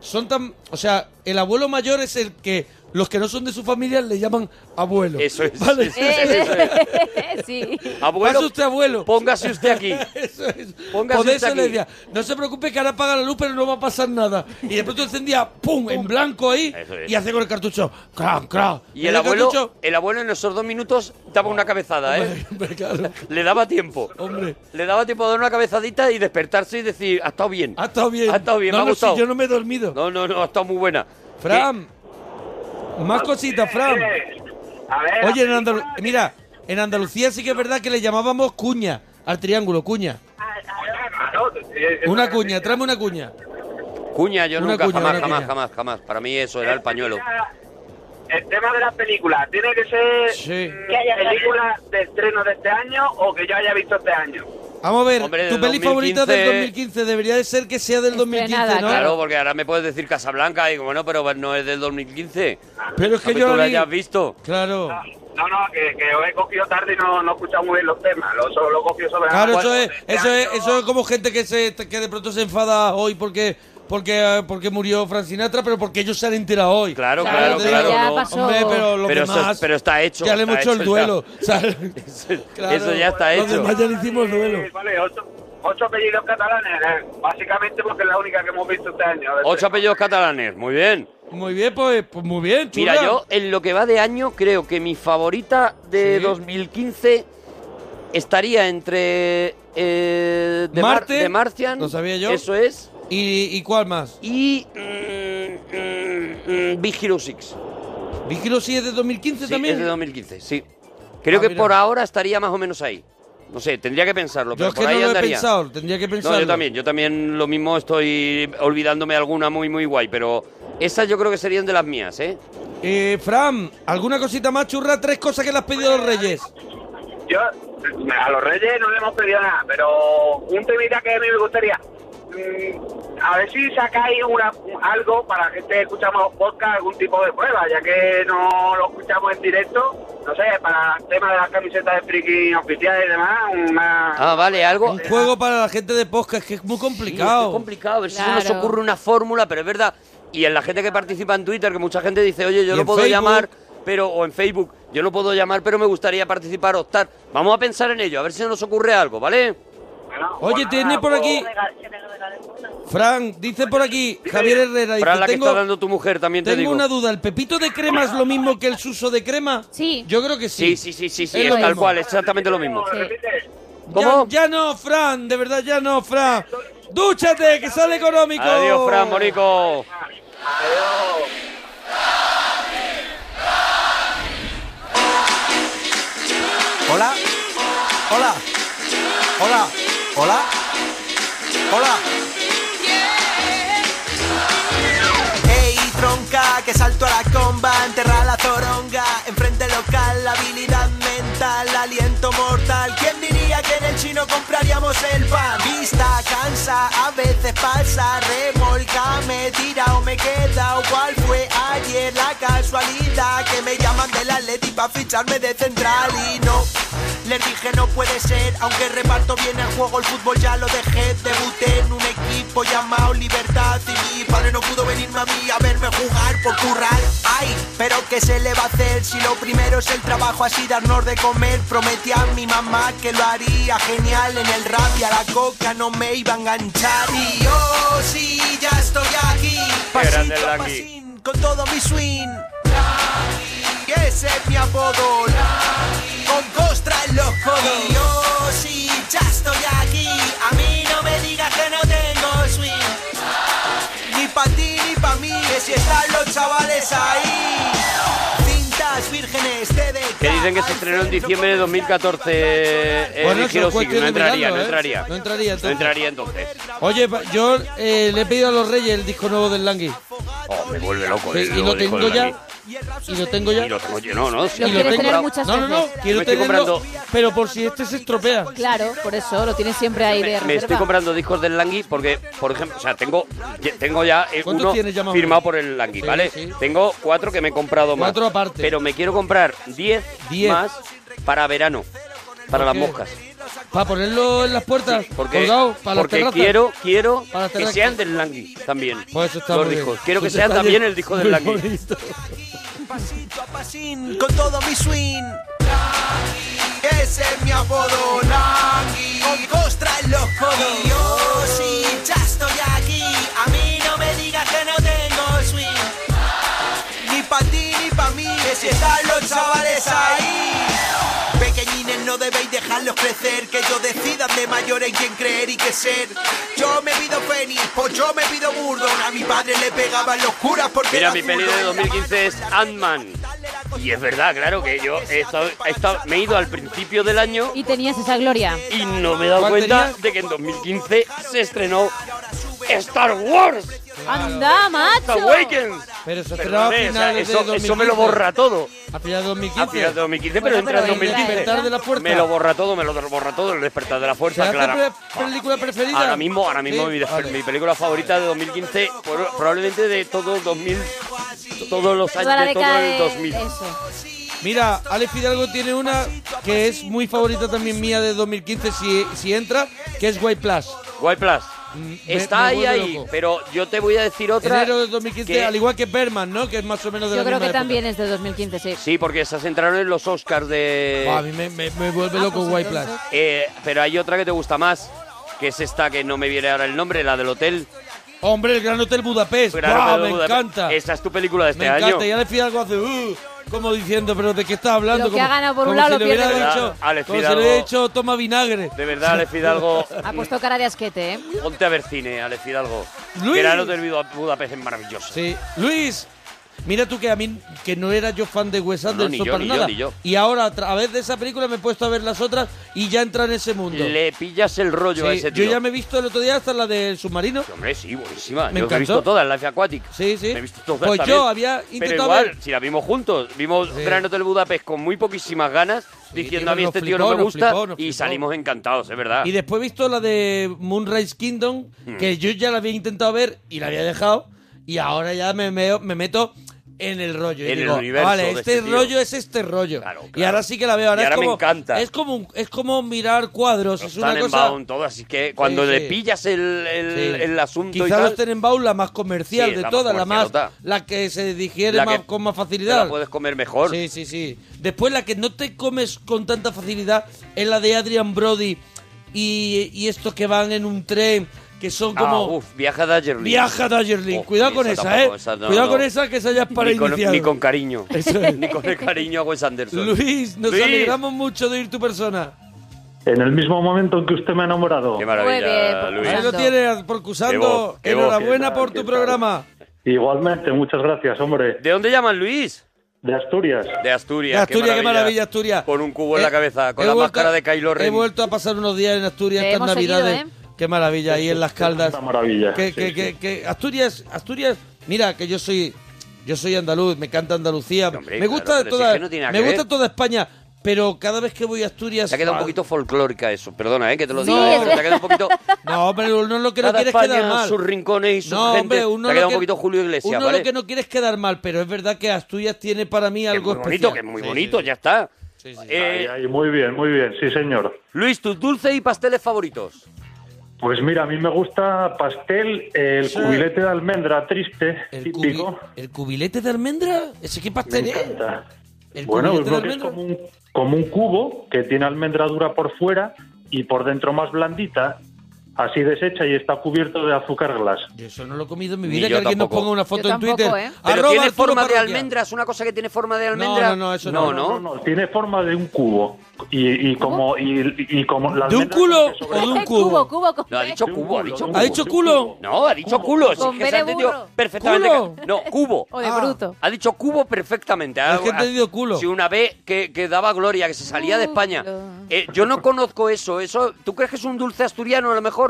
S4: son tan, o sea, el abuelo mayor es el que los que no son de su familia le llaman abuelo.
S5: Eso es.
S4: ¿Vale?
S5: eso es, eso es.
S6: sí.
S5: Abuelo,
S4: Pase usted, abuelo.
S5: póngase usted aquí.
S4: Eso es.
S5: Póngase
S4: Por
S5: usted
S4: eso le
S5: aquí.
S4: decía, no se preocupe que ahora apaga la luz, pero no va a pasar nada. Y de pronto encendía, ¡pum! en blanco ahí
S5: Eso es.
S4: y hace con el cartucho, ¡cram, cram!
S5: Y el abuelo,
S4: cartucho,
S5: el abuelo en esos dos minutos daba una cabezada, ¿eh?
S4: hombre, claro,
S5: Le daba tiempo.
S4: hombre,
S5: Le daba tiempo a dar una cabezadita y despertarse y decir, ha estado bien.
S4: ha estado bien.
S5: Ha estado bien,
S4: no,
S5: me ha
S4: no,
S5: gustado.
S4: si yo no me he dormido.
S5: No, no, no, ha estado muy buena. Eh,
S4: Fran, más cositas, Fran.
S8: Eh, A ver.
S4: Oye, en
S8: la
S4: Andalu-
S8: película-
S4: mira, en Andalucía sí que es verdad que le llamábamos cuña al triángulo, cuña.
S8: Claro, eh, eh,
S4: Una cuña, tráeme una cuña.
S5: Que- Cuña, yo
S4: Una
S5: nunca,
S4: cuña,
S5: jamás,
S4: una
S5: jamás,
S4: cuña.
S5: jamás, jamás. Para mí eso era el pañuelo.
S8: El tema de las películas, ¿tiene que ser
S4: Sí.
S8: que haya películas de estreno de este año o que yo haya visto este año?
S4: Vamos a ver,
S5: Hombre,
S4: tu
S5: del
S4: peli favorita
S5: 2015.
S4: del 2015 debería de ser que sea del 2015,
S6: Estrenada,
S4: ¿no?
S5: Claro, porque ahora me puedes decir Casablanca y bueno, pero no es del 2015.
S4: Pero es que
S5: Aunque
S4: yo
S5: tú
S4: la
S5: la
S4: vi-
S5: hayas visto.
S4: Claro.
S8: No, no, que, que os he cogido tarde y no, no he escuchado muy bien los temas. Lo, so- lo he cogido sobre la
S4: Claro, eso
S8: marcha.
S4: es,
S8: Este
S4: eso es,
S8: año-
S4: eso es como gente que se que de pronto se enfada hoy porque porque eh, porque murió Frank Sinatra, pero porque ellos se han enterado hoy.
S5: Claro, claro,
S6: Claro, pero
S5: claro.
S6: ya
S5: no.
S6: pasó.
S4: Hombre, pero lo
S5: Pero eso es-
S4: demás
S5: pero está hecho,
S4: Ya le hemos
S5: está
S4: hecho el
S5: hecho, ya.
S4: duelo. o sea, claro,
S5: eso ya está
S4: lo
S5: hecho.
S4: demás ya le hicimos duelo.
S8: Eh, Vale, ocho, ocho apellidos catalanes, eh, básicamente porque es la única que hemos visto este año.
S5: Ocho apellidos catalanes, muy bien.
S4: Muy bien, pues, pues muy bien, chula.
S5: Mira, yo en lo que va de año creo que mi favorita de
S4: Sí.
S5: 2015 estaría entre eh, de
S4: Marte,
S5: de Martian,
S4: lo sabía yo.
S5: eso es,
S4: ¿Y, y cuál más?
S5: y mm, mm, mm, Big Hero 6.
S4: Vigilo sí es de 2015
S5: Sí,
S4: también.
S5: es de 2015, sí. Creo
S4: Ah,
S5: que
S4: mira.
S5: por ahora estaría más o menos ahí. No sé, tendría que pensarlo,
S4: yo
S5: pero
S4: es que
S5: por
S4: no
S5: ahí
S4: lo he
S5: andaría.
S4: pensado, tendría que pensar.
S5: No, yo también, yo también lo mismo estoy olvidándome alguna muy, muy guay, pero esas yo creo que serían de las mías, ¿eh?
S4: Eh, Fran, ¿alguna cosita más, churra? Tres cosas que le has pedido a los reyes.
S8: Yo, a los Reyes no le hemos pedido nada, pero un temita que a mí me gustaría. mm, A ver si sacáis una, algo para que esté escuchamos los podcasts, algún tipo de prueba, ya que no lo escuchamos en directo. No sé, para el tema de las camisetas de friki oficiales y demás, una.
S5: Ah, vale, algo...
S4: Un juego para la gente de podcast que es muy
S5: Sí, es
S4: complicado.
S5: complicado, a ver
S6: Claro.
S5: si se nos ocurre una fórmula, pero es verdad. Y en la gente que participa en Twitter, que mucha gente dice, oye, yo
S4: Y
S5: lo
S4: en
S5: puedo
S4: Facebook.
S5: llamar, pero o en Facebook, yo lo puedo llamar, pero me gustaría participar, optar. Vamos a pensar en ello, a ver si se nos ocurre algo, ¿vale?
S8: Bueno,
S4: Oye,
S8: pues
S4: tiene
S8: nada,
S4: por
S8: pues,
S4: aquí. Fran, dice por aquí Javier Herrera. Dice,
S5: Fran, la que
S4: tengo,
S5: está dando tu mujer, también te
S4: tengo
S5: digo.
S4: una duda. ¿El pepito de crema es lo mismo que el suso de crema?
S6: Sí.
S4: Yo creo que
S5: Sí,
S4: sí.
S5: sí, sí, sí, sí,
S4: Es
S5: es,
S4: lo
S5: tal
S4: mismo.
S5: cual, exactamente lo mismo.
S4: Ya, ya no, Fran. De verdad, ya no, Fran. ¡Dúchate, que sale económico!
S5: Adiós, Fran, Morico.
S1: Hola, hola, hola, hola, hola. Ey, tronca, que salto a la comba, enterra la toronga, enfrente local, la habilidad mental, aliento mortal. ¿Quién diría que en el chino compraríamos el pan? Vista, cansa, a veces pasa, remolca, me tira o me queda. ¿Cuál fue ayer la casualidad que me llaman del Atleti para ficharme de central y no? Les dije no puede ser, aunque reparto bien el juego, el fútbol ya lo dejé. Debuté en un equipo llamado Libertad y mi padre no pudo venirme a mí a verme jugar por currar. Ay, pero ¿qué se le va a hacer si lo primero es el trabajo, así darnos de comer? Prometí a mi mamá que lo haría genial en el rap y a la coca no me iba a enganchar. Y yo sí, ya estoy aquí,
S5: Qué grande
S1: pasito
S5: el
S1: a
S5: Lucky.
S1: pasín, con todo mi swing. Lucky, ese es mi apodo. Con costra en los codos. Y yo sí, ya estoy aquí. A mí no me digas que no tengo swing. Ni pa' ti ni pa' mí, que si están los chavales ahí. Cintas vírgenes, TDK.
S5: Que dicen que se estrenó en diciembre de 2014 eh,
S4: Bueno,
S5: el
S4: eso es
S5: Hero Six.
S4: cuestión
S5: No
S4: de
S5: entraría,
S4: mirarlo,
S5: no
S4: ¿eh?
S5: entraría.
S4: No entraría,
S5: No
S4: entonces.
S5: entraría entonces.
S4: Oye, pa- yo eh, le he pedido a los Reyes el disco nuevo del Langui.
S5: Oh, me vuelve loco.
S4: Sí,
S5: eh,
S4: y lo
S5: dejo
S4: tengo
S5: de
S4: ya.
S5: aquí.
S4: Y lo tengo ya.
S5: Y lo tengo yo, no, no. sí,
S6: Lo
S5: lo
S6: quieres
S5: he
S6: tener
S5: comprado.
S6: muchas
S4: No, no, no.
S6: veces.
S4: Quiero
S5: Me estoy
S4: tenerlo.
S5: comprando-
S4: Pero por si este se estropea.
S6: Claro, por eso lo tienes siempre ahí de
S5: Me, me estoy
S6: reserva.
S5: comprando discos del Langui porque, por ejemplo, o sea, tengo, ye- tengo ya eh,
S4: ¿Cuántos
S5: uno
S4: tienes ya, más o
S5: firmado
S4: menos?
S5: por el Langui,
S4: Sí,
S5: ¿vale?
S4: sí.
S5: Tengo cuatro que me he comprado más.
S4: Cuatro aparte.
S5: Pero me quiero comprar diez,
S4: Diez.
S5: más para verano, para las
S4: qué?
S5: moscas.
S4: Para ponerlo en las puertas.
S5: Porque,
S4: colgado, para las
S5: porque
S4: terrazas.
S5: quiero, quiero
S4: Para las
S5: que
S4: terrazas.
S5: sean del Langui también.
S4: Pues eso está
S5: los
S4: muy bien.
S5: discos. Quiero que
S4: Eso
S5: sean
S4: está
S5: también
S4: bien.
S5: el disco
S4: Muy
S5: del Langui.
S4: bonito.
S1: Pasito a pasín, con todo mi swing. Nagi, ese es mi apodo, Nagi. Con costra en los codos. Y yo sí, ya estoy aquí. A mí no me digas que no tengo swing. Ni pa' ti ni pa' mí, que si están los chavales ahí. Pequeñines no debéis dejarlos crecer, que yo decida de mayores en quién creer y qué ser. Yo me pido Fénix, pues yo me pido Murdon. A mi padre le pegaban los curas porque
S5: Mira,
S1: era
S5: mi peli
S1: zurdo
S5: de
S1: en la
S5: 2015 es Ant-Man. Y es verdad, claro, que yo he estado- he estado- me he ido al principio del año
S6: Y tenías esa gloria.
S5: y no me he dado
S4: ¿Cuál
S5: cuenta
S4: tenías?
S5: de que en 2015 se estrenó Star Wars
S6: ¡Anda,
S5: The
S6: macho!
S5: Awakens.
S4: Pero se estrenaba a
S5: Perdóname, o sea,
S4: finales de
S5: eso,
S4: 2015.
S5: eso me lo borra todo.
S4: A finales de 2015.
S5: A finales de 2015, pero
S6: Bueno,
S5: entra en
S6: pero entra,
S5: 2015.
S4: despertar de la fuerza.
S5: Me lo borra todo, me lo borra todo. El despertar de la fuerza,
S4: ¿Será tu
S5: claro.
S4: pre- película preferida?
S5: Ahora mismo, ahora mismo
S4: Sí,
S5: mi, desper-
S4: vale.
S5: mi película favorita de 2015, por- probablemente de todo 2000, todos los
S6: Toda la
S5: años de todo
S6: década de...
S5: el 2000.
S6: Eso.
S4: Mira, Alex Fidalgo tiene una que es muy favorita también mía de 2015, si, si entra, que es White Plus.
S5: Guay Plus.
S4: Mm, me-
S5: Está
S4: me
S5: ahí,
S4: vuelve
S5: ahí,
S4: loco.
S5: pero yo te voy a decir otra.
S4: Enero de 2015,
S5: que-
S4: al igual que Berman, ¿no? Que es más o menos de
S6: Yo
S4: la
S6: creo
S4: misma
S6: que
S4: época.
S6: también es de 2015, sí.
S5: Sí, porque esas entraron en los Oscars de.
S4: Ah, a mí me, me- me vuelve
S6: Ah,
S4: loco
S6: pues
S4: White Plus.
S6: entonces-
S5: Eh, pero hay otra que te gusta más, que es esta que no me viene ahora el nombre, la del hotel.
S4: Hombre, el Gran Hotel Budapest.
S5: Gran
S4: ¡Buah,
S5: Hotel
S4: me
S5: Budapest.
S4: encanta.
S5: Esa es tu película de este
S4: me
S5: año.
S4: encanta. Y Alex Fidalgo hace... "Uh", como diciendo, pero ¿de qué estás hablando?
S6: Lo que
S4: como,
S6: ha ganado por un
S4: como
S6: lado
S4: si
S6: lo
S4: le
S6: pierde
S4: hubiera
S6: por otro.
S4: dicho-
S5: Ah, Alex
S4: Como si le hubiera
S5: Fidalgo.
S4: dicho, toma vinagre.
S5: De verdad, Alex Fidalgo.
S6: Ha puesto cara de asquete, ¿eh?
S5: Ponte a ver cine, Alex Fidalgo.
S4: Luis.
S5: Gran Hotel Buda- Budapest es maravilloso.
S4: Sí. Luis, mira tú que a mí que no era yo fan de Wes
S5: no,
S4: Anderson
S5: ni yo,
S4: para
S5: ni yo,
S4: nada.
S5: ni yo.
S4: Y ahora a través de esa película me he puesto a ver las otras y ya entra en ese mundo.
S5: Le pillas el rollo
S4: Sí,
S5: a ese
S4: yo
S5: tío.
S4: ya me he visto el otro día hasta la del submarino.
S5: Sí, Hombre, sí, buenísima.
S4: Me
S5: yo he
S4: encantó.
S5: visto todas, Life Aquatic.
S4: Sí, sí.
S5: Me he visto todas
S4: Pues yo
S5: también.
S4: había
S5: Pero
S4: intentado
S5: igual,
S4: ver-
S5: si la vimos juntos, vimos
S4: Sí.
S5: Gran Hotel Budapest con muy poquísimas ganas,
S4: tío,
S5: diciendo a mí
S4: nos
S5: este tío
S4: flipó,
S5: no me
S4: nos
S5: gusta,
S4: flipó, nos
S5: y
S4: flipó.
S5: salimos encantados, es verdad.
S4: Y después he visto la de Moonrise Kingdom,
S5: Mm.
S4: que yo ya la había intentado ver y la había dejado. Y ahora ya me, me- me meto en el rollo. Y
S5: En el
S4: digo,
S5: universo
S4: Vale,
S5: de
S4: este,
S5: este tío".
S4: rollo es este rollo.
S5: Claro, claro.
S4: Y ahora sí que la veo. Ahora,
S5: Y
S4: es
S5: ahora me
S4: como,
S5: encanta.
S4: Es como, un- es como mirar cuadros. es
S5: están
S4: una
S5: en
S4: cosa...
S5: Bound todas, así que cuando le
S4: sí.
S5: pillas el, el-
S4: Sí.
S5: el asunto
S4: Quizá
S5: y tal,
S4: los Tenenbaum la más comercial
S5: Sí,
S4: de
S5: la más
S4: todas, la más
S5: comercialota.
S4: la que se digiere
S5: La
S4: más-
S5: que
S4: con más
S5: te la
S4: facilidad.
S5: puedes comer mejor.
S4: Sí, sí, sí. Después la que no te comes con tanta facilidad es la de Adrian Brody y, y estos que van en un tren que son
S5: Ah,
S4: como...
S5: uf, viaja Dagerling.
S4: Viaja Dagerling, cuidado con
S5: esa
S4: esa,
S5: tampoco,
S4: ¿eh?
S5: esa no,
S4: cuidado
S5: no.
S4: con esa que esa ya es para
S5: ni, con,
S4: iniciados.
S5: ni con cariño.
S4: Eso es.
S5: ni con el cariño a Wes Anderson.
S4: Luis, nos
S5: Luis.
S4: alegramos mucho de ir tu persona.
S11: En el mismo momento en que usted me ha enamorado.
S5: Qué maravilla, Luis.
S4: Ahí lo tienes,
S5: Qué
S4: por
S5: voz,
S4: Cusando.
S5: qué voz,
S4: Enhorabuena
S5: qué tal,
S4: por
S5: qué
S4: tu
S5: tal.
S4: programa.
S11: Igualmente, muchas gracias, hombre.
S5: ¿De dónde llaman Luis?
S11: De Asturias.
S5: De Asturias.
S4: De Asturias, qué maravilla, Asturias.
S5: Con un cubo en la
S4: Eh,
S5: cabeza, con
S4: he
S5: la
S4: vuelto-
S5: máscara de Kylo
S4: He
S5: Ren.
S4: vuelto a pasar unos días en Asturias
S6: Te
S4: estas
S6: hemos seguido,
S4: navidades.
S6: ¿eh?
S4: Qué maravilla, ahí en las caldas.
S11: Una maravilla,
S4: Que,
S11: sí,
S4: que-
S11: sí.
S4: que- que Asturias, Asturias, mira que yo soy yo soy andaluz, me encanta Andalucía.
S5: hombre,
S4: me
S5: claro,
S4: gusta
S5: pero si es
S4: toda,
S5: que no tiene nada
S4: me
S5: que
S4: gusta
S5: ver.
S4: toda España, pero cada vez que voy a Asturias.
S5: Se ha quedado un
S4: Ah,
S5: poquito folclórica eso, perdona, ¿eh? que te lo
S4: Sí,
S5: digo.
S4: es
S5: Se ha quedado un poquito...
S4: No, hombre, uno lo que no
S5: Cada
S4: quieres
S5: España,
S4: quedar mal.
S5: sus rincones y sus
S4: no,
S5: gentes.
S4: hombre, uno
S5: Te ha
S4: lo
S5: quedado
S4: que-
S5: un poquito Julio Iglesias,
S4: Uno
S5: ¿vale?
S4: lo que no quieres quedar mal, pero es verdad que Asturias tiene para mí
S5: Que
S4: algo
S5: es muy bonito,
S4: especial.
S5: que es muy
S4: Sí,
S5: bonito,
S4: sí,
S5: ya está.
S4: sí, sí.
S5: Eh,
S11: Ay, ay, muy bien, muy bien, sí, señor.
S5: Luis, tus dulces y pasteles favoritos.
S11: Pues mira, a mí me gusta pastel, el
S4: Sí.
S11: cubilete de almendra triste,
S4: El, cubi-
S11: típico.
S4: ¿El cubilete de almendra? ¿Ese qué
S11: Me
S4: pastel es?
S11: encanta.
S4: ¿El
S11: Bueno, es
S4: cubilete
S11: lo que
S4: de
S11: es
S4: almendra?
S11: como un, como un cubo que tiene almendra dura por fuera y por dentro más blandita, así deshecha y está cubierto de azúcar glas.
S4: Yo eso no lo he comido en mi
S5: Ni
S4: vida.
S5: yo
S4: Que alguien
S5: tampoco.
S4: nos ponga una foto
S6: Yo
S4: en Twitter.
S6: tampoco, ¿eh?
S5: Pero
S4: Arroba
S5: tiene
S4: Arturo
S5: forma de
S4: Parroquia.
S5: almendra, es una cosa que tiene forma de almendra.
S4: no, no, eso
S5: no.
S4: no,
S5: No,
S11: no, tiene forma de un cubo y, y como y, y como la
S4: ¿De un
S11: almendra
S4: culo
S11: como que
S4: o de un
S11: sobresale.
S4: cubo?
S6: cubo, cubo, cubo.
S5: No, ha dicho
S11: De un
S5: cubo, ha
S11: culo,
S5: dicho
S11: de un
S5: cubo.
S4: ¿Ha dicho culo?
S5: No, ha dicho culo. si es que
S6: Con
S5: se
S6: ver
S5: ha
S6: de
S5: entendido
S6: burro.
S5: perfectamente.
S4: ¿Culo?
S5: No, cubo.
S6: O de
S4: Ah.
S6: bruto.
S5: Ha dicho cubo perfectamente. Ha-
S4: Es que he
S5: ha-
S4: entendido culo.
S5: Sí, una vez que, que daba gloria, que se salía de España.
S6: Culo.
S5: Eh, yo no conozco eso. eso. ¿Tú crees que es un dulce asturiano a lo mejor?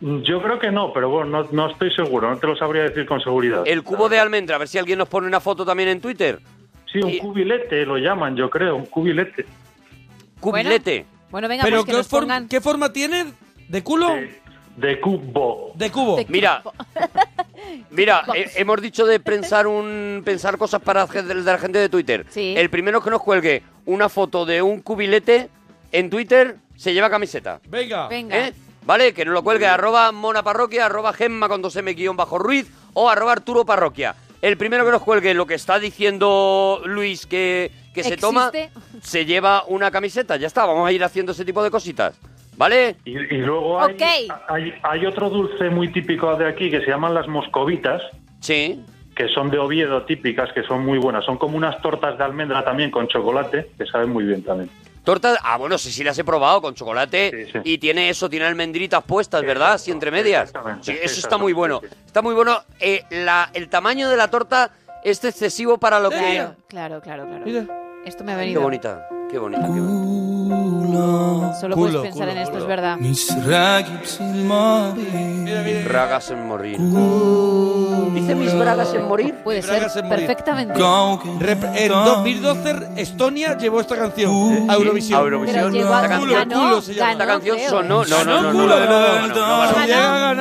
S11: Yo creo que no, pero bueno, no, no estoy seguro, no te lo sabría decir con seguridad.
S5: El cubo de almendra, a ver si alguien nos pone una foto también en Twitter.
S11: sí, un cubilete lo llaman, yo creo, un cubilete.
S5: Cubilete.
S6: Bueno, bueno, venga,
S4: ¿Pero
S6: pues que
S4: ¿qué,
S6: nos
S4: form-
S6: pongan...
S4: qué forma tiene? ¿De culo?
S11: De, de cubo.
S4: De cubo.
S6: De-
S5: Mira, mira, eh, hemos dicho de pensar un pensar cosas para la gente- de la gente de Twitter.
S6: Sí.
S5: El primero que nos cuelgue una foto de un cubilete en Twitter se lleva camiseta.
S4: Venga.
S6: Venga.
S5: ¿eh? ¿Vale? Que nos lo cuelgue arroba monaparroquia, arroba gemma con dos m guión bajo ruiz o arroba arturo parroquia. El primero que nos cuelgue lo que está diciendo Luis que, que se
S6: Existe.
S5: toma, se lleva una camiseta. Ya está, vamos a ir haciendo ese tipo de cositas. ¿Vale?
S11: Y, y luego hay,
S6: Ok.
S11: hay, hay otro dulce muy típico de aquí que se llaman las moscovitas,
S5: Sí.
S11: que son de Oviedo típicas, que son muy buenas. Son como unas tortas de almendra también con chocolate, que saben muy bien también.
S5: Tortas, ah, bueno, sí, sí las he probado con chocolate
S11: Sí, sí.
S5: y tiene eso, tiene almendritas puestas, ¿verdad? Sí, entre medias.
S11: exactamente,
S5: Sí, eso está
S11: exactamente,
S5: muy bueno.
S11: sí, sí.
S5: Está muy bueno. Eh, la- el tamaño de la torta es excesivo para lo que...
S6: Claro, claro, claro, claro.
S4: Mira.
S6: Esto me ha
S5: Qué
S6: venido.
S5: bonita, qué bonita, qué bonita.
S6: Solo
S4: Culo,
S6: puedes pensar
S4: culo,
S6: en esto,
S4: culo.
S6: es verdad.
S4: Mira, mira.
S5: Bragas en morir. ¿Dice mis bragas en morir?
S6: Puede
S4: Bragas
S6: ser
S4: en morir.
S6: perfectamente.
S4: Rep- En 2012 Estonia llevó esta canción a Eurovisión.
S5: A Eurovisión.
S6: Pero llegó a-
S5: Esta canción-
S6: ganó,
S4: Culo se llama.
S6: ganó,
S5: Esta canción
S6: creo.
S5: sonó. No, no, no, no,
S4: Ganó
S5: no,
S4: culo,
S5: no, no, no, no,
S4: Si
S5: no,
S4: llega a
S5: no, no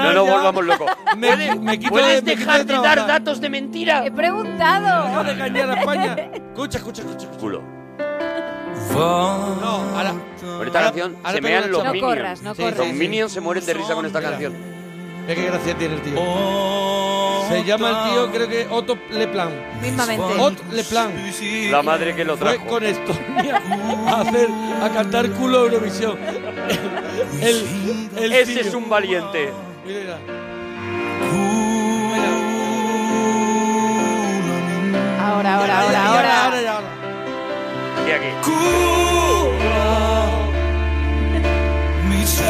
S4: ganar
S5: nos
S4: ya-
S5: volvamos locos.
S4: Me-
S5: ¿Puedes-
S4: me quito de-
S5: ¿Puedes
S4: me quito
S5: dejar
S4: de
S5: de dar
S4: trabajar.
S5: datos de mentira?
S6: He preguntado.
S4: Deja de engañar a España. Escucha, escucha, escucha. escucha.
S5: Culo.
S4: No, ahora.
S5: Bonita
S4: Ahora-
S5: canción.
S4: ahora
S5: Se
S4: pega
S5: mean
S4: una
S5: los
S4: chapa.
S6: No
S5: minions.
S6: corras, no
S4: Sí,
S6: corras.
S5: Los minions se mueren de risa con esta canción.
S4: Mira qué gracia tiene el tío. Se llama el tío, creo que Otto Leplan.
S6: Mismamente.
S4: Otto Leplan.
S5: La madre que lo
S4: Fue
S5: trajo.
S4: con Estonia a, hacer, a cantar culo a Eurovisión. El, el
S5: Ese
S4: tío.
S5: es un valiente.
S4: Mira, mira.
S6: Ahora, ahora,
S4: Y
S6: ahora,
S4: ahora,
S6: ahora.
S4: y ahora.
S5: Y aquí.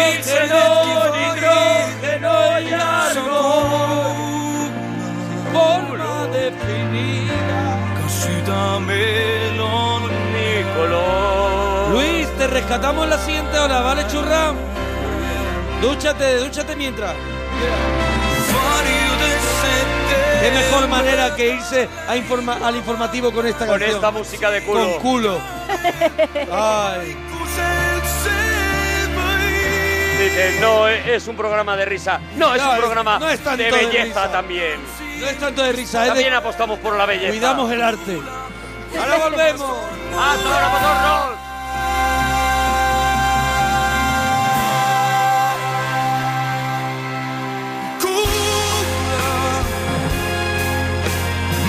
S4: Hidrógeno y árbol, forma definida. Luis, te rescatamos la siguiente hora, ¿vale, churra? Dúchate, dúchate mientras. Qué mejor manera que irse a informa- al informativo con esta
S5: Con
S4: canción.
S5: esta música de culo.
S4: Con culo. Ay.
S5: Dice, no, eh, es un programa de risa. No, es
S4: No,
S5: un
S4: es-
S5: programa
S4: no es tanto
S5: de
S4: de
S5: belleza
S4: risa.
S5: también.
S4: No es tanto de risa, es de-
S5: También apostamos por la belleza.
S4: Cuidamos el arte. Ahora volvemos.
S5: ¡Hasta ahora, motorros!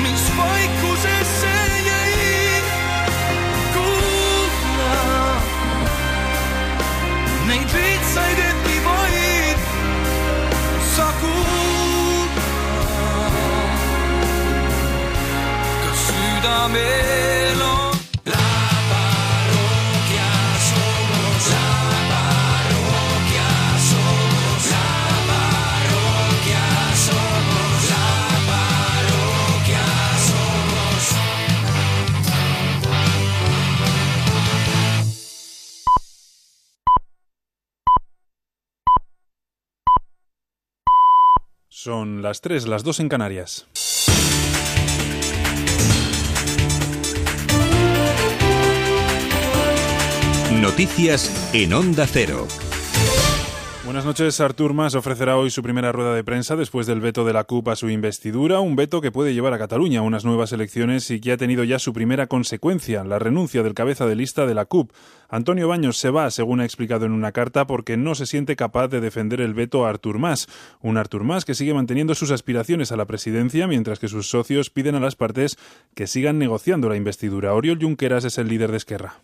S3: Mis fajkus eszeljei
S12: Son las 3, las 2 en Canarias.
S3: Noticias en Onda Cero.
S12: Buenas noches. Artur Mas ofrecerá hoy su primera rueda de prensa después del veto de la CUP a su investidura, un veto que puede llevar a Cataluña a unas nuevas elecciones y que ha tenido ya su primera consecuencia, la renuncia del cabeza de lista de la CUP. Antonio Baños se va, según ha explicado en una carta, porque no se siente capaz de defender el veto a Artur Mas, un Artur Mas que sigue manteniendo sus aspiraciones a la presidencia mientras que sus socios piden a las partes que sigan negociando la investidura. Oriol Junqueras es el líder de Esquerra.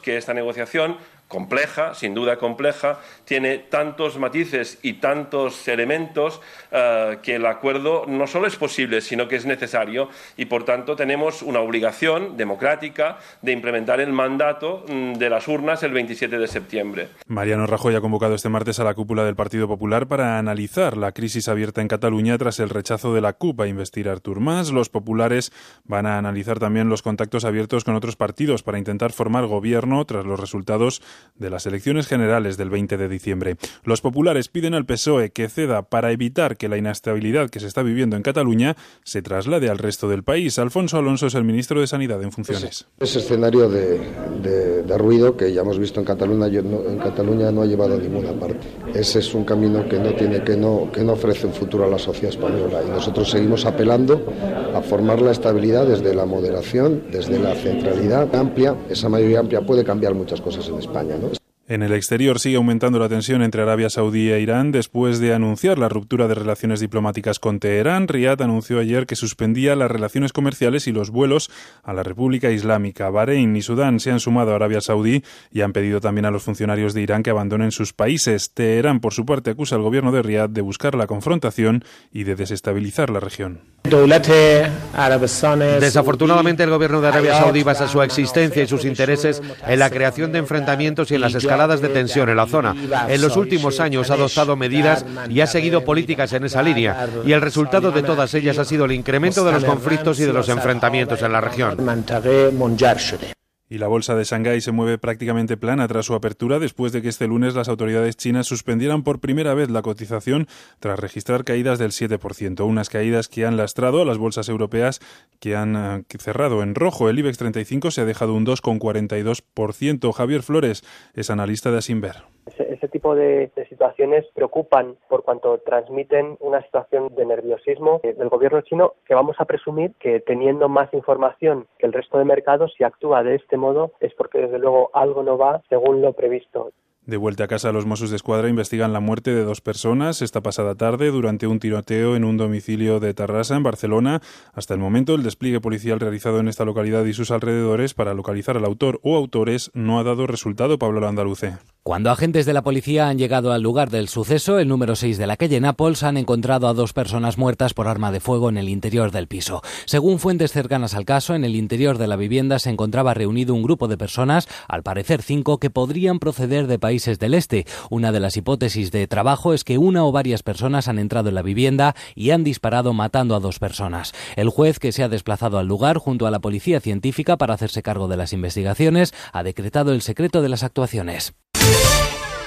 S13: que esta negociación compleja, sin duda compleja, tiene tantos matices y tantos elementos eh, que el acuerdo no solo es posible, sino que es necesario y, por tanto, tenemos una obligación democrática de implementar el mandato mm, de las urnas el 27 de septiembre.
S12: Mariano Rajoy ha convocado este martes a la cúpula del Partido Popular para analizar la crisis abierta en Cataluña tras el rechazo de la CUP a investir a Artur Mas. Los populares van a analizar también los contactos abiertos con otros partidos para intentar formar gobierno tras los resultados de las elecciones generales del 20 de diciembre. Los populares piden al PSOE E que ceda para evitar que la inestabilidad que se está viviendo en Cataluña se traslade al resto del país. Alfonso Alonso es el ministro de Sanidad en funciones.
S14: Ese escenario de, de- de ruido que ya hemos visto en Cataluña, yo no- en Cataluña no ha llevado a ninguna parte. Ese es un camino que no tiene, que no, que no ofrece un futuro a la sociedad española y nosotros seguimos apelando a formar la estabilidad desde la moderación, desde la centralidad amplia. Esa mayoría amplia puede cambiar muchas cosas en España, ¿no?
S12: En el exterior sigue aumentando la tensión entre Arabia Saudí e Irán después de anunciar la ruptura de relaciones diplomáticas con Teherán. Riad anunció ayer que suspendía las relaciones comerciales y los vuelos a la República Islámica. Bahrein y Sudán se han sumado a Arabia Saudí y han pedido también a los funcionarios de Irán que abandonen sus países. Teherán, por su parte, acusa al gobierno de Riad de buscar la confrontación y de desestabilizar la región.
S4: Desafortunadamente, el gobierno de Arabia Saudí basa su existencia y sus intereses en la creación de enfrentamientos y en las escaladas de tensión en la zona. En los últimos años ha adoptado medidas y ha seguido políticas en esa línea, y el resultado de todas ellas ha sido el incremento de los conflictos y de los enfrentamientos en la región.
S12: Y la bolsa de Shanghái se mueve prácticamente plana tras su apertura después de que este lunes las autoridades chinas suspendieran por primera vez la cotización tras registrar caídas del 7%, unas caídas que han lastrado a las bolsas europeas que han eh, que cerrado en rojo. El E IBEX 35 se ha dejado un 2,42%. Javier Flores es analista de Asimber.
S9: Ese, ese tipo de, de situaciones preocupan por cuanto transmiten una situación de nerviosismo eh, del gobierno chino que vamos a presumir que teniendo más información que el resto de mercados, si actúa de este modo es porque desde luego algo no va según lo previsto.
S12: De vuelta a casa, los Mossos de Escuadra investigan la muerte de dos personas esta pasada tarde durante un tiroteo en un domicilio de Tarrasa, en Barcelona. Hasta el momento, el despliegue policial realizado en esta localidad y sus alrededores para localizar al autor o autores no ha dado resultado, Pablo Landaluce.
S15: Cuando agentes de la policía han llegado al lugar del suceso, el número 6 de la calle Nápoles, han encontrado a dos personas muertas por arma de fuego en el interior del piso. Según fuentes cercanas al caso, en el interior de la vivienda se encontraba reunido un grupo de personas, al parecer cinco, que podrían proceder de países del este. Una de las hipótesis de trabajo es que una o varias personas han entrado en la vivienda y han disparado matando a dos personas. El juez, que se ha desplazado al lugar junto a la policía científica para hacerse cargo de las investigaciones, ha decretado el secreto de las actuaciones.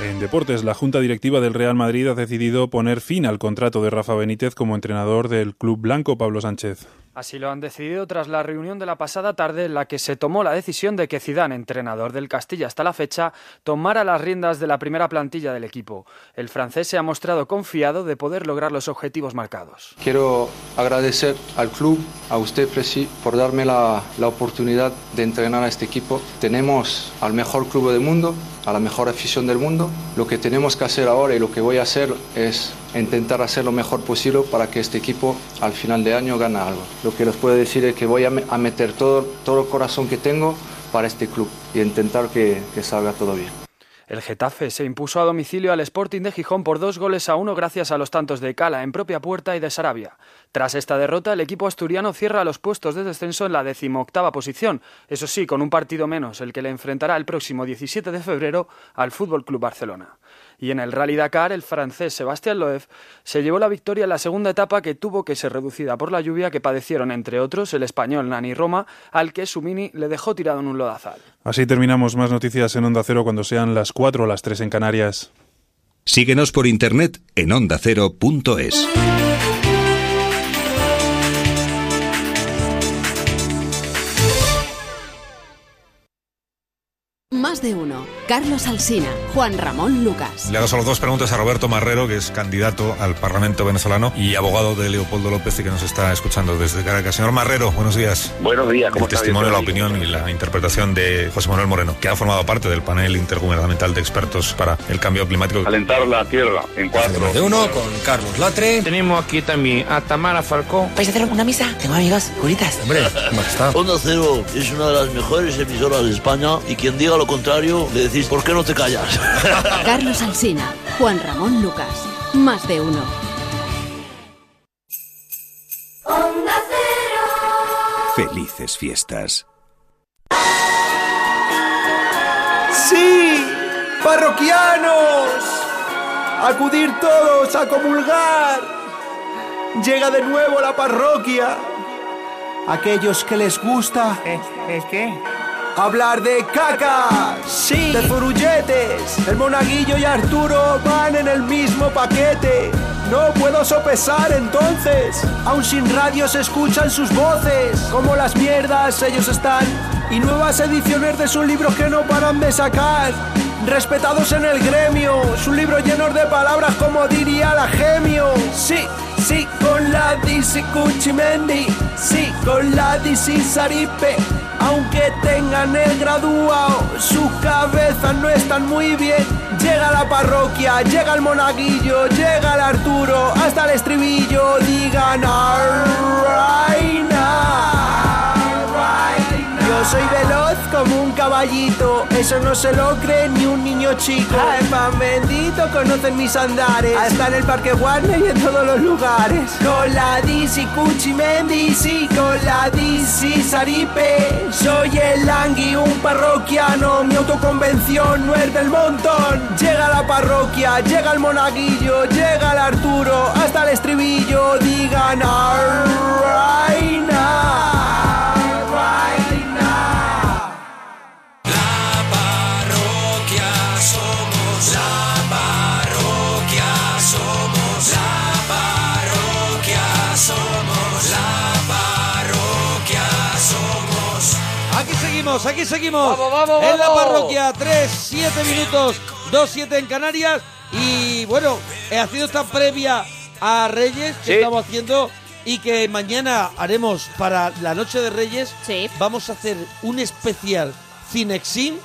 S12: En deportes, la Junta Directiva del Real Madrid ha decidido poner fin al contrato de Rafa Benítez como entrenador del Club Blanco, Pablo Sánchez.
S16: Así lo han decidido tras la reunión de la pasada tarde en la que se tomó la decisión de que Zidane, entrenador del Castilla hasta la fecha, tomara las riendas de la primera plantilla del equipo. El francés se ha mostrado confiado de poder lograr los objetivos marcados.
S17: Quiero agradecer al club, a usted, Presi, por darme la, la oportunidad de entrenar a este equipo. Tenemos al mejor club del mundo, a la mejor afición del mundo. Lo que tenemos que hacer ahora y lo que voy a hacer es intentar hacer lo mejor posible para que este equipo al final de año gane algo. Lo que les puedo decir es que voy a, me- a meter todo, todo el corazón que tengo para este club y intentar que, que salga todo bien.
S16: El Getafe se impuso a domicilio al Sporting de Gijón por dos goles a uno gracias a los tantos de Cala en propia puerta y de Sarabia. Tras esta derrota, el equipo asturiano cierra los puestos de descenso en la decimoctava posición, eso sí, con un partido menos, el que le enfrentará el próximo 17 de febrero al Fútbol Club Barcelona. Y en el Rally Dakar, el francés Sebastián Loeb se llevó la victoria en la segunda etapa que tuvo que ser reducida por la lluvia que padecieron, entre otros, el español Nani Roma, al que su mini le dejó tirado en un lodazal.
S12: Así terminamos más noticias en Onda Cero cuando sean las 4 o las 3 en Canarias.
S3: Síguenos por internet en ondacero.es.
S15: Más de uno. Carlos Alsina, Juan Ramón Lucas.
S18: Le hago solo dos preguntas a Roberto Marrero, que es candidato al Parlamento venezolano y abogado de Leopoldo López y que nos está escuchando desde Caracas. Señor Marrero, buenos días.
S19: Buenos días, ¿cómo
S18: El
S19: está,
S18: testimonio, la
S19: doctor?
S18: opinión y la interpretación de José Manuel Moreno, que ha formado parte del panel intergubernamental de expertos para el cambio climático.
S19: Alentar la tierra en cuatro.
S20: De uno con Carlos Latre. Tenemos aquí también a Tamara Falcón.
S21: ¿Vais a hacer una misa? Tengo amigos, curitas.
S20: Hombre,
S22: Onda Cero es una de las mejores emisoras de España y quien diga lo contrario le decís, ¿por qué no te callas?
S15: Carlos Alsina, Juan Ramón Lucas. Más de uno.
S2: Felices fiestas.
S1: Sí, parroquianos, acudir todos a comulgar. Llega de nuevo la parroquia. Aquellos que les gusta. ¿El qué? Hablar de caca, sí. de furulletes. El monaguillo y Arturo van en el mismo paquete. No puedo sopesar entonces. Aún sin radio se escuchan sus voces. Como las mierdas ellos están. Y nuevas ediciones de sus libros que no paran de sacar. Respetados en el gremio. Su libro lleno de palabras como diría la gemio. Sí, sí, con la DC Cuchimendi. Sí, con la DC Saripe. Aunque tengan el graduado, sus cabezas no están muy bien. Llega la parroquia, llega el monaguillo, llega el Arturo, hasta el estribillo, digan "Arraina, arraina". Yo soy veloz como un caballito, eso no se lo cree ni un niño chico. Ay, pan bendito, conocen mis andares, hasta en el Parque Warner y en todos los lugares. Ah. Con la DC Cuchimendi, sí, con la DC Saripe. Soy el Langui, un parroquiano, mi autoconvención no es del montón. Llega la parroquia, llega el monaguillo, llega el Arturo, hasta el estribillo, digan "Arraina, arraina".
S3: parroquia somos la parroquia somos la parroquia somos la parroquia somos
S4: Aquí seguimos, aquí seguimos.
S3: Vamos, vamos,
S4: En la
S3: vamos.
S4: parroquia, 3, 7 minutos, 2, 7 en Canarias. Y bueno, eh, haciendo esta previa a Reyes que estamos haciendo y que mañana haremos para la noche de Reyes. Vamos a hacer un especial Cinexin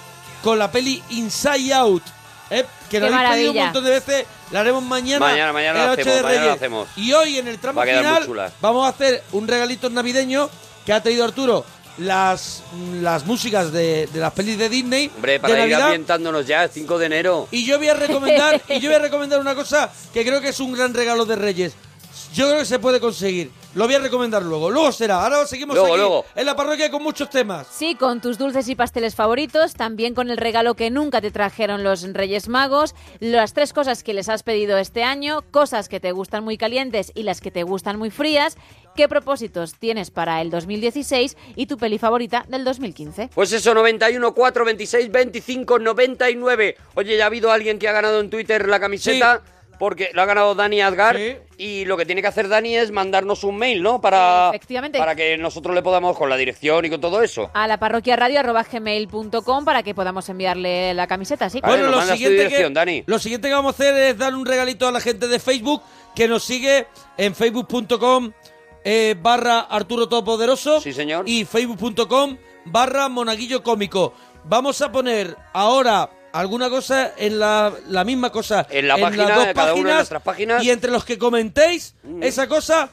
S4: con la peli Inside Out. ¿eh?
S5: Qué
S4: Que nos habéis pedido un
S5: maravilla.
S4: montón de veces. La haremos mañana.
S5: Mañana, mañana
S4: en
S5: lo
S4: la noche
S5: hacemos,
S4: de
S5: mañana lo
S4: Reyes.
S5: hacemos.
S4: Y hoy en el tramo
S5: Va a quedar muy
S4: final
S5: chula.
S4: vamos a hacer un regalito navideño que ha traído Arturo. Las, las músicas de, de las pelis de Disney.
S5: Hombre, para
S4: de
S5: ir
S4: Navidad.
S5: ambientándonos ya, 5 de enero.
S4: Y yo voy a recomendar, y yo voy a recomendar una cosa que creo que es un gran regalo de Reyes. Yo creo que se puede conseguir. Lo voy a recomendar luego. Luego será. Ahora seguimos
S5: Luego,
S4: aquí
S5: luego.
S4: en la parroquia con muchos temas.
S6: Sí, con tus dulces y pasteles favoritos, también con el regalo que nunca te trajeron los Reyes Magos, las tres cosas que les has pedido este año, cosas que te gustan muy calientes y las que te gustan muy frías, qué propósitos tienes para el 2016 y tu peli favorita del 2015.
S5: Pues eso, 91, 4, 26, 25, 99. Oye, ya ha habido alguien que ha ganado en Twitter la camiseta. Porque lo ha ganado Dani Adgar y lo que tiene que hacer Dani es mandarnos un mail, ¿no? Para,
S6: Efectivamente.
S5: para que nosotros le podamos con la dirección y con todo eso.
S6: A la parroquiaradio.gmail.com para que podamos enviarle la camiseta, sí.
S5: Vale, Bueno, nos lo mandas tu siguiente que- dirección, Dani.
S4: Lo siguiente que vamos a hacer es dar un regalito a la gente de Facebook que nos sigue en facebook.com eh, barra Arturo Todopoderoso. Sí,
S5: señor.
S4: Y facebook.com barra Monaguillo Cómico. Vamos a poner ahora alguna cosa en la, la misma cosa.
S5: En la página,
S4: las dos
S5: cada una de nuestras páginas. Mm.
S4: Y entre los que comentéis esa cosa...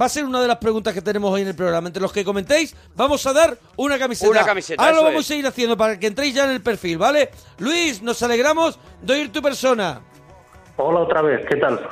S4: Va a ser una de las preguntas que tenemos hoy en el programa. Entre los que comentéis, vamos a dar una camiseta.
S5: Una camiseta,
S4: Ahora lo
S5: eso
S4: vamos
S5: es.
S4: a seguir haciendo para que entréis ya en el perfil, ¿vale? Luis, nos alegramos de oír tu persona.
S11: Hola otra vez, ¿qué tal?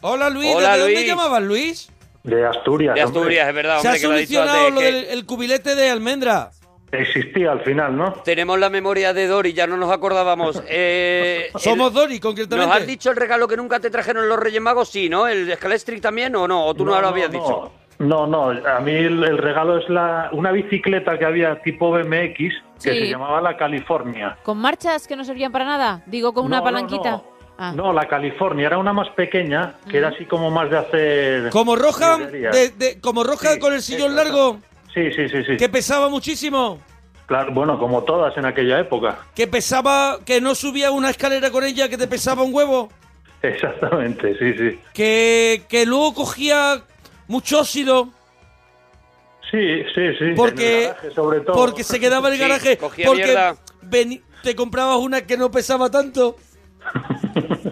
S4: Hola Luis,
S11: Hola,
S4: ¿desde
S11: Luis.
S4: dónde llamabas Luis?
S11: De Asturias.
S5: De
S11: hombre.
S5: Asturias, es verdad,
S4: Se ha
S5: hombre, que lo ha dicho
S4: solucionado
S5: antes,
S4: lo
S5: que-
S4: del el cubilete de almendra.
S11: Existía al final, ¿no?
S5: Tenemos la memoria de Dory, ya no nos acordábamos. Eh,
S4: Somos
S5: el-
S4: Dori, concretamente.
S5: ¿Nos has dicho el regalo que nunca te trajeron los Reyes Magos? Sí, ¿no? ¿El Scalestric también o no? ¿O tú no, lo habías dicho?
S11: No, no, a mí el, el regalo es la una bicicleta que había tipo BMX que
S6: Sí.
S11: se llamaba la California.
S6: ¿Con marchas que no servían para nada? Digo, con una
S11: No, no,
S6: palanquita.
S11: no.
S5: Ah.
S11: No, la California era una más pequeña que
S5: Mm.
S11: era así como más de hacer.
S4: Como roja,
S11: librerías.
S4: de- de- como roja con el sillón largo,
S11: Sí, sí, sí, sí.
S4: que pesaba muchísimo.
S11: Claro, bueno, como todas en aquella época.
S4: Que pesaba, que no subía una escalera con ella, que te pesaba un huevo.
S11: Exactamente, sí, sí.
S4: Que, que luego cogía mucho óxido.
S11: Sí, sí, sí.
S4: Porque,
S11: en el garaje, sobre todo.
S4: porque se quedaba en el
S11: Sí,
S4: garaje.
S11: cogía
S4: porque
S11: mierda.
S4: veni- te comprabas una que no pesaba tanto.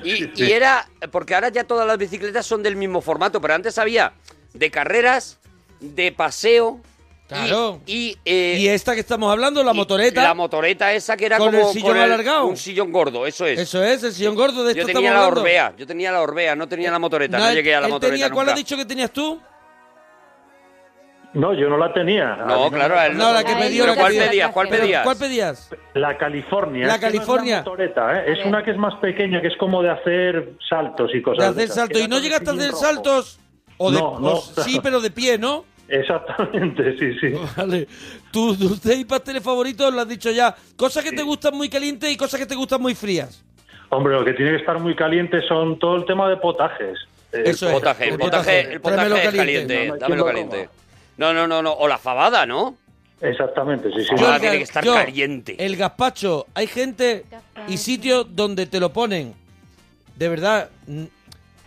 S5: Y, y era, porque ahora ya todas las bicicletas son del mismo formato, pero antes había de carreras, de paseo.
S4: Claro.
S5: Y, eh,
S4: Y esta que estamos hablando, la motoreta.
S5: La motoreta esa que era
S4: Con
S5: como
S4: el sillón alargado.
S5: Un sillón gordo, eso es.
S4: Eso es, el sillón gordo de
S5: Yo
S4: esto
S5: tenía
S4: estamos
S5: la
S4: hablando.
S5: Orbea, yo tenía la Orbea, no tenía la motoreta, no,
S4: él-
S5: llegué a la
S4: él
S5: motoreta
S4: tenía, ¿Cuál
S5: nunca.
S4: has dicho que tenías tú?
S11: No, yo no la tenía. A mí
S5: No, claro, a él
S4: No, la que pedía,
S5: Pero
S4: la que
S5: ¿Cuál
S4: pedía.
S5: pedías? ¿Cuál
S4: Pero,
S5: pedías?
S4: ¿Cuál pedías?
S11: La California.
S4: La
S11: Es que no es una
S4: California.
S11: motoreta, ¿eh? Es una que es más pequeña, que es como de hacer saltos y
S4: De
S11: cosas.
S4: hacer
S11: esas.
S4: saltos. ¿Y no llegaste a hacer saltos? O de,
S11: No, no.
S4: o sí, pero de pie, ¿no?
S11: Exactamente, sí, sí.
S4: Vale. Tus tus seis pasteles favoritos lo has dicho ya. Cosas que te gustan muy calientes y cosas que te gustan muy frías.
S11: Hombre, lo que tiene que estar muy caliente son todo el tema de potajes. Eh,
S5: Eso es. Potaje, el potaje, el potaje
S11: Tráemelo
S5: es caliente,
S11: No, no,
S5: dámelo
S11: ¿quién lo
S5: caliente. No, no, no, no, o la fabada, ¿no?
S11: toma? Exactamente, sí, sí.
S5: Ahora
S4: el
S5: tiene
S4: ga-
S5: que estar
S4: yo,
S5: caliente.
S4: El gazpacho, hay gente y sitios donde te lo ponen. De verdad, mm,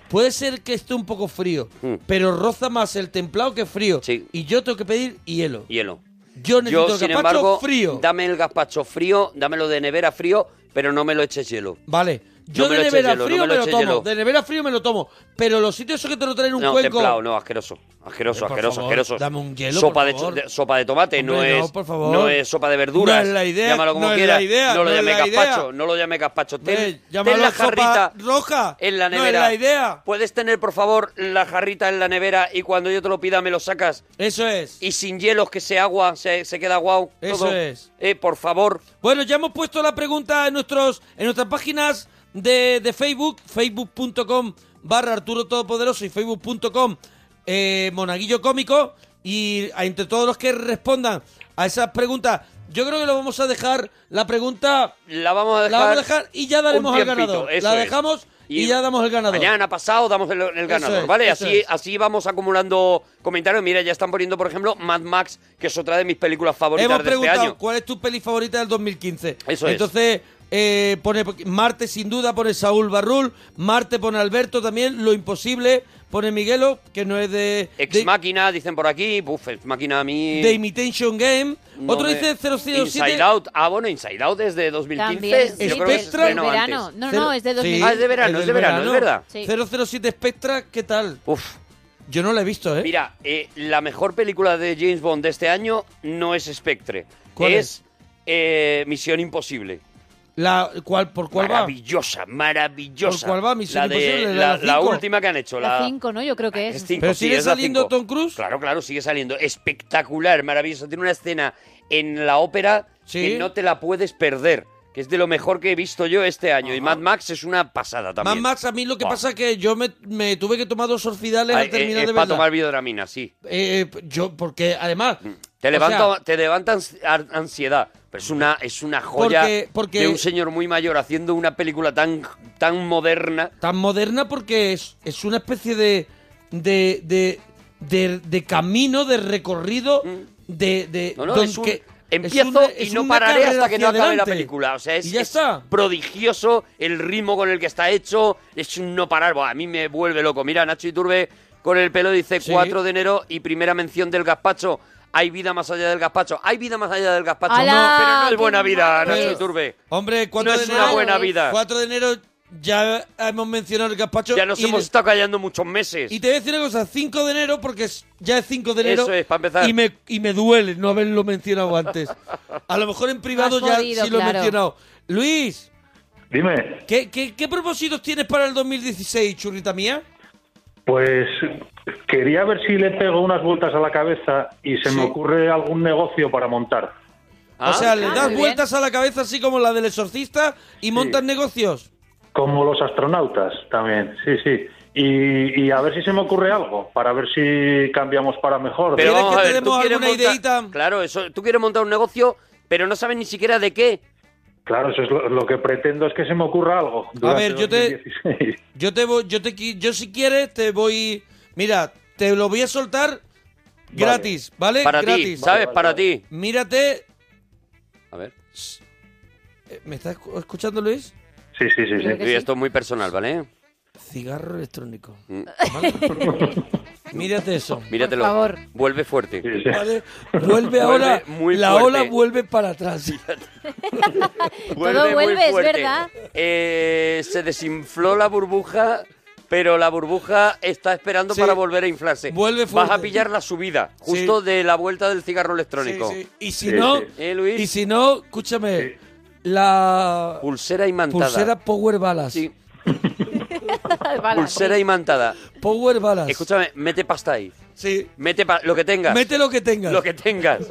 S4: puede ser que esté un poco frío,
S5: Mm.
S4: pero roza más el templado que frío. Y yo tengo que pedir hielo.
S5: Hielo.
S4: Yo necesito el
S5: sin
S4: gazpacho
S5: embargo,
S4: frío.
S5: Dame el gazpacho frío, dámelo de nevera frío, pero no me lo eches hielo.
S4: Vale. Yo
S5: No me
S4: de
S5: lo eches
S4: nevera
S5: hielo, no
S4: frío
S5: me lo
S4: me lo
S5: eches
S4: tomo.
S5: hielo.
S4: De nevera frío me lo tomo. Pero los sitios esos que te lo traen en un
S5: no,
S4: cuenco.
S5: templado, no, asqueroso. Asqueroso,
S4: Eh, por
S5: asqueroso,
S4: favor,
S5: asqueroso.
S4: dame un hielo,
S5: sopa,
S4: por
S5: de,
S4: favor.
S5: de- sopa de tomate, no
S4: Hombre, no,
S5: es.
S4: por favor.
S5: no es sopa de verduras.
S4: No es la idea,
S5: Llámalo como
S4: no es
S5: quieras.
S4: la idea,
S5: no lo
S4: no es
S5: llame
S4: la idea.
S5: gazpacho, no lo llame gazpacho. Ten, ten
S4: llámalo
S5: la
S4: sopa
S5: jarrita
S4: roja.
S5: en la
S4: No
S5: nevera.
S4: es la idea.
S5: Puedes tener, por favor, la jarrita en la nevera y cuando yo te lo pida me lo sacas.
S4: Eso es.
S5: Y sin hielos, que se agua, se, se queda guau.
S4: Eso
S5: todo.
S4: es.
S5: Eh, por favor.
S4: Bueno, ya hemos puesto la pregunta en nuestros en nuestras páginas de, de Facebook, facebook.com barra Arturo Todopoderoso y facebook.com eh, Monaguillo Cómico. Y a- entre todos los que respondan a esas preguntas, yo creo que lo vamos a dejar, la pregunta...
S5: La vamos a dejar,
S4: La vamos a dejar y ya daremos
S5: un
S4: al
S5: tiempito,
S4: ganador.
S5: eso
S4: La
S5: es.
S4: dejamos y ya damos el ganador.
S5: Mañana pasado damos el, el ganador,
S4: es,
S5: ¿vale?
S4: eso
S5: Así,
S4: es.
S5: así vamos acumulando comentarios. Mira, ya están poniendo, por ejemplo, Mad Max, que es otra de mis películas favoritas
S4: Hemos
S5: de este
S4: preguntado
S5: año.
S4: cuál es tu peli favorita del 2015.
S5: Eso es.
S4: Entonces, eh, pone Marte sin duda, pone Saúl Barrul, Marte pone Alberto también, Lo Imposible, pone Miguelo, que no es de...
S5: Ex
S4: de-
S5: Máquina, dicen por aquí. Buf, Ex Máquina a mí...
S4: The Imitation Game.
S5: no
S4: Otro
S5: me-
S4: dice 007.
S5: Inside Out. Ah, bueno, Inside Out es de 2015.
S6: También es
S5: Yo
S6: de-
S5: creo que se
S6: del
S5: estrenó
S6: verano.
S5: antes.
S6: No, no, es de 2000.
S5: Ah, es de verano, es de verano, es verdad.
S6: Sí.
S4: 007 Spectra, ¿qué tal?
S5: Uf.
S4: Yo no la he visto, ¿eh?
S5: Mira, eh, la mejor película de James Bond de este año no es Spectre.
S4: ¿Cuál
S5: es? eh, Misión Imposible.
S4: La, ¿cuál, ¿Por cuál va?
S5: maravillosa, maravillosa.
S4: ¿Por cuál va? Misión
S5: la de-
S4: Imposible, la
S5: la,
S4: de
S5: la
S4: cinco.
S5: última que han hecho.
S6: La
S5: La,
S6: 5, ¿no? Yo creo que es.
S5: es cinco,
S4: ¿Pero
S5: sí,
S4: sigue
S5: es la
S4: saliendo
S5: cinco.
S4: Tom Cruise?
S5: Claro, claro, sigue saliendo. Espectacular, maravilloso. Tiene una escena en la ópera
S4: Sí.
S5: que no te la puedes perder. Que es de lo mejor que he visto yo este año. Y Mad Max es una pasada
S4: Mad
S5: también.
S4: Max, a mí lo que
S5: Buah.
S4: pasa es que yo me, me tuve que tomar dos orfidales
S5: Ay, eh,
S4: al terminar
S5: es-
S4: de
S5: es para
S4: verla.
S5: tomar biodramina, sí.
S4: Eh, yo, porque además...
S5: Te
S4: o
S5: levanta,
S4: sea,
S5: te levanta ans- ar- ansiedad. Pero es una, es una joya
S4: Porque- porque-
S5: de un señor muy mayor haciendo una película tan, tan moderna.
S4: tan moderna porque es, es una especie de de, de, de- de camino, de recorrido, de... de
S5: Mm. No, no,
S4: don-
S5: es un-
S4: que- es
S5: empiezo
S4: una-
S5: y
S4: es
S5: no
S4: una
S5: pararé
S4: carrera
S5: hasta que no acabe
S4: hacia
S5: la
S4: adelante.
S5: película. O sea, es,
S4: Y ya
S5: es
S4: está.
S5: prodigioso el ritmo con el que está hecho. Es un no parar. Buah, a mí me vuelve loco. Mira, Nacho Iturbe con el pelo dice 4 de enero y primera mención del gazpacho. Hay vida más allá del gazpacho. Hay vida más allá del gazpacho.
S4: ¡Hala!
S5: No, pero no
S4: ¡Qué
S5: es buena vida,
S4: malo
S5: Nacho
S4: es!
S5: Iturbe.
S4: Hombre, 4
S5: No
S4: de
S5: es
S4: enero,
S5: una buena vida.
S4: 4 de enero ya hemos mencionado el gazpacho.
S5: Ya nos
S4: y-
S5: hemos estado callando muchos meses.
S4: Y te voy a decir una cosa, 5 de enero, porque es- ya es 5 de enero.
S5: Eso es, para empezar.
S4: Y me, y me duele no haberlo mencionado antes. A lo mejor en privado
S6: has
S4: ya
S6: podido,
S4: sí lo he
S6: claro.
S4: mencionado. Luis,
S11: Dime.
S4: ¿qué, qué, qué propósitos tienes para el 2016, churrita mía?
S11: Pues quería ver si le pego unas vueltas a la cabeza y se me ocurre algún negocio para montar.
S5: Ah.
S4: o sea,
S6: Ah,
S4: le das vueltas a la cabeza así como la del exorcista y montas negocios.
S11: Como los astronautas también, sí, sí. Y, y a ver si se me ocurre algo, para ver si cambiamos para mejor.
S5: Pero vamos a ver, ¿tú quieres montar- Claro, eso, tú quieres montar un negocio, pero no sabes ni siquiera de qué.
S11: Claro, eso es lo, lo que pretendo, es que se me ocurra algo.
S4: A ver, yo te-
S11: 2016.
S4: Yo te voy, yo te qui- yo si quieres te voy, mira, te lo voy a soltar gratis, ¿vale?
S5: Para ti,
S4: gratis.
S5: ¿sabes? Para ti.
S4: Mírate
S5: A ver.
S4: Eh, ¿Me estás escu- escuchando, Luis?
S5: Sí, sí, sí.
S4: Creo que sí.
S5: esto es muy personal, ¿vale?
S4: Cigarro electrónico.
S5: Mm.
S4: ¿Vale? Mírate eso.
S5: Míratelo.
S4: Por favor.
S5: Vuelve fuerte.
S4: Vale, Vuelve ahora.
S5: muy
S4: la
S5: fuerte.
S4: ola vuelve para atrás.
S5: muy
S6: vuelve, es
S5: fuerte.
S6: verdad.
S5: Eh, se desinfló la burbuja, pero la burbuja está esperando para volver a inflarse. Vuelve
S4: fuerte.
S5: Vas a pillar la subida, justo de la vuelta del cigarro electrónico.
S4: Y si no,
S5: Eh, Luis,
S4: y si no, escúchame, la
S5: pulsera imantada.
S4: pulsera Power Balas.
S5: Pulsera imantada.
S4: Power balas.
S5: Escúchame, mete pasta ahí.
S4: Sí.
S5: Mete pa- lo que tengas.
S4: Mete lo que tengas.
S5: Lo que tengas.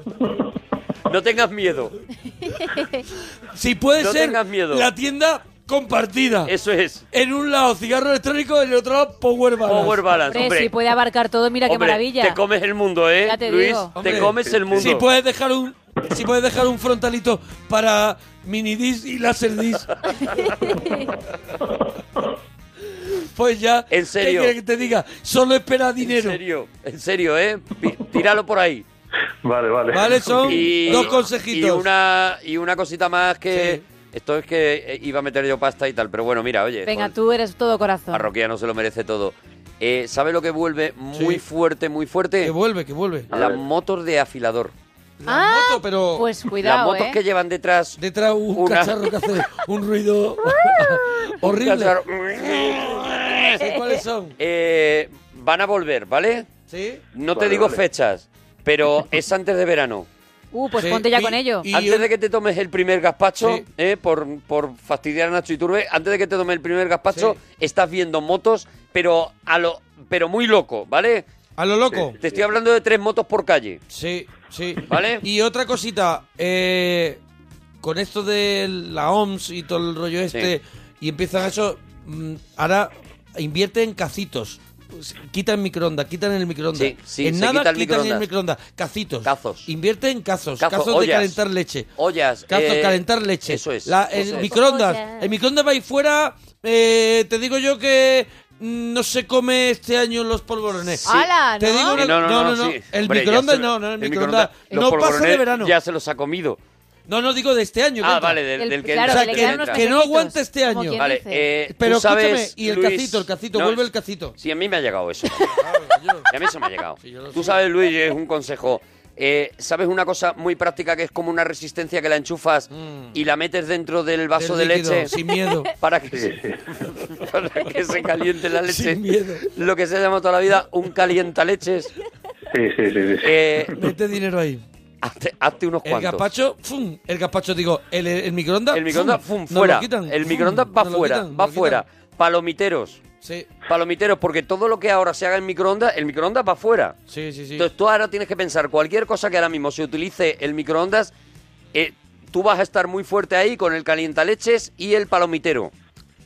S5: No tengas miedo.
S4: Si puede
S5: No
S4: ser
S5: tengas miedo.
S4: la tienda compartida.
S5: Eso es.
S4: En un lado cigarro electrónico, en el otro lado Power Balas.
S5: Power Balas,
S6: Hombre, si puede abarcar todo, mira qué
S5: Hombre,
S6: maravilla.
S5: Te comes el mundo, ¿eh?
S6: Ya te
S5: Luis,
S6: digo.
S5: te comes el mundo.
S4: Si puedes dejar un si puedes dejar un frontalito para mini disc y láser disc. pues ya,
S5: En serio.
S4: ¿qué quieres que te diga? Solo espera dinero.
S5: En serio, en serio, ¿eh? Pi- Tíralo por ahí.
S11: Vale, vale.
S4: Vale, son dos consejitos.
S5: Y una, y una cosita más que... Esto es que eh, iba a meter yo pasta y tal, pero bueno, mira, oye,
S6: Venga, tú eres todo corazón.
S5: parroquia no se lo merece todo. Eh, ¿Sabe lo que vuelve muy fuerte, muy fuerte? Que
S4: vuelve, que vuelve.
S5: Las motos de afilador.
S6: ah,
S4: pero
S6: pues cuidado,
S5: Las motos
S6: ¿eh?
S5: que llevan detrás...
S4: Detrás un
S5: una-
S4: cacharro que hace un ruido horrible.
S5: cacharro.
S4: ¿Sabes cuáles son?
S5: Eh, van a volver, ¿vale?
S4: Sí.
S5: No
S4: Vale,
S5: te digo
S4: vale.
S5: fechas, pero es antes de verano.
S6: Uh, pues
S5: Sí,
S6: ponte ya
S5: y-
S6: con ello.
S5: antes de que te tomes el primer gazpacho,
S6: Sí.
S5: eh, por, por fastidiar a Nacho Iturbe, antes de que te tomes el primer gazpacho, estás viendo motos, pero a lo pero muy loco, ¿vale?
S4: A lo loco.
S5: Te estoy hablando de tres motos por calle.
S4: Sí, sí.
S5: ¿Vale?
S4: Y otra cosita, eh, con esto de la OMS y todo el rollo este, y empiezan eso, mm, ahora invierte en cacitos. S- Quitan microondas, quitan el microondas.
S5: Sí, sí,
S4: en
S5: se
S4: nada
S5: quita el
S4: quitan el
S5: microondas.
S4: microondas. Cacitos. Cazos. Invierte en cazos.
S5: Cazo,
S4: cazos de
S5: ollas.
S4: calentar leche.
S5: Ollas.
S4: Cazos,
S5: eh,
S4: calentar leche.
S5: Eso es.
S4: La- el
S5: eso es.
S4: microondas. El microondas va ahí fuera. eh, te digo yo que mm, no se come este año los polvorones.
S6: Sí. ¡Hala,
S4: Te
S6: no!
S4: digo una-
S5: Sí, Eh, no, no, no, sí.
S4: El
S5: Hombre, ya
S4: microondas
S5: se-
S4: no, no, el
S5: el
S4: microondas.
S5: microondas, los
S4: No pasa de
S5: polvorones
S4: verano.
S5: ya se los ha comido.
S4: No, no digo de este año.
S5: Ah,
S4: que entra.
S5: vale, del- El- del que claro,
S4: O sea,
S5: del
S4: que,
S5: que entra.
S4: que no aguanta este
S5: Como
S4: año.
S5: quien Vale, dice. eh, tú
S4: Pero escúchame,
S5: sabes,
S4: y el
S5: Luis-
S4: cacito, el cacito,
S5: No,
S4: vuelve
S5: es-
S4: el cacito.
S5: Sí, a mí me ha llegado eso. Y a mí eso me ha llegado. Tú sabes, Luis, es un consejo. Eh, ¿Sabes una cosa muy práctica que es como una resistencia que la enchufas y la metes dentro del vaso
S4: Mm. Del
S5: de
S4: líquido,
S5: leche?
S4: sin miedo.
S5: Para que, se, para que se caliente la leche. Lo que se ha llamado toda la vida un calientaleches.
S11: Sí, sí, sí. sí.
S5: Eh,
S4: Mete dinero ahí.
S5: hazte, hazte unos
S4: El
S5: cuantos.
S4: gazpacho, fum, el gazpacho, digo, el, el, el microondas,
S5: El microondas,
S4: fum,
S5: fum,
S4: nos lo
S5: fuera.
S4: quitan,
S5: el
S4: fum,
S5: microondas va
S4: nos lo
S5: fuera,
S4: quitan, nos
S5: va
S4: lo
S5: fuera.
S4: quitan.
S5: Palomiteros.
S4: Sí.
S5: Palomiteros, porque todo lo que ahora se haga en microondas, el microondas va fuera.
S4: Sí, sí, sí.
S5: Entonces tú ahora tienes que pensar, cualquier cosa que ahora mismo se utilice el microondas, eh, tú vas a estar muy fuerte ahí con el calientaleches y el palomitero.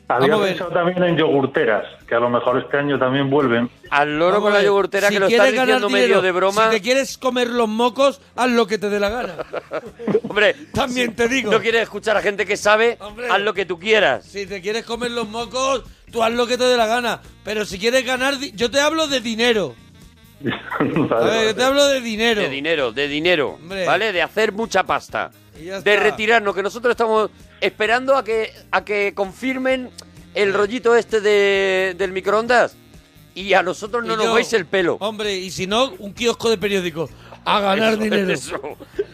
S11: Había
S5: Vamos a ver.
S11: pensado también en yogurteras, que a lo mejor este año también vuelven.
S5: Al loro
S4: Vamos
S5: con
S4: a
S5: la
S4: ver,
S5: yogurtera
S4: si
S5: que lo
S4: quieres
S5: estás diciendo
S4: ganar
S5: medio
S4: dinero,
S5: de broma.
S4: Si te quieres comer los mocos, haz lo que te dé la gana.
S5: Hombre,
S4: también te digo.
S5: No quieres escuchar a gente que sabe, haz lo que tú quieras.
S4: Si te quieres comer los mocos, tú haz lo que te dé la gana. Pero si quieres ganar, di- yo te hablo de dinero. A ver, yo te hablo de dinero.
S5: De dinero, de dinero.
S4: Hombre.
S5: ¿Vale? De hacer mucha pasta.
S4: Y ya
S5: De
S4: está.
S5: retirarnos, que nosotros estamos esperando a que, a que confirmen el rollito este de, del microondas. Y a nosotros no
S4: Y
S5: nos
S4: yo,
S5: vais el pelo.
S4: Hombre, y si no, un kiosco de periódicos. A ganar
S5: Eso,
S4: dinero.
S5: eso,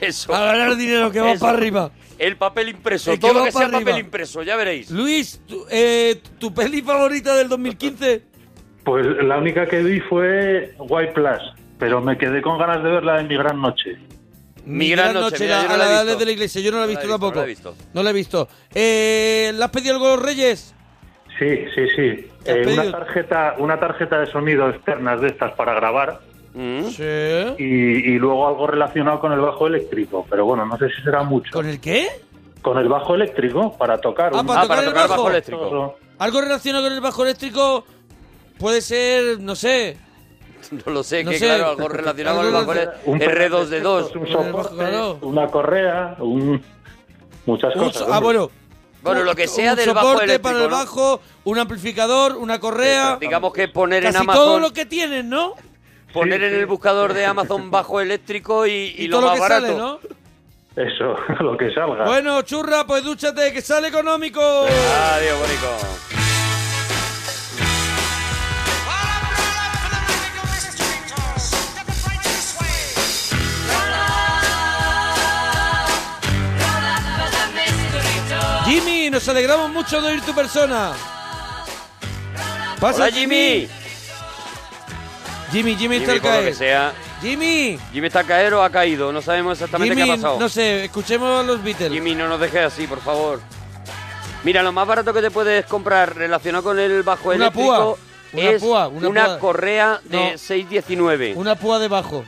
S5: eso.
S4: A ganar dinero, que va
S5: Eso.
S4: para arriba.
S5: El papel impreso,
S4: El que
S5: todo
S4: va
S5: lo que
S4: para
S5: sea
S4: arriba.
S5: papel impreso, ya veréis.
S4: Luis, tu, eh, tu peli favorita del 2015.
S11: Pues la única que vi fue White Plus, pero me quedé con ganas de verla en mi gran noche.
S5: Mi gran noche, mira, yo no
S4: a
S5: la he
S4: la
S5: visto.
S4: de la iglesia. Yo no la
S5: No
S4: he
S5: la
S4: visto
S5: he visto,
S4: tampoco.
S5: no la he visto.
S4: No la he visto. Eh, ¿Le has pedido algo a los Reyes?
S11: Sí, sí, sí. Eh, una,
S4: pedido?
S11: tarjeta, una tarjeta de sonido externas de estas para grabar.
S5: Mm.
S4: Sí.
S11: Y, y luego algo relacionado con el bajo eléctrico, pero bueno, no sé si será mucho. ¿Con
S4: el qué?
S11: Con el bajo eléctrico, para tocar.
S4: Ah,
S11: un-
S4: para tocar, el bajo.
S11: Todo.
S4: Algo relacionado con el bajo eléctrico puede ser, no sé.
S5: No lo sé,
S4: No
S5: que
S4: sé.
S5: claro, algo relacionado con los bajones.
S11: Un
S5: R2D2.
S11: Un soporte, una correa, un... muchas
S4: Un
S11: cosas.
S4: so- ah,
S11: hombre.
S4: bueno.
S5: Bueno, lo que sea
S4: un
S5: del bajo
S4: soporte
S5: eléctrico,
S4: para el
S5: ¿no?
S4: bajo, un amplificador, una correa.
S5: Digamos que poner
S4: Casi
S5: en
S4: todo
S5: Amazon,
S4: lo que tienen, ¿no?
S5: poner en el buscador de Amazon bajo eléctrico y, y
S4: Y
S5: lo
S4: todo lo
S5: más
S4: que
S5: barato.
S4: sale, ¿no?
S11: Eso, lo que salga.
S4: Bueno, churra, pues dúchate, que sale económico.
S5: Adiós, bonito.
S4: Jimmy, nos alegramos mucho de oír tu persona.
S5: Hola, Jimmy.
S4: Jimmy,
S5: Jimmy,
S4: Jimmy está al
S5: por lo que
S4: caer.
S5: sea.
S4: Jimmy.
S5: Jimmy está a caer o ha caído. No sabemos exactamente qué ha
S4: Jimmy,
S5: pasado.
S4: no sé, escuchemos a los Beatles.
S5: Jimmy, no nos dejes así, por favor. Mira, lo más barato que te puedes comprar relacionado con el bajo
S4: Una
S5: eléctrico
S4: púa. Una
S5: es
S4: púa, una púa.
S5: correa de
S4: No.
S5: 619.
S4: Una púa debajo.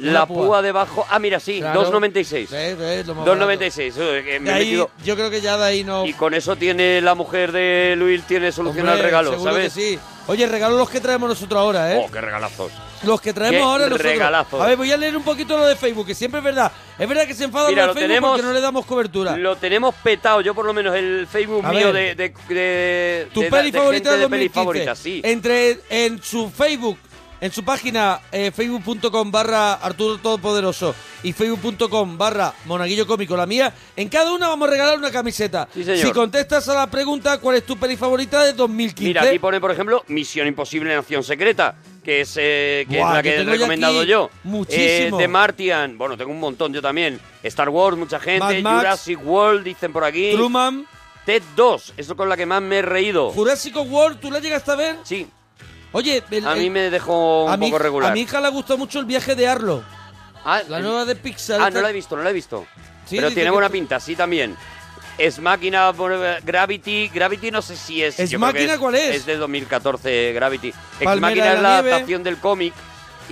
S4: una
S5: la
S4: púa.
S5: púa. debajo. Ah, mira, sí,
S4: Claro.
S5: 296.
S4: ¿Ves? ¿Ves? Lo más barato.
S5: 296. eh, que me
S4: De
S5: he
S4: ahí,
S5: metido.
S4: Yo creo que ya de ahí no.
S5: Y con eso tiene la mujer de Luis tiene solución
S4: Hombre,
S5: al regalo,
S4: seguro
S5: ¿sabes?
S4: que sí. Oye, regalo los que traemos nosotros ahora, ¿eh?
S5: Oh, qué regalazos.
S4: Los que traemos
S5: Qué
S4: ahora nosotros.
S5: regalazos.
S4: A ver, voy a leer un poquito lo de Facebook, que siempre es verdad. Es verdad que se enfadan
S5: Mira,
S4: los
S5: lo
S4: de Facebook
S5: tenemos-
S4: porque no le damos cobertura.
S5: Lo tenemos petado, yo por lo menos el Facebook
S4: A
S5: mío de,
S4: ver.
S5: de- de-
S4: Tu
S5: de-
S4: peli
S5: de
S4: favorita
S5: gente
S4: de
S5: de pelis
S4: 2015.
S5: favoritas, sí.
S4: Entre en su Facebook, en su página eh, facebook.com barra Arturo Todopoderoso y facebook.com barra Monaguillo Cómico, la mía, en cada una vamos a regalar una camiseta.
S5: señor.
S4: Si contestas a la pregunta cuál es tu peli favorita de 2015,
S5: Mira, aquí pone, por ejemplo, Misión Imposible Nación Secreta, que es, eh, que es
S4: Buah,
S5: la
S4: yo
S5: que he
S4: tengo ya
S5: recomendado
S4: aquí
S5: yo.
S4: muchísimo.
S5: Eh, The Martian, bueno, tengo un montón yo también. Star Wars, mucha gente.
S4: Mad Max.
S5: Jurassic World, dicen por aquí.
S4: Truman.
S5: Ted 2, eso con la que más me he reído.
S4: Jurassic World, ¿tú la llegaste a ver?
S5: Sí.
S4: Oye, el-
S5: A
S4: el-
S5: mí me dejó un
S4: a mi
S5: poco
S4: hija-
S5: regular.
S4: A mi hija le gustó mucho el viaje de Arlo.
S5: Ah,
S4: La
S5: el-
S4: nueva de Pixar.
S5: Ah,
S4: esta-
S5: no la he visto, no la he visto.
S4: Sí,
S5: Pero
S4: dice
S5: tiene
S4: que
S5: buena
S4: está-
S5: pinta, sí también. Es máquina, bueno, Gravity, Gravity no sé si es...
S4: ¿Es
S5: yo creo que
S4: Máquina cuál es?
S5: Es de 2014, Gravity. Es
S4: Palmera
S5: máquina
S4: de
S5: es
S4: la
S5: la
S4: nieve.
S5: adaptación del cómic.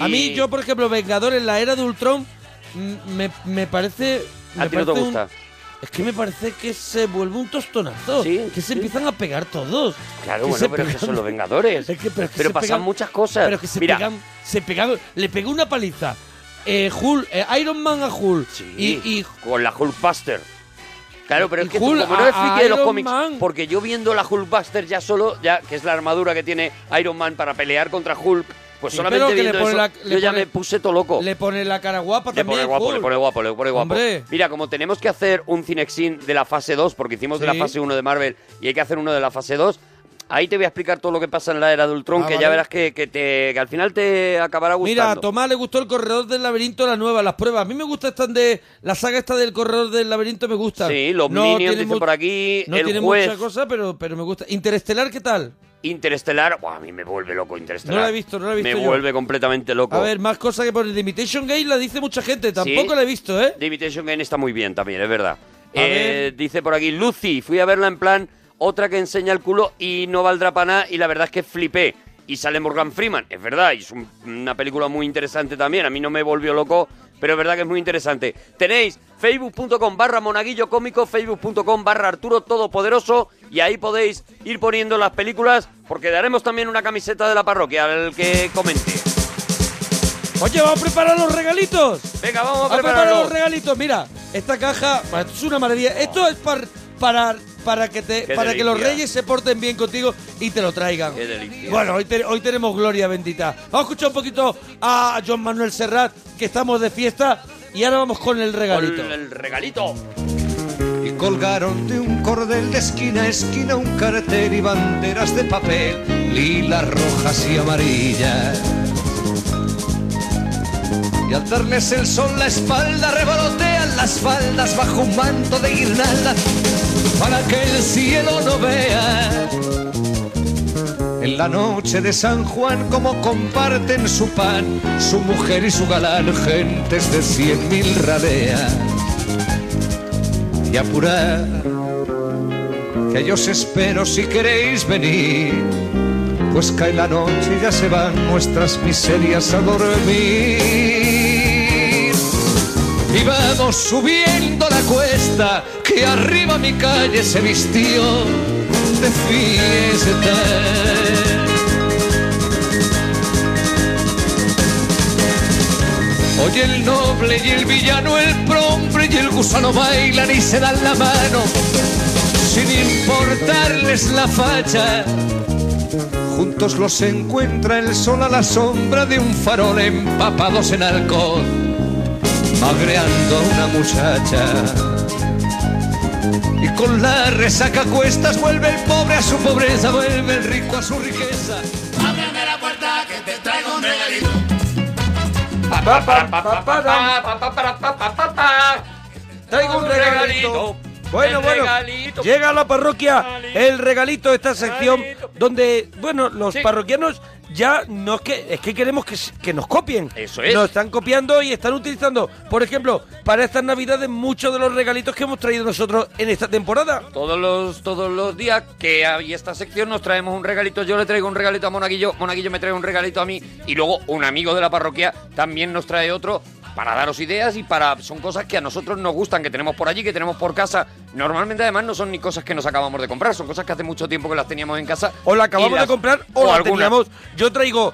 S4: A
S5: y-
S4: mí, yo, por ejemplo, Vengadores, la era de Ultron, mm, me, me parece.
S5: A
S4: me
S5: ti no te
S4: parece un-
S5: gusta.
S4: es que me parece que se vuelve un tostonazo. que se empiezan a pegar todos.
S5: Claro,
S4: Que
S5: bueno,
S4: se
S5: pero es que
S4: pegan-
S5: son los Vengadores.
S4: Es que- pero es que
S5: Pero
S4: se
S5: pasan
S4: pegan-
S5: muchas cosas.
S4: Pero es que se
S5: Mira.
S4: pegan. Se pegan. Le pegó una paliza. Eh, Hulk, eh, Iron Man a Hulk. Y, y
S5: Con la Hulkbuster. Claro, pero es
S4: Y
S5: que tú,
S4: Hulk
S5: como no
S4: a-
S5: es friki
S4: a
S5: de los
S4: Iron
S5: cómics,
S4: Man.
S5: porque yo viendo la Hulkbuster ya solo, ya que es la armadura que tiene Iron Man para pelear contra Hulk, pues
S4: Sí,
S5: solamente
S4: pero que le
S5: viendo
S4: pone
S5: eso,
S4: la-
S5: yo
S4: le
S5: ya
S4: pone-
S5: me puse todo loco.
S4: le pone la cara guapa
S5: Le
S4: también.
S5: pone guapo, le
S4: Hulk.
S5: pone guapo, le pone guapo.
S4: Hombre.
S5: Mira, como tenemos que hacer un Cinexin de la fase 2, porque hicimos de la
S4: Sí.
S5: fase 1 de Marvel y hay que hacer uno de la fase 2, ahí te voy a explicar todo lo que pasa en la era de Ultron,
S4: Ah,
S5: que ya
S4: vale.
S5: verás que, que te, que al final te acabará gustando.
S4: Mira, a Tomás le gustó el corredor del laberinto, la nueva, las pruebas. A mí me gusta esta de. La saga esta del corredor del laberinto me gusta.
S5: Sí, los Minions,
S4: tiene
S5: dicen
S4: mu-
S5: por aquí,
S4: No
S5: el
S4: tiene
S5: juez.
S4: mucha cosa, pero, pero me gusta. Interestelar, ¿qué tal?
S5: Interestelar, buah, a mí me vuelve loco Interestelar.
S4: No la he visto, no la he visto
S5: Me
S4: yo.
S5: vuelve completamente loco.
S4: A ver, más cosas que por The Imitation Game la dice mucha gente.
S5: Sí.
S4: Tampoco la he visto, ¿eh?
S5: The Imitation Game está muy bien también, es verdad.
S4: A
S5: Eh, dice por aquí, Lucy, fui a verla en plan otra que enseña el culo y no valdrá para nada y la verdad es que flipé. Y sale Morgan Freeman, es verdad, y es un- una película muy interesante también, a mí no me volvió loco, pero es verdad que es muy interesante. Tenéis facebook.com barra monaguillo cómico, facebook.com barra Arturo Todopoderoso y ahí podéis ir poniendo las películas porque daremos también una camiseta de la parroquia al que comente.
S4: Oye, vamos a preparar los regalitos.
S5: Venga, vamos a
S4: preparar
S5: prepararlo.
S4: los regalitos. Mira, esta caja, bueno, esto es una maravilla. Esto es par- para, para que te,
S5: Qué
S4: para que los
S5: delicia.
S4: reyes se porten bien contigo y te lo traigan.
S5: Qué delicia.
S4: Bueno, hoy, te- hoy tenemos gloria bendita. Vamos a escuchar un poquito a John Manuel Serrat, que estamos de fiesta, y ahora vamos con el regalito.
S5: Con el regalito.
S23: Y colgaron de un cordel de esquina a esquina un cartel y banderas de papel, lilas, rojas y amarillas. Y al darles el sol la espalda revolotean las faldas bajo un manto de guirnalda para que el cielo no vea. En la noche de San Juan, como comparten su pan, su mujer y su galán, gentes de cien mil radeas. Y apurar, que yo os espero si queréis venir, pues cae la noche y ya se van nuestras miserias a dormir. Y vamos subiendo la cuesta, que arriba mi calle se vistió de fiesta. Hoy el noble y el villano, el prombre y el gusano bailan y se dan la mano, sin importarles la facha. Juntos los encuentra el sol a la sombra de un farol empapados en alcohol magreando a una muchacha. Y con la resaca a cuestas vuelve el pobre a su pobreza, vuelve el rico a su riqueza.
S3: Ábreme la puerta que te traigo un regalito.
S4: Traigo un regalito. Bueno,
S3: El
S4: bueno,
S3: regalito.
S4: llega a la parroquia el regalito, esta sección donde, bueno, los
S3: Sí.
S4: parroquianos ya no es que, es que queremos que, s- que nos copien. Eso
S5: es.
S4: Nos están copiando y están utilizando, por ejemplo, para estas navidades muchos de los regalitos que hemos traído nosotros en esta temporada.
S5: Todos los, todos los días que hay esta sección nos traemos un regalito. Yo le traigo un regalito a Monaguillo, Monaguillo me trae un regalito a mí. Y luego un amigo de la parroquia también nos trae otro para daros ideas y para... Son cosas que a nosotros nos gustan, que tenemos por allí, que tenemos por casa. Normalmente además no son ni cosas que nos acabamos de comprar, son cosas que hace mucho tiempo que las teníamos en casa.
S4: O la
S5: y
S4: acabamos
S5: las-
S4: de comprar o, la
S5: alguna.
S4: teníamos. Yo traigo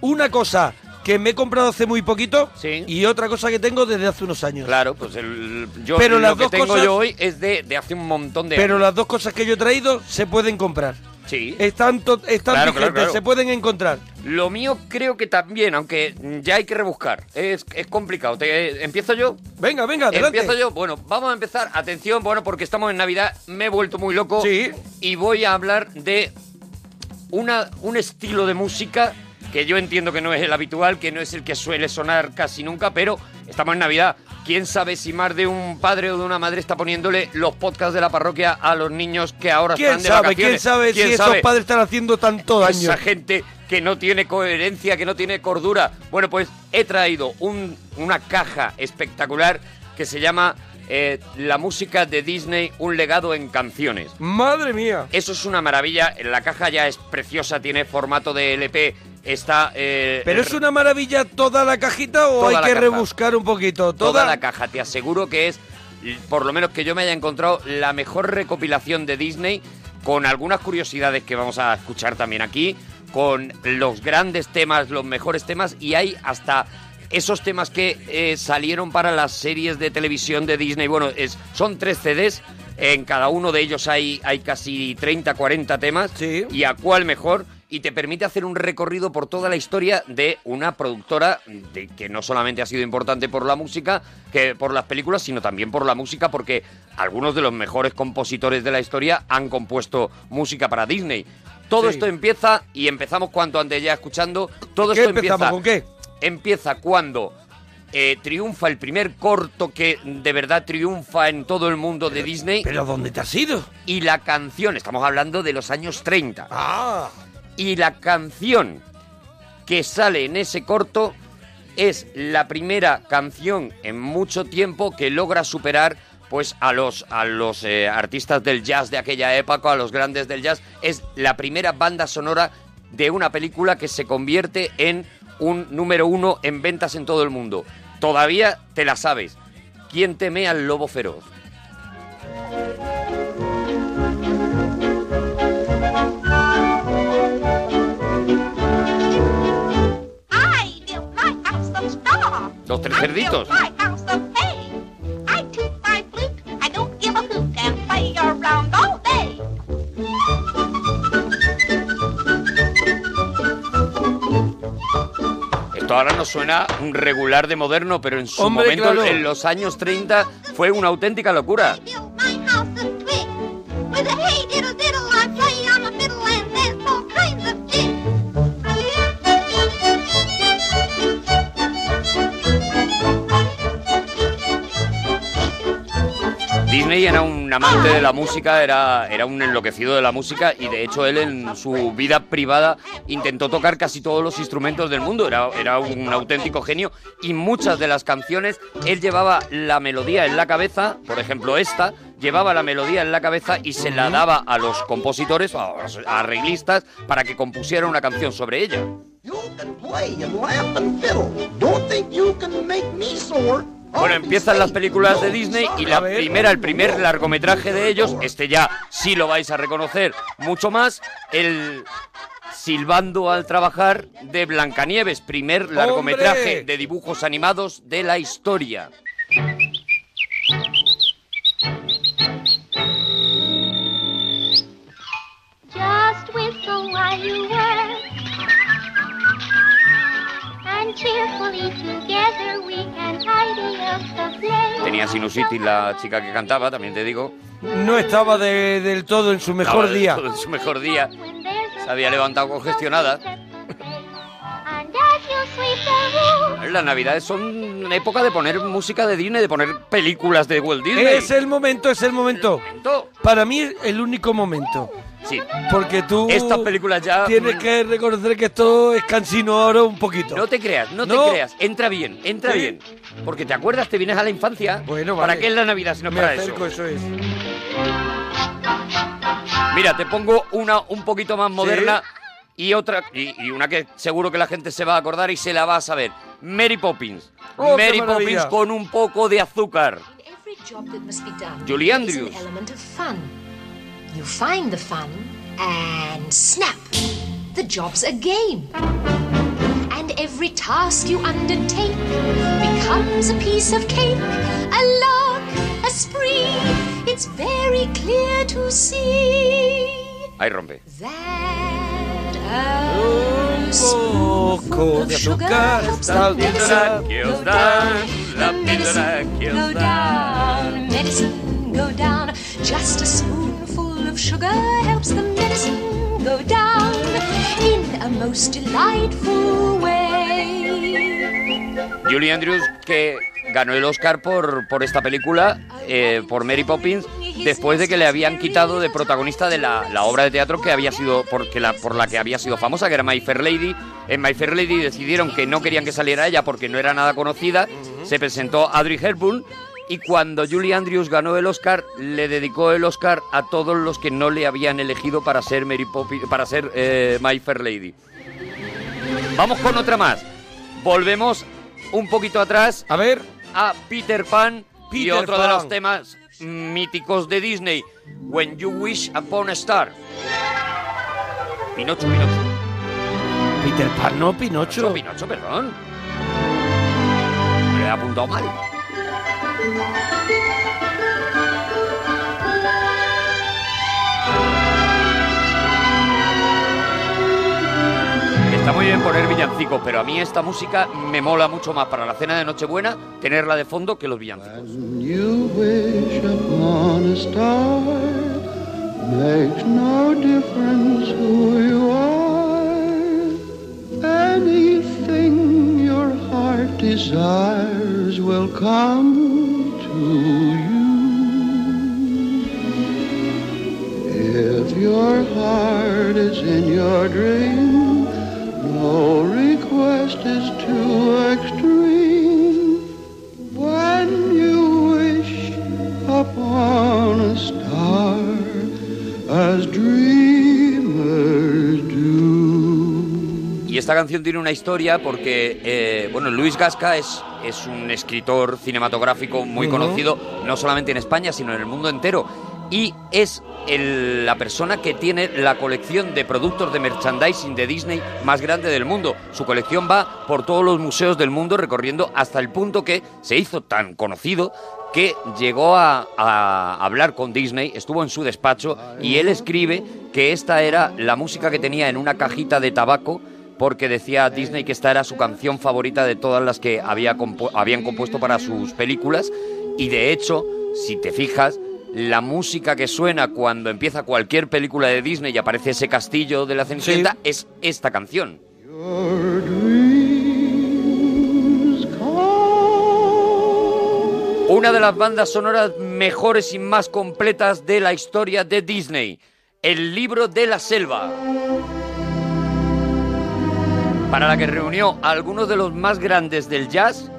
S4: una cosa que me he comprado hace muy poquito y otra cosa que tengo desde hace unos años.
S5: Claro, pues el, yo
S4: Pero
S5: lo
S4: las
S5: que
S4: dos
S5: tengo
S4: cosas-
S5: yo hoy es de, de hace un montón de
S4: Pero
S5: años.
S4: las dos cosas que yo he traído se pueden comprar.
S5: Sí.
S4: Están, to- están
S5: Claro, claro,
S4: vigentes,
S5: claro.
S4: se pueden encontrar.
S5: Lo mío creo que también, aunque ya hay que rebuscar. Es, es complicado. Te- eh, ¿Empiezo yo?
S4: Venga, venga, adelante.
S5: Empiezo yo. Bueno, vamos a empezar. Atención, bueno, porque estamos en Navidad. Me he vuelto muy loco. Sí. Y voy a hablar de una, un estilo de música que yo entiendo que no es el habitual, que no es el que suele sonar casi nunca, pero estamos en Navidad. ¿Quién sabe si más de un padre o de una madre está poniéndole los podcasts de la parroquia a los niños que ahora
S4: ¿Quién
S5: están de
S4: sabe?
S5: vacaciones?
S4: ¿Quién sabe si
S5: sabe?
S4: esos padres están haciendo tanto daño?
S5: Esa gente que no tiene coherencia, que no tiene cordura. Bueno, pues he traído un- una caja espectacular que se llama eh, La música de Disney, un legado en canciones.
S4: Madre mía.
S5: Eso es una maravilla. La caja ya es preciosa, tiene formato de LP. Está. eh,
S4: ¿Pero
S5: el-
S4: es una maravilla toda la cajita o
S5: Toda
S4: hay
S5: la
S4: que
S5: caja.
S4: rebuscar un poquito?
S5: toda,
S4: Toda,
S5: la caja. Te aseguro que es, l- por lo menos que yo me haya encontrado, la mejor recopilación de Disney, con algunas curiosidades que vamos a escuchar también aquí, con los grandes temas, los mejores temas, y hay hasta esos temas que eh, salieron para las series de televisión de Disney. Bueno, es, son tres CDs. En cada uno de ellos hay, hay casi 30, 40 temas. Y a cuál mejor. Y te permite hacer un recorrido por toda la historia de una productora de- que no solamente ha sido importante por la música, que por las películas, sino también por la música, porque algunos de los mejores compositores de la historia han compuesto música para Disney. Todo
S4: Sí.
S5: esto empieza y empezamos cuanto antes ya escuchando. Todo
S4: ¿Qué
S5: esto
S4: empezamos?
S5: empieza
S4: ¿Con qué?
S5: empieza cuando eh, triunfa el primer corto que de verdad triunfa en todo el mundo de Disney.
S4: ¿Pero dónde te has ido?
S5: Y la canción, estamos hablando de los años 30.
S4: Ah.
S5: Y la canción que sale en ese corto es la primera canción en mucho tiempo que logra superar pues a los a los eh, artistas del jazz de aquella época, a los grandes del jazz, es la primera banda sonora de una película que se convierte en un número uno en ventas en todo el mundo. Todavía te la sabes. ¿Quién teme al lobo feroz?
S3: I will fly up some star.
S5: Los tres cerditos.
S3: I will fly up some hay. I toot my flute. I don't give a hoot and play around all day.
S5: Esto ahora nos suena un regular de moderno, pero en su
S4: Hombre,
S5: momento,
S4: claro.
S5: en los años 30, fue una auténtica locura.
S3: With a hey diddle diddle, I play on the fiddle and dance all kinds of jigs.
S5: Disney era un amante de la música, era, era un enloquecido de la música y de hecho él en su vida privada intentó tocar casi todos los instrumentos del mundo, era, era un auténtico genio y muchas de las canciones él llevaba la melodía en la cabeza, por ejemplo esta, llevaba la melodía en la cabeza y se la daba a los compositores, a los arreglistas, para que compusieran una canción sobre ella.
S3: Play and laugh and fiddle. Don't think you can make me sore.
S5: Bueno, empiezan las películas de Disney y la primera, el primer largometraje de ellos, este ya sí lo vais a reconocer mucho más, el Silbando al trabajar de Blancanieves, primer largometraje
S4: ¡Hombre!
S5: de dibujos animados de la historia.
S9: Just whistle while you work, and
S24: and cheerfully together we can tidy up the place.
S5: Tenía sinusitis la chica que cantaba, también te digo.
S4: No estaba de- del todo en su mejor
S5: Estaba
S4: día.
S5: todo En su mejor día. Se había levantado congestionada.
S24: And as you sweep the roof,
S5: Las navidades son una época de poner música de Disney, de poner películas de Walt Disney.
S4: Es el momento, es el momento. Para mí es el único momento.
S5: Sí.
S4: Porque tú.
S5: Estas películas ya.
S4: Tienes que reconocer que esto es cansino ahora un poquito.
S5: No te creas, no,
S4: No.
S5: te creas. Entra bien, entra
S4: Sí.
S5: bien. Porque te acuerdas, te vienes a la infancia. Bueno, ¿Para
S4: vale.
S5: qué es la Navidad si no es
S4: Me
S5: para
S4: acerco, eso es.
S5: Mira, te pongo una un poquito más moderna y otra y, y una que seguro que la gente se va a acordar y se la va a saber. Mary Poppins.
S3: Oh, qué
S5: Mary Poppins
S3: maravilla.
S5: con un poco de azúcar.
S3: Every job that must be done
S5: Julie
S3: is
S5: Andrews.
S3: an element of fun. You find the fun and snap. The job's a game. And every task you undertake becomes a piece of cake, a lark, a spree. It's very clear to see
S5: Ahí rompe.
S3: a
S4: Poco de azúcar.
S3: Esta píldora
S5: que os dan, la píldora que
S3: go
S5: os dan.
S3: down, medicine go down. Just a spoonful of sugar helps the medicine go down in a most delightful way.
S5: Julie Andrews que ganó el Oscar por, por esta película, eh, por Mary Poppins, después de que le habían quitado de protagonista de la, la obra de teatro que había sido porque la, por la que había sido famosa, que era My Fair Lady. En My Fair Lady decidieron que no querían que saliera ella porque no era nada conocida. Se presentó Audrey Hepburn y cuando Julie Andrews ganó el Oscar, le dedicó el Oscar a todos los que no le habían elegido para ser Mary Poppins, para ser eh, My Fair Lady. Vamos con otra más. Volvemos un poquito atrás. A ver. A Peter Pan y
S4: Peter
S5: otro de
S4: Pan.
S5: los temas míticos de Disney. When You Wish Upon a Star. Pinocho, Pinocho.
S4: Peter Pan, no
S5: Pinocho,
S4: Pinocho.
S5: Pinocho, perdón. Me he apuntado mal. Está muy bien poner villancicos, pero a mí esta música me mola mucho más para la cena de Nochebuena tenerla de fondo que los villancicos.
S25: You wish upon a star makes no difference who you are. Anything your heart desires will come to you. If your heart is in your dream, no request is too extreme. When you wish upon a star, as dreamers
S5: Y esta canción tiene una historia porque, eh, bueno, Luis Gasca es, es un escritor cinematográfico muy
S4: Ujú.
S5: conocido, no solamente en España, sino en el mundo entero. Y es el- la persona que tiene la colección de productos de merchandising de Disney más grande del mundo. Su colección va por todos los museos del mundo recorriendo hasta el punto que se hizo tan conocido que llegó a, a hablar con Disney, estuvo en su despacho y él escribe que esta era la música que tenía en una cajita de tabaco porque decía Disney que esta era su canción favorita de todas las que había compu- habían compuesto para sus películas y de hecho, si te fijas, la música que suena cuando empieza cualquier película de Disney y aparece ese castillo de la Cenicienta es esta canción. Una de las bandas sonoras mejores y más completas de la historia de Disney, El libro de la selva. Para la que reunió a algunos de los más grandes del jazz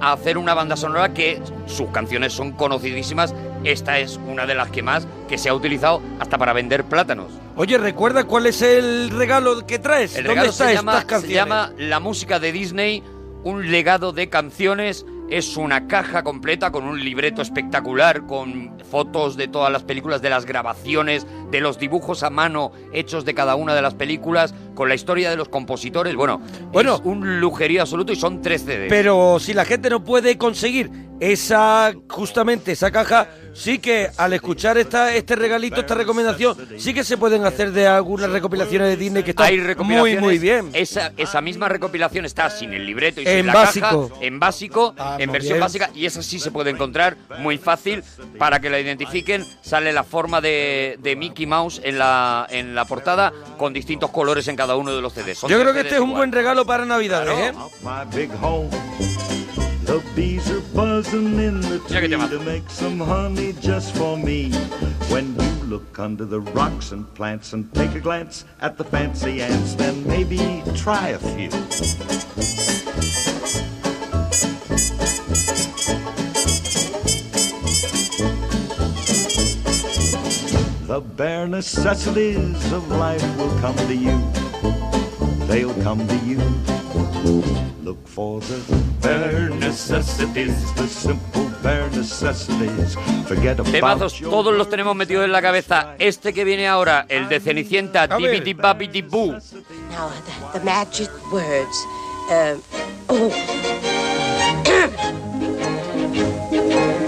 S5: a hacer una banda sonora que sus canciones son conocidísimas. Esta es una de las que más que se ha utilizado hasta para vender plátanos.
S4: Oye, ¿recuerda cuál es el regalo que traes?
S5: El
S4: Pues, ¿Dónde
S5: regalo
S4: está
S5: se llama,
S4: estas
S5: se
S4: canciones?
S5: llama La música de Disney, un legado de canciones. Es una caja completa con un libreto espectacular, con fotos de todas las películas, de las grabaciones, de los dibujos a mano hechos de cada una de las películas, con la historia de los compositores. Bueno, bueno es un lujerío absoluto y son tres CDs.
S4: Pero si la gente no puede conseguir esa, justamente esa caja, sí que al escuchar esta, este regalito, esta recomendación, sí que se pueden hacer de algunas recopilaciones de Disney que están
S5: Hay
S4: muy,
S5: recopilaciones.
S4: muy bien.
S5: Esa, esa misma recopilación está sin el libreto y
S4: En
S5: sin la
S4: básico.
S5: caja, en básico, en versión
S4: bien.
S5: básica, y esa sí se puede encontrar muy fácil para que la identifiquen. Sale la forma de, de Mickey Mouse en la, en la portada con distintos colores en cada uno de los CDs. Son
S4: Yo
S5: tres
S4: creo que este
S5: CDs
S4: es un
S5: igual.
S4: buen regalo para Navidades, ¿eh?
S26: my big home. The bees are buzzing in the
S5: Mira qué
S26: tree
S5: temazo.
S26: to make some honey just for me. When you look under the rocks and plants and take a glance at the fancy ants, then maybe try a few. The bare necessities of life will come to you. They'll come to you. Look for the bare necessities, the simple bare necessities. Forget about
S5: Temazos,
S26: your
S5: todos los tenemos metidos en la cabeza. Este que viene ahora, el de Cenicienta,
S26: A ver.
S5: Dibidi Babidi Boo.
S27: Now, the, the magic words. Uh, oh.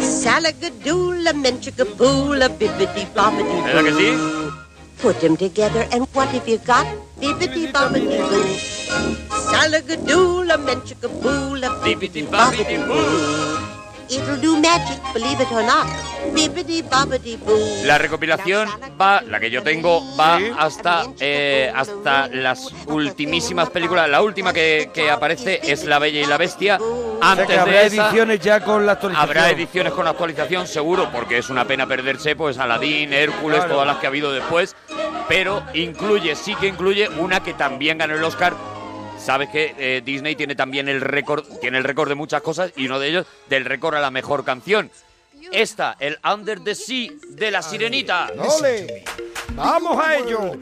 S27: Salagadoola, menchikaboola, bibbidi bobbidi
S5: ¿Verdad que sí?
S27: Put them together, and what have you got? Bibbidi bobbidi boo. Salagadoola, menchikaboola, bibbidi bobbidi boo. It'll do magic, believe it or not. Bibbidi bobbidi boo.
S5: La recopilación va, la que yo tengo, va hasta, eh, hasta las ultimísimas películas. La última que, que aparece es La Bella y la Bestia.
S4: O sea,
S5: Antes
S4: que habrá
S5: de esa,
S4: ediciones ya con la actualización.
S5: habrá ediciones con actualización, seguro, porque es una pena perderse, pues Aladdin, Hércules,
S4: Claro.
S5: todas las que ha habido después. Pero incluye, sí que incluye una que también ganó el Oscar. Sabes que eh, Disney tiene también el récord, tiene el récord de muchas cosas y uno de ellos del récord a la mejor canción. Esta, el Under the Sea de la Sirenita.
S28: ¡Ole! ¡Vamos a ello!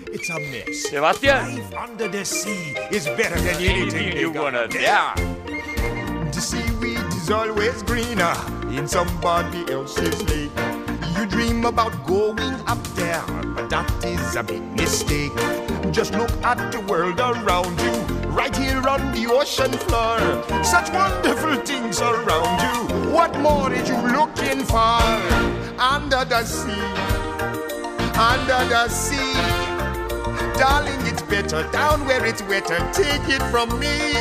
S5: Sebastián.
S28: Life under the sea is better than anything
S5: you wanna
S28: dare. The seaweed is always greener in somebody else's lake. You dream about going up there, but that is a big mistake. Just look at the world around you, right here on the ocean floor. Such wonderful things around you. What more is you looking for? Under the sea, under the sea. Darling, it's better down where it's wetter. Take it from me.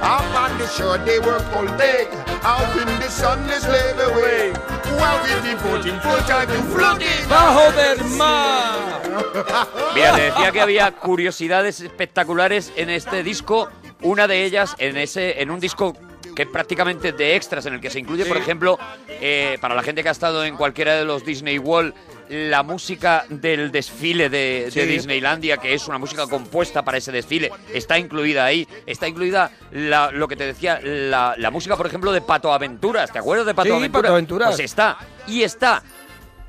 S28: Up on the shore, they work all day. Out in the sun, they slave away. While we devoting full time to floating.
S4: ¡Bajo del mar!
S5: Mira, te decía que había curiosidades espectaculares en este disco. Una de ellas en ese, en un disco que es prácticamente de extras, en el que se incluye, por ejemplo, eh, para la gente que ha estado en cualquiera de los Disney World, la música del desfile de, de
S4: Sí.
S5: Disneylandia, que es una música compuesta para ese desfile, está incluida ahí. Está incluida la- lo que te decía, la, la música, por ejemplo, de Pato Aventuras. ¿Te acuerdas de Pato
S4: Sí,
S5: Aventuras?
S4: Pato Aventuras.
S5: Pues está. Y está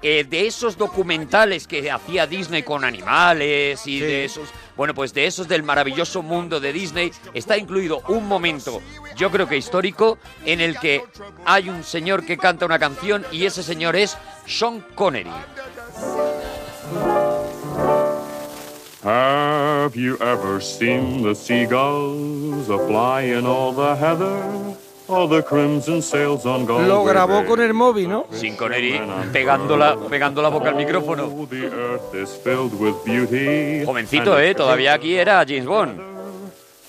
S5: eh, de esos documentales que hacía Disney con animales y de esos, bueno, pues de esos del maravilloso mundo de Disney, está incluido un momento, yo creo que histórico, en el que hay un señor que canta una canción y ese señor es Sean Connery.
S29: Have you ever seen the seagulls a flying all the heather, or the crimson sails on Galway
S4: Lo grabó
S29: Bay?
S4: con el móvil, ¿no?
S5: Sin Connery pegando la, pegando la boca al micrófono. Jovencito, ¿eh? Todavía aquí era James Bond.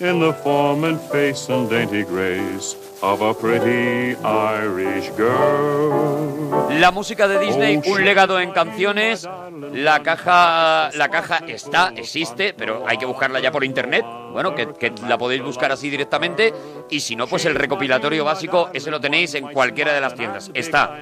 S29: in the form and face and dainty grace of a pretty Irish girl.
S5: La música de Disney,
S29: Oh,
S5: un legado en canciones. La caja, la caja está, existe, pero hay que buscarla ya por internet. Bueno, que, que la podéis buscar así directamente. Y si no, pues el recopilatorio básico, ese lo tenéis en cualquiera de las tiendas. Está.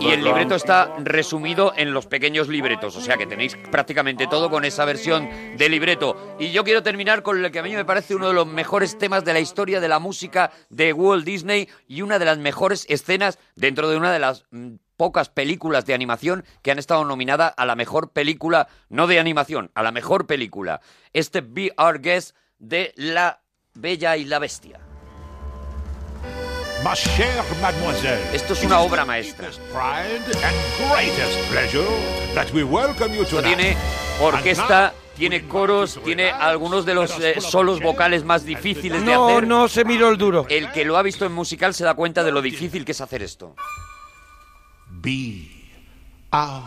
S5: Y el libreto está resumido en los pequeños libretos, o sea que tenéis prácticamente todo con esa versión de libreto. Y yo quiero terminar con el que a mí me parece uno de los mejores temas de la historia de la música de Walt Disney y una de las mejores escenas dentro de una de las mm, pocas películas de animación que han estado nominada a la mejor película, no de animación, a la mejor película. Este Be Our Guest de La Bella y la Bestia.
S30: ma chère mademoiselle.
S5: Esto es una obra maestra.
S30: Pride and greatest pleasure that we welcome you
S5: Esto
S30: tonight.
S5: tiene orquesta, tiene coros, tiene algunos de los eh, solos vocales más difíciles de
S4: No,
S5: hacer.
S4: no se miró el duro.
S5: El que lo ha visto en musical se da cuenta de lo difícil que es hacer esto.
S30: Be our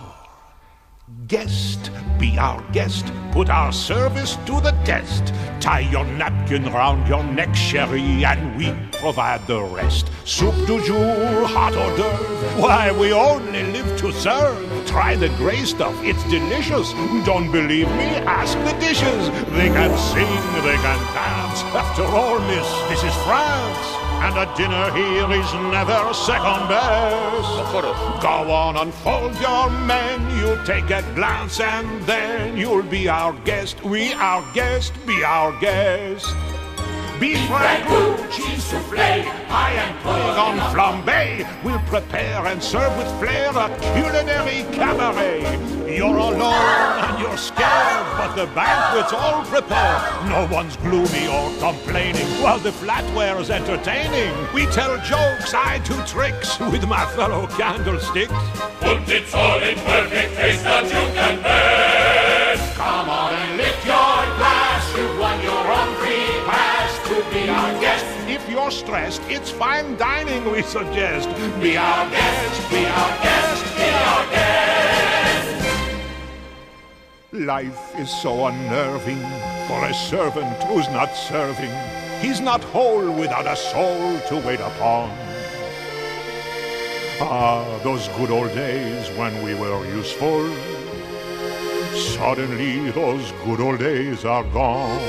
S30: guest. Be our guest. Put our service to the test. Tie your napkin round your neck, sherry, and we provide the rest. Soup du jour, hot hors d'oeuvre. Why, we only live to serve. Try the gray stuff, it's delicious. Don't believe me? Ask the dishes. They can sing, they can dance. After all, miss, this is France. And a dinner here is never second best. Go on, unfold your menu, take a glance, and then you'll be our guest. We our guest, be our guest. Beef ragout, cheese soufflé, I am putting on flambé. We'll prepare and serve with flair a culinary cabaret. You're alone and you're scared, but the banquet's all prepared. No one's gloomy or complaining while the flatware's entertaining. We tell jokes, I do tricks with my fellow candlesticks.
S3: Und it's all in perfect taste that you can make. Come on and lift your glass. You've won your own free pass to be our guest.
S30: If you're stressed, it's fine dining we suggest. Be our guest, be our guest, be our guest. Life is so unnerving for a servant who's not serving. He's not whole without a soul to wait upon. Ah, those good old days when we were useful. Suddenly, those good old days are gone.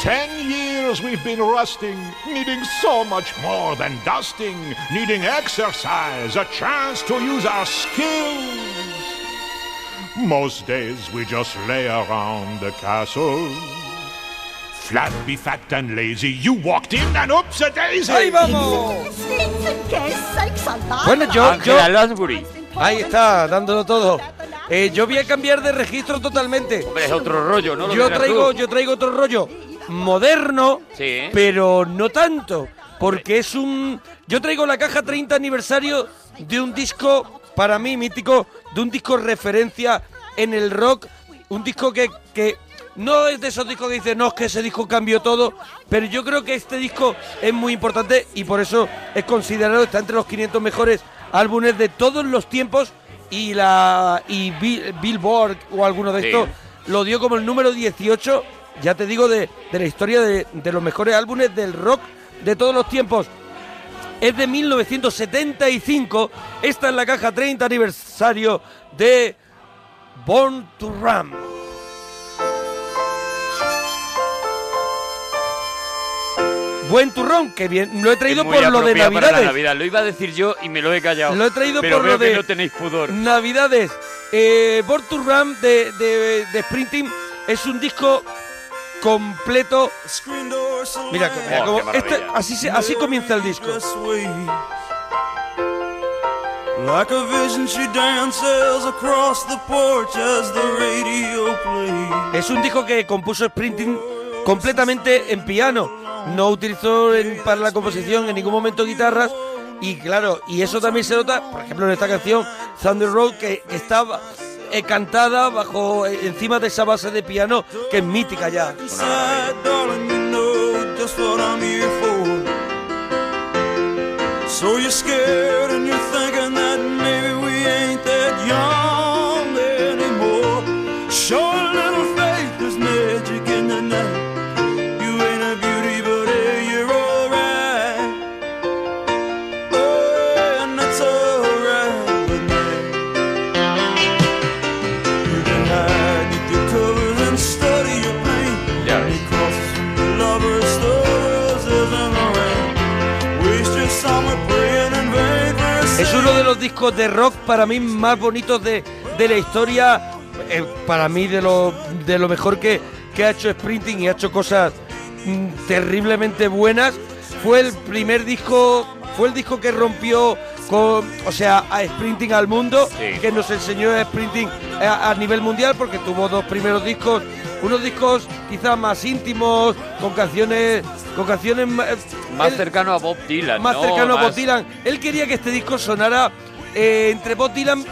S30: Ten years we've been rusting, needing so much more than dusting, needing exercise, a chance to use our skills. Most days we just lay around the castle. Flat, be fat, and lazy. You walked in and oops a daisy.
S3: Ahí vamos.
S4: Bueno, yo, yo...
S5: Angela
S4: Ahí está, dándolo todo. Eh, yo voy a cambiar de registro totalmente.
S5: es otro rollo, ¿no? Lo que
S4: Yo
S5: traes
S4: traigo,
S5: tú.
S4: yo traigo otro rollo moderno,
S5: Sí. ¿eh?
S4: pero no tanto, porque es un... Yo traigo la caja 30 aniversario de un disco, para mí mítico, de un disco referencia en el rock, un disco que, que no es de esos discos que dicen, no, es que ese disco cambió todo, pero yo creo que este disco es muy importante y por eso es considerado, está entre los 500 mejores álbumes de todos los tiempos y la y Bill- Billboard o alguno de
S5: Sí.
S4: estos lo dio como el número 18, ya te digo, de, de la historia de, de los mejores álbumes del rock de todos los tiempos. Es de 1975, esta es la caja 30 aniversario de Born to Ram. Buen turrón, que bien, lo he traído
S5: Muy
S4: por lo de
S5: apropiada para la
S4: Navidades.
S5: Navidad. Lo iba a decir yo y me lo he callado.
S4: Lo he traído
S5: Pero
S4: por
S5: veo
S4: lo
S5: que
S4: de-
S5: no tenéis pudor.
S4: Navidades. Eh, Born to Run de, de, de Sprinting es un disco completo. Mira, mira
S3: Oh,
S4: cómo-
S3: qué maravilla.
S4: este- así, se- así comienza el disco.
S31: Like a vision, she dances across the porch as the radio plays.
S4: Es un disco que compuso Sprinting completamente en piano. No utilizó en- para la composición en ningún momento guitarras. Y claro, y eso también se nota, por ejemplo, en esta canción, Thunder Road, que, que está eh, cantada bajo eh, encima de esa base de piano que es mítica ya.
S31: Decide, darling, you know just what I'm here for. So you're scared and you're thinking that maybe we ain't that young anymore. Show a little faith, there's magic in the night. You ain't a beauty, but hey, you're alright. Oh, and that's alright, but now you can hide with your colors and study your pain.
S5: Ya ves.
S31: Lovers, the roses in the rain. Waste your summer praying in vain for a
S4: Es uno de los discos de rock para mí más bonitos de, de la historia. eh, para mí de lo, de lo mejor que, que ha hecho Sprinting y ha hecho cosas mm, terriblemente buenas. Fue el primer disco, fue el disco que rompió con, o sea, a Sprinting al mundo, que nos enseñó a Sprinting a, a nivel mundial porque tuvo dos primeros discos, unos discos quizás más íntimos, con canciones con canciones ma- eh,
S5: Más
S4: él-
S5: cercano a Bob Dylan.
S4: más
S5: ¿no?
S4: cercano a Bob
S5: Más-
S4: Dylan. Él quería que este disco sonara eh, entre Bob Dylan.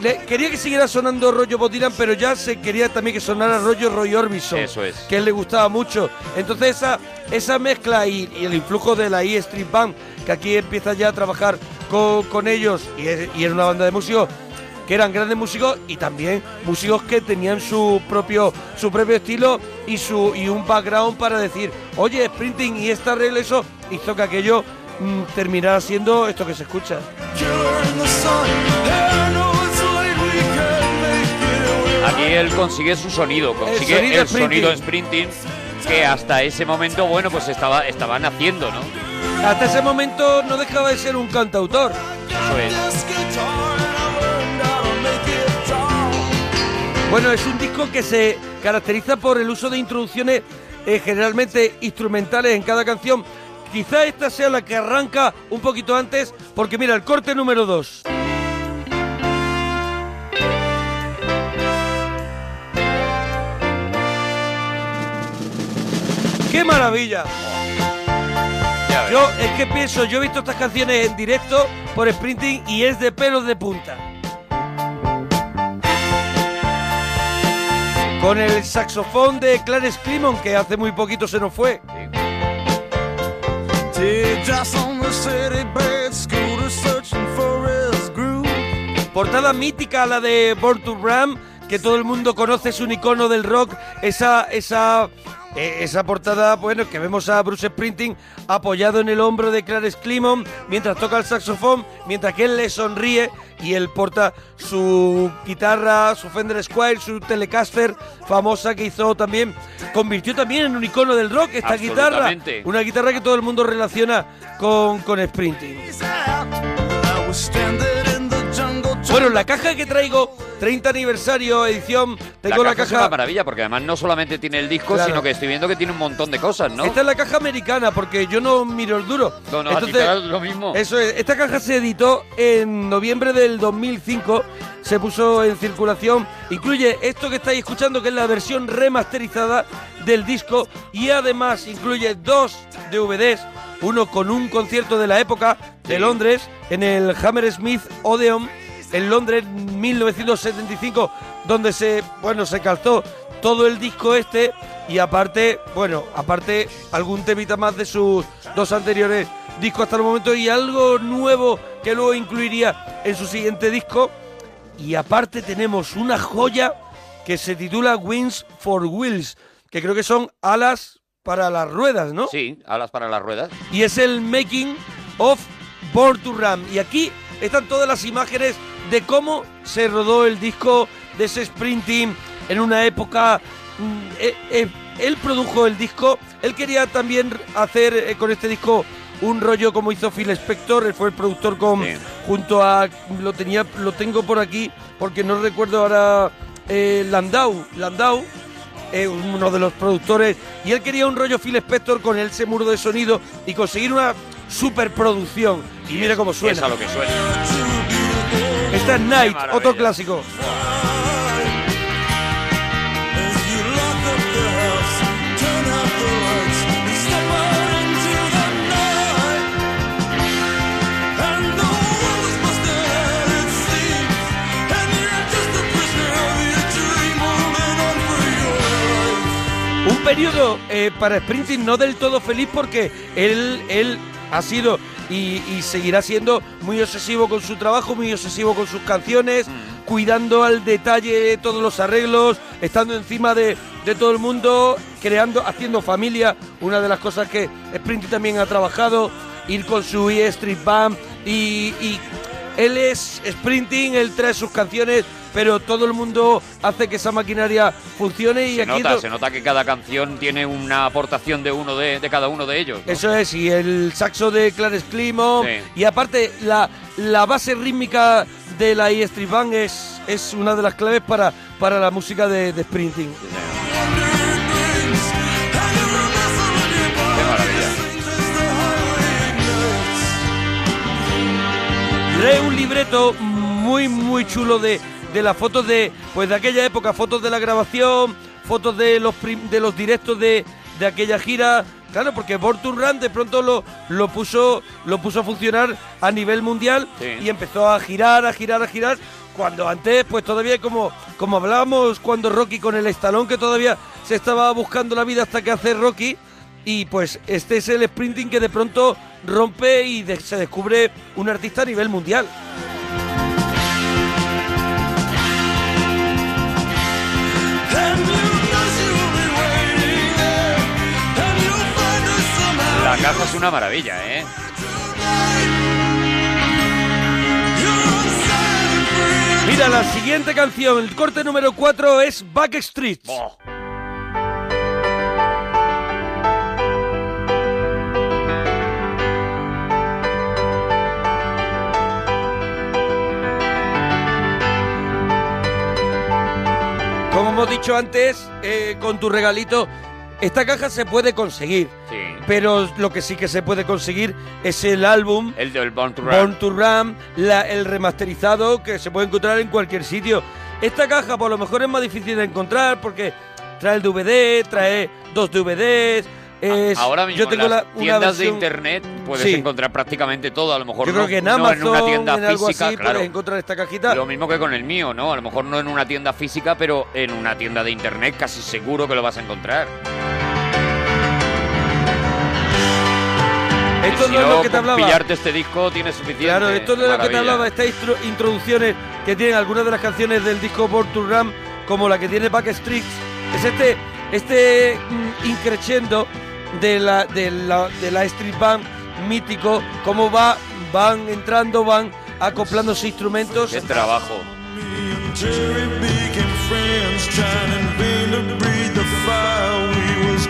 S4: le- quería que siguiera sonando rollo Bob Dylan, pero ya se quería también que sonara rollo Roy Orbison.
S5: Eso es.
S4: Que a él le gustaba mucho. Entonces esa, esa mezcla y, y el influjo de la E Street Band, que aquí empieza ya a trabajar con, con ellos, y, es- y era una banda de músicos que eran grandes músicos y también músicos que tenían su propio su propio estilo y su y un background para decir oye sprinting y esta regla eso hizo que aquello mm, terminara siendo esto que se escucha
S5: Aquí él consigue su sonido, consigue
S4: sonido
S5: el sonido en
S4: sprinting.
S5: sprinting que hasta ese momento, bueno, pues estaba, estaban haciendo, ¿no?
S4: hasta ese momento no dejaba de ser un cantautor
S5: Eso es.
S4: Bueno, es un disco que se caracteriza por el uso de introducciones eh, generalmente instrumentales en cada canción. Quizá esta sea la que arranca un poquito antes, porque mira, el corte número 2. ¡Qué maravilla! Yo es que pienso, yo he visto estas canciones en directo por Sprinting y es de pelos de punta. Con el saxofón de Clarence Climon, que hace muy poquito se nos fue.
S31: Teardrops on the city bird scooter searching for his groove.
S4: Portada mítica la de Born to Ram, que todo el mundo conoce, es un icono del rock. Esa, esa, eh, esa portada, bueno, que vemos a Bruce Sprinting apoyado en el hombro de Clarence Climon mientras toca el saxofón, mientras que él le sonríe y él porta su guitarra, su Fender Squire, su Telecaster famosa que hizo también, convirtió también en un icono del rock esta guitarra.
S5: Absolutamente.
S4: Una guitarra que todo el mundo relaciona con, con Sprinting.
S31: I was stranded in the jungle.
S4: Bueno, la caja que traigo, 30 aniversario edición, tengo la
S5: es una
S4: caja...
S5: maravilla porque además no solamente tiene el disco,
S4: Claro.
S5: sino que estoy viendo que tiene un montón de cosas, ¿no?
S4: Esta es la caja americana porque yo no miro el duro.
S5: No, no, a ti te da lo mismo.
S4: Eso es. Esta caja se editó en noviembre del 2005. Se puso en circulación. Incluye esto que estáis escuchando, que es la versión remasterizada del disco. Y además incluye dos DVDs. Uno con un concierto de la época de Londres en el Hammersmith Odeon en Londres 1975, donde se, bueno, se calzó todo el disco este y aparte, bueno, aparte algún temita más de sus dos anteriores discos hasta el momento y algo nuevo que luego incluiría en su siguiente disco. Y aparte tenemos una joya que se titula Wings for Wheels, que creo que son alas para las ruedas, ¿no?
S5: Sí, alas para las ruedas.
S4: y es el Making of Born to Ram. Y aquí están todas las imágenes de cómo se rodó el disco de ese sprinting en una época. mm, eh, eh, él produjo el disco, él quería también hacer eh, con este disco un rollo como hizo Phil Spector, él fue el productor con junto a lo tenía lo tengo por aquí porque no recuerdo ahora eh, Landau, Landau eh, uno de los productores, y él quería un rollo Phil Spector con ese muro de sonido y conseguir una superproducción. Y mira cómo suena.
S5: Es a lo que suena.
S4: Esta es Night,
S5: maravilla.
S4: otro clásico. Un periodo eh, para Sprinting no del todo feliz porque él, él ha sido y, y seguirá siendo muy obsesivo con su trabajo, muy obsesivo con sus canciones,
S5: Mm.
S4: cuidando al detalle todos los arreglos, estando encima de, de todo el mundo, creando, haciendo familia, una de las cosas que Sprinting también ha trabajado, ir con su E Street Band y- y él es sprinting, él trae sus canciones, pero todo el mundo hace que esa maquinaria funcione y
S5: Se
S4: aquí
S5: nota,
S4: to-
S5: se nota que cada canción tiene una aportación de uno de, de cada uno de ellos.
S4: Eso es, y el saxo de Clarence Climon.
S5: Sí.
S4: Y aparte, la, la base rítmica de la E Street Band es, es una de las claves para, para la música de, de sprinting.
S5: Qué maravilla.
S4: Lee un libreto muy, muy chulo de, de las fotos de, pues de aquella época, fotos de la grabación, fotos de los, prim- de los directos de, de aquella gira. Claro, porque Born to Run de pronto lo, lo, puso, lo puso a funcionar a nivel mundial y empezó a girar, a girar, a girar. Cuando antes, pues todavía como, como hablábamos cuando Rocky con el estalón, que todavía se estaba buscando la vida hasta que hace Rocky. Y pues este es el sprinting que de pronto rompe y de- se descubre un artista a nivel mundial.
S16: La caja es una maravilla, ¿eh?
S4: Mira, la siguiente canción, el corte número 4 es Backstreets. Como hemos dicho antes, eh, con tu regalito, esta caja se puede conseguir. Pero lo que sí que se puede conseguir es el álbum.
S16: El del Born to Run.
S4: Born to Run, la- el remasterizado que se puede encontrar en cualquier sitio. Esta caja por lo mejor es más difícil de encontrar porque trae el DVD, trae dos DVDs. es-
S16: Ahora mismo
S4: yo tengo
S16: en las
S4: la- una
S16: tiendas de
S4: versión-
S16: internet puedes
S4: Sí.
S16: encontrar prácticamente todo. A lo mejor
S4: Yo
S16: no,
S4: creo que en
S16: no
S4: Amazon,
S16: en una tienda
S4: en algo
S16: física,
S4: así,
S16: claro.
S4: puedes encontrar esta cajita.
S16: Lo mismo que con el mío, ¿no? A lo mejor no en una tienda física, pero en una tienda de internet casi seguro que lo vas a encontrar.
S4: Esto
S16: Si
S4: no es lo que te
S16: con
S4: hablaba.
S16: pillarte este disco tienes suficiente.
S4: Claro, esto es de lo que te
S16: Maravilla.
S4: hablaba, estas instru- introducciones que tienen algunas de las canciones del disco Born to Run, como la que tiene Backstreets, es este, este mm, increchendo de la, de, la, de la street band mítico, cómo va, van entrando, van acoplándose instrumentos.
S16: Qué trabajo.
S31: Jerry became friends, trying in vain to breathe the fire we was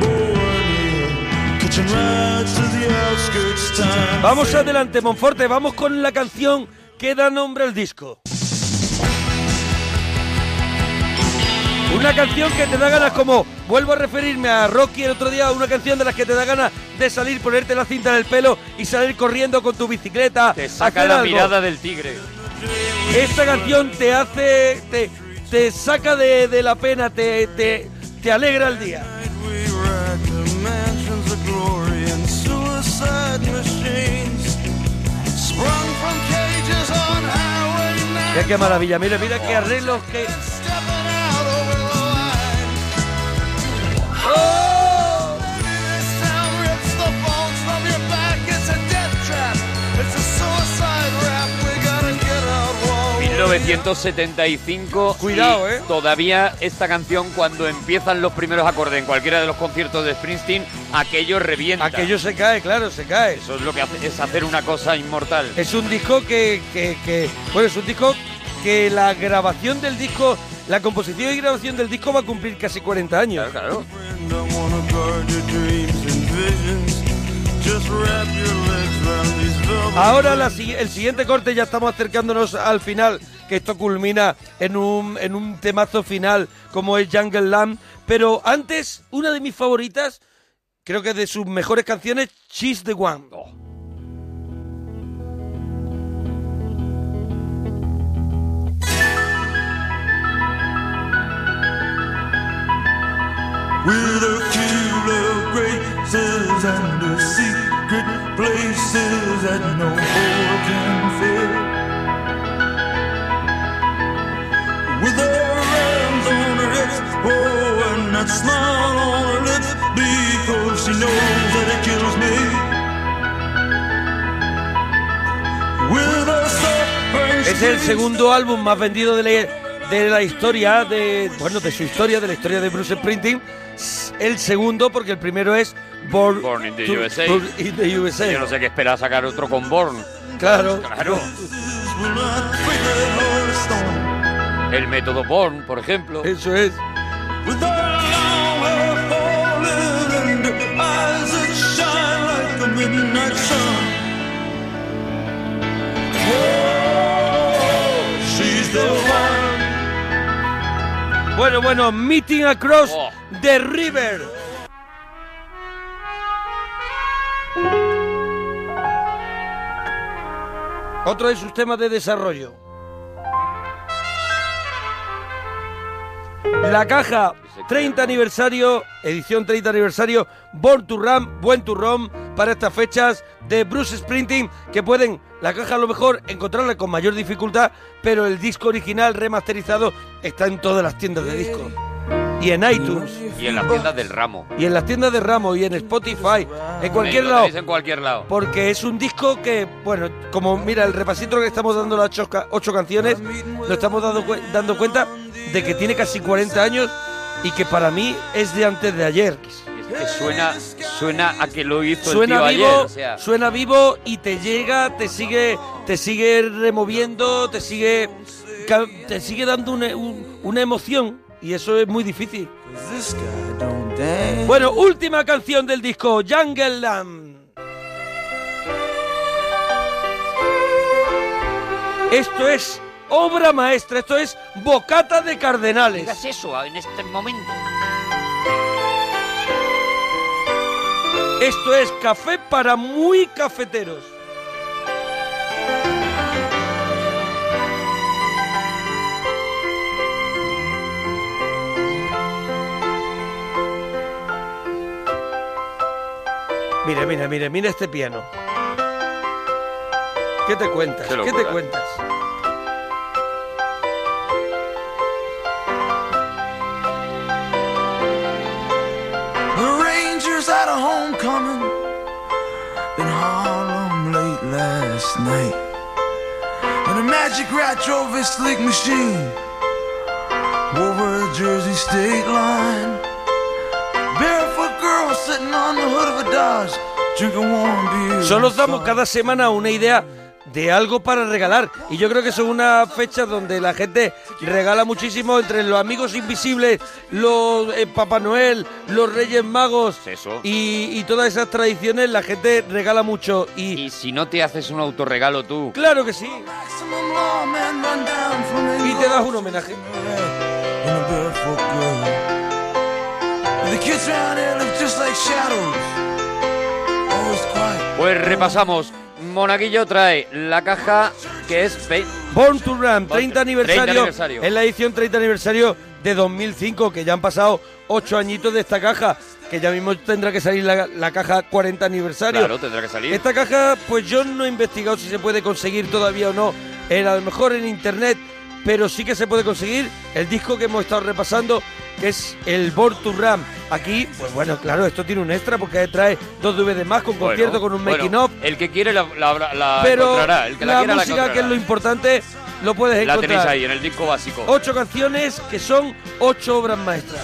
S31: born in. Kitchen rides to the outskirts, time.
S4: Vamos adelante, Monforte, vamos con la canción que da nombre al disco. Una canción que te da ganas como, vuelvo a referirme a Rocky el otro día, una canción de las que te da ganas de salir, ponerte la cinta en el pelo y salir corriendo con tu bicicleta. Te
S16: Saca la mirada del tigre.
S4: Esta canción te hace, te, te saca de, de la pena, te, te, te alegra el día.
S31: We were at the mansions of glory and suicide machines. Sprung from cages on highway
S4: Mira qué maravilla, mira, mira qué arreglos que...
S31: Oh! This town rips the bones from your back. It's a death trap. It's a suicide rap. We gotta get out while we're
S16: 1975
S31: Cuidado,
S16: y
S31: ¿eh?
S16: todavía esta canción cuando empiezan los primeros acordes en cualquiera de los conciertos de Springsteen aquello revienta
S4: Aquello se cae, claro, se cae.
S16: eso es lo que hace, es hacer una cosa inmortal
S4: Es un disco que, que- que- Bueno, es un disco que la grabación del disco, la composición y grabación del disco va a cumplir casi 40 años.
S16: Claro,
S31: friend. I wanna guard your dreams and visions. Just wrap your legs around these velvet
S4: Ahora la si- el siguiente corte, ya estamos acercándonos al final, que esto culmina en un, en un temazo final como es Jungle Lamb. Pero antes, una de mis favoritas, creo que de sus mejores canciones, She's the One.
S16: Oh.
S31: We're the killer graces and the secret places that no fool can fill. With our hands on her hips, oh, and that smile on her lips, because she knows that it kills me. With our suffering,
S4: Es el segundo álbum más vendido de la, de la historia, de, bueno, de su historia, de la historia de Bruce Springsteen. S- El segundo, porque el primero es Born,
S16: Born in the
S4: to-
S16: USA.
S4: Born in the USA.
S16: yo no sé qué espera sacar otro con Born
S4: Claro.
S16: claro el método Born por ejemplo
S4: eso es
S31: With our long hair falling and eyes that shine like the midnight sun. Oh, she's the one.
S4: Bueno, bueno, Meeting Across
S16: Oh.
S4: the River. Otro de sus temas de desarrollo. La caja 30 aniversario, edición 30 aniversario, Born to Ram, buen turrón para estas fechas de Bruce Sprinting que pueden la caja a lo mejor encontrarla con mayor dificultad, pero el disco original remasterizado está en todas las tiendas de discos y en iTunes
S5: Y en las tiendas del ramo.
S4: y en las tiendas de Ramos y en Spotify, en cualquier
S5: Lo
S4: lado.
S5: tenéis En cualquier lado.
S4: Porque es un disco que, bueno, como mira, el repasito que estamos dando las ocho, ca- ocho canciones, nos estamos dando, cue- dando cuenta de que tiene casi 40 años y que para mí es de antes de ayer.
S5: Es que suena, suena a que lo hizo
S4: Suena
S5: el tío
S4: vivo,
S5: ayer. o sea,
S4: suena vivo y te llega, te sigue, te sigue removiendo, te sigue, ca- te sigue dando una, un- una emoción y eso es muy difícil. Bueno, última canción del disco, Jungle Land. Esto es obra maestra, esto es Bocata de Cardenales.
S5: digas eso en este momento.
S4: Esto es café para muy cafeteros. Mira, mira, mira, mira este piano. ¿Qué te cuentas?
S5: Qué
S4: ¿Qué te
S5: locura.
S4: cuentas?
S31: The Rangers had a homecoming in Harlem late last night. And a magic rat drove his slick machine over a Jersey state line. Barefoot girl sitting on the hood of a Dodge, drinking warm beer.
S4: Solo os damos cada semana una idea de algo para regalar. Y yo creo que son unas fechas donde la gente regala muchísimo entre los amigos invisibles, los eh, Papá Noel, los Reyes Magos Y, y todas esas tradiciones. La gente regala mucho. Y,
S5: si no te haces un autorregalo tú.
S4: Claro que sí.
S31: Y
S4: te das un homenaje.
S31: The kids around here look just like shadows. Always quiet.
S5: Pues repasamos. Monaguillo trae la caja que es fe-
S4: Born to Run, 30
S5: 30
S4: aniversario,
S5: aniversario.
S4: Es la edición 30 aniversario de 2005, que ya han pasado 8 añitos de esta caja, que ya mismo tendrá que salir la, la caja 40 aniversario.
S5: Claro, tendrá que salir.
S4: Esta caja, pues yo no he investigado si se puede conseguir todavía o no, en, a lo mejor en internet, pero sí que se puede conseguir el disco que hemos estado repasando, que es el Born to Run. Aquí, pues bueno, claro, esto tiene un extra porque trae dos DVDs más con
S5: Bueno,
S4: concierto, con un
S5: bueno,
S4: making of,
S5: El que quiere la, la, la
S4: pero
S5: encontrará. El que la,
S4: la,
S5: quiera
S4: música,
S5: la
S4: que es lo
S5: encontrará.
S4: importante, lo puedes
S5: La
S4: encontrar.
S5: tenéis ahí, en el disco básico.
S4: Ocho canciones que son ocho obras maestras.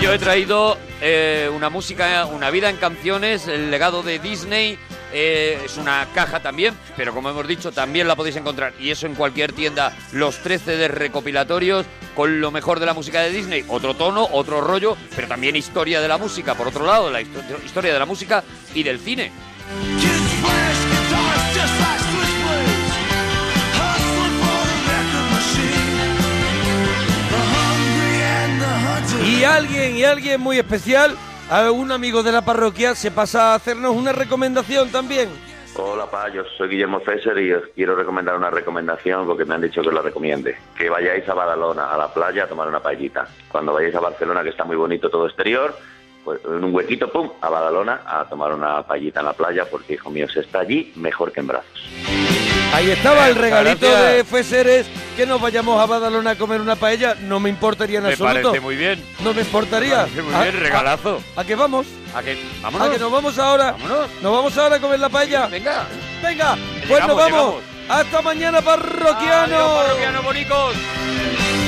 S5: Y yo he traído eh, una música, una vida en canciones, el legado de Disney. eh, es una caja también, pero como hemos dicho, también la podéis encontrar. Y eso en cualquier tienda, los 13 de recopilatorios con lo mejor de la música de Disney. Otro tono, otro rollo, pero también historia de la música. Por otro lado, la histo- historia de la música y del cine.
S4: Y alguien, y alguien muy especial, a un amigo de la parroquia, se pasa a hacernos una recomendación también.
S32: Hola, pa, yo soy Guillermo César y os quiero recomendar una recomendación porque me han dicho que la recomiende. Que vayáis a Badalona, a la playa, a tomar una paellita. Cuando vayáis a Barcelona, que está muy bonito todo exterior, pues en un huequito, pum, a Badalona a tomar una paellita en la playa porque, hijo mío, se está allí mejor que en brazos.
S4: Ahí estaba el regalito
S32: gracias.
S4: de Feseres, que nos vayamos a Badalona a comer una paella, no me importaría en
S5: Me
S4: absoluto.
S5: parece muy bien.
S4: No me importaría.
S5: Me parece muy
S4: ¿A-
S5: bien, regalazo.
S4: ¿A, a qué vamos?
S5: ¿A que, vámonos.
S4: ¿A que nos vamos ahora?
S5: Vámonos.
S4: ¿Nos vamos ahora a comer la paella?
S5: Venga.
S4: Venga, pues
S5: Llegamos,
S4: nos vamos. Hasta mañana, parroquianos.
S5: Adiós, parroquianos bonicos.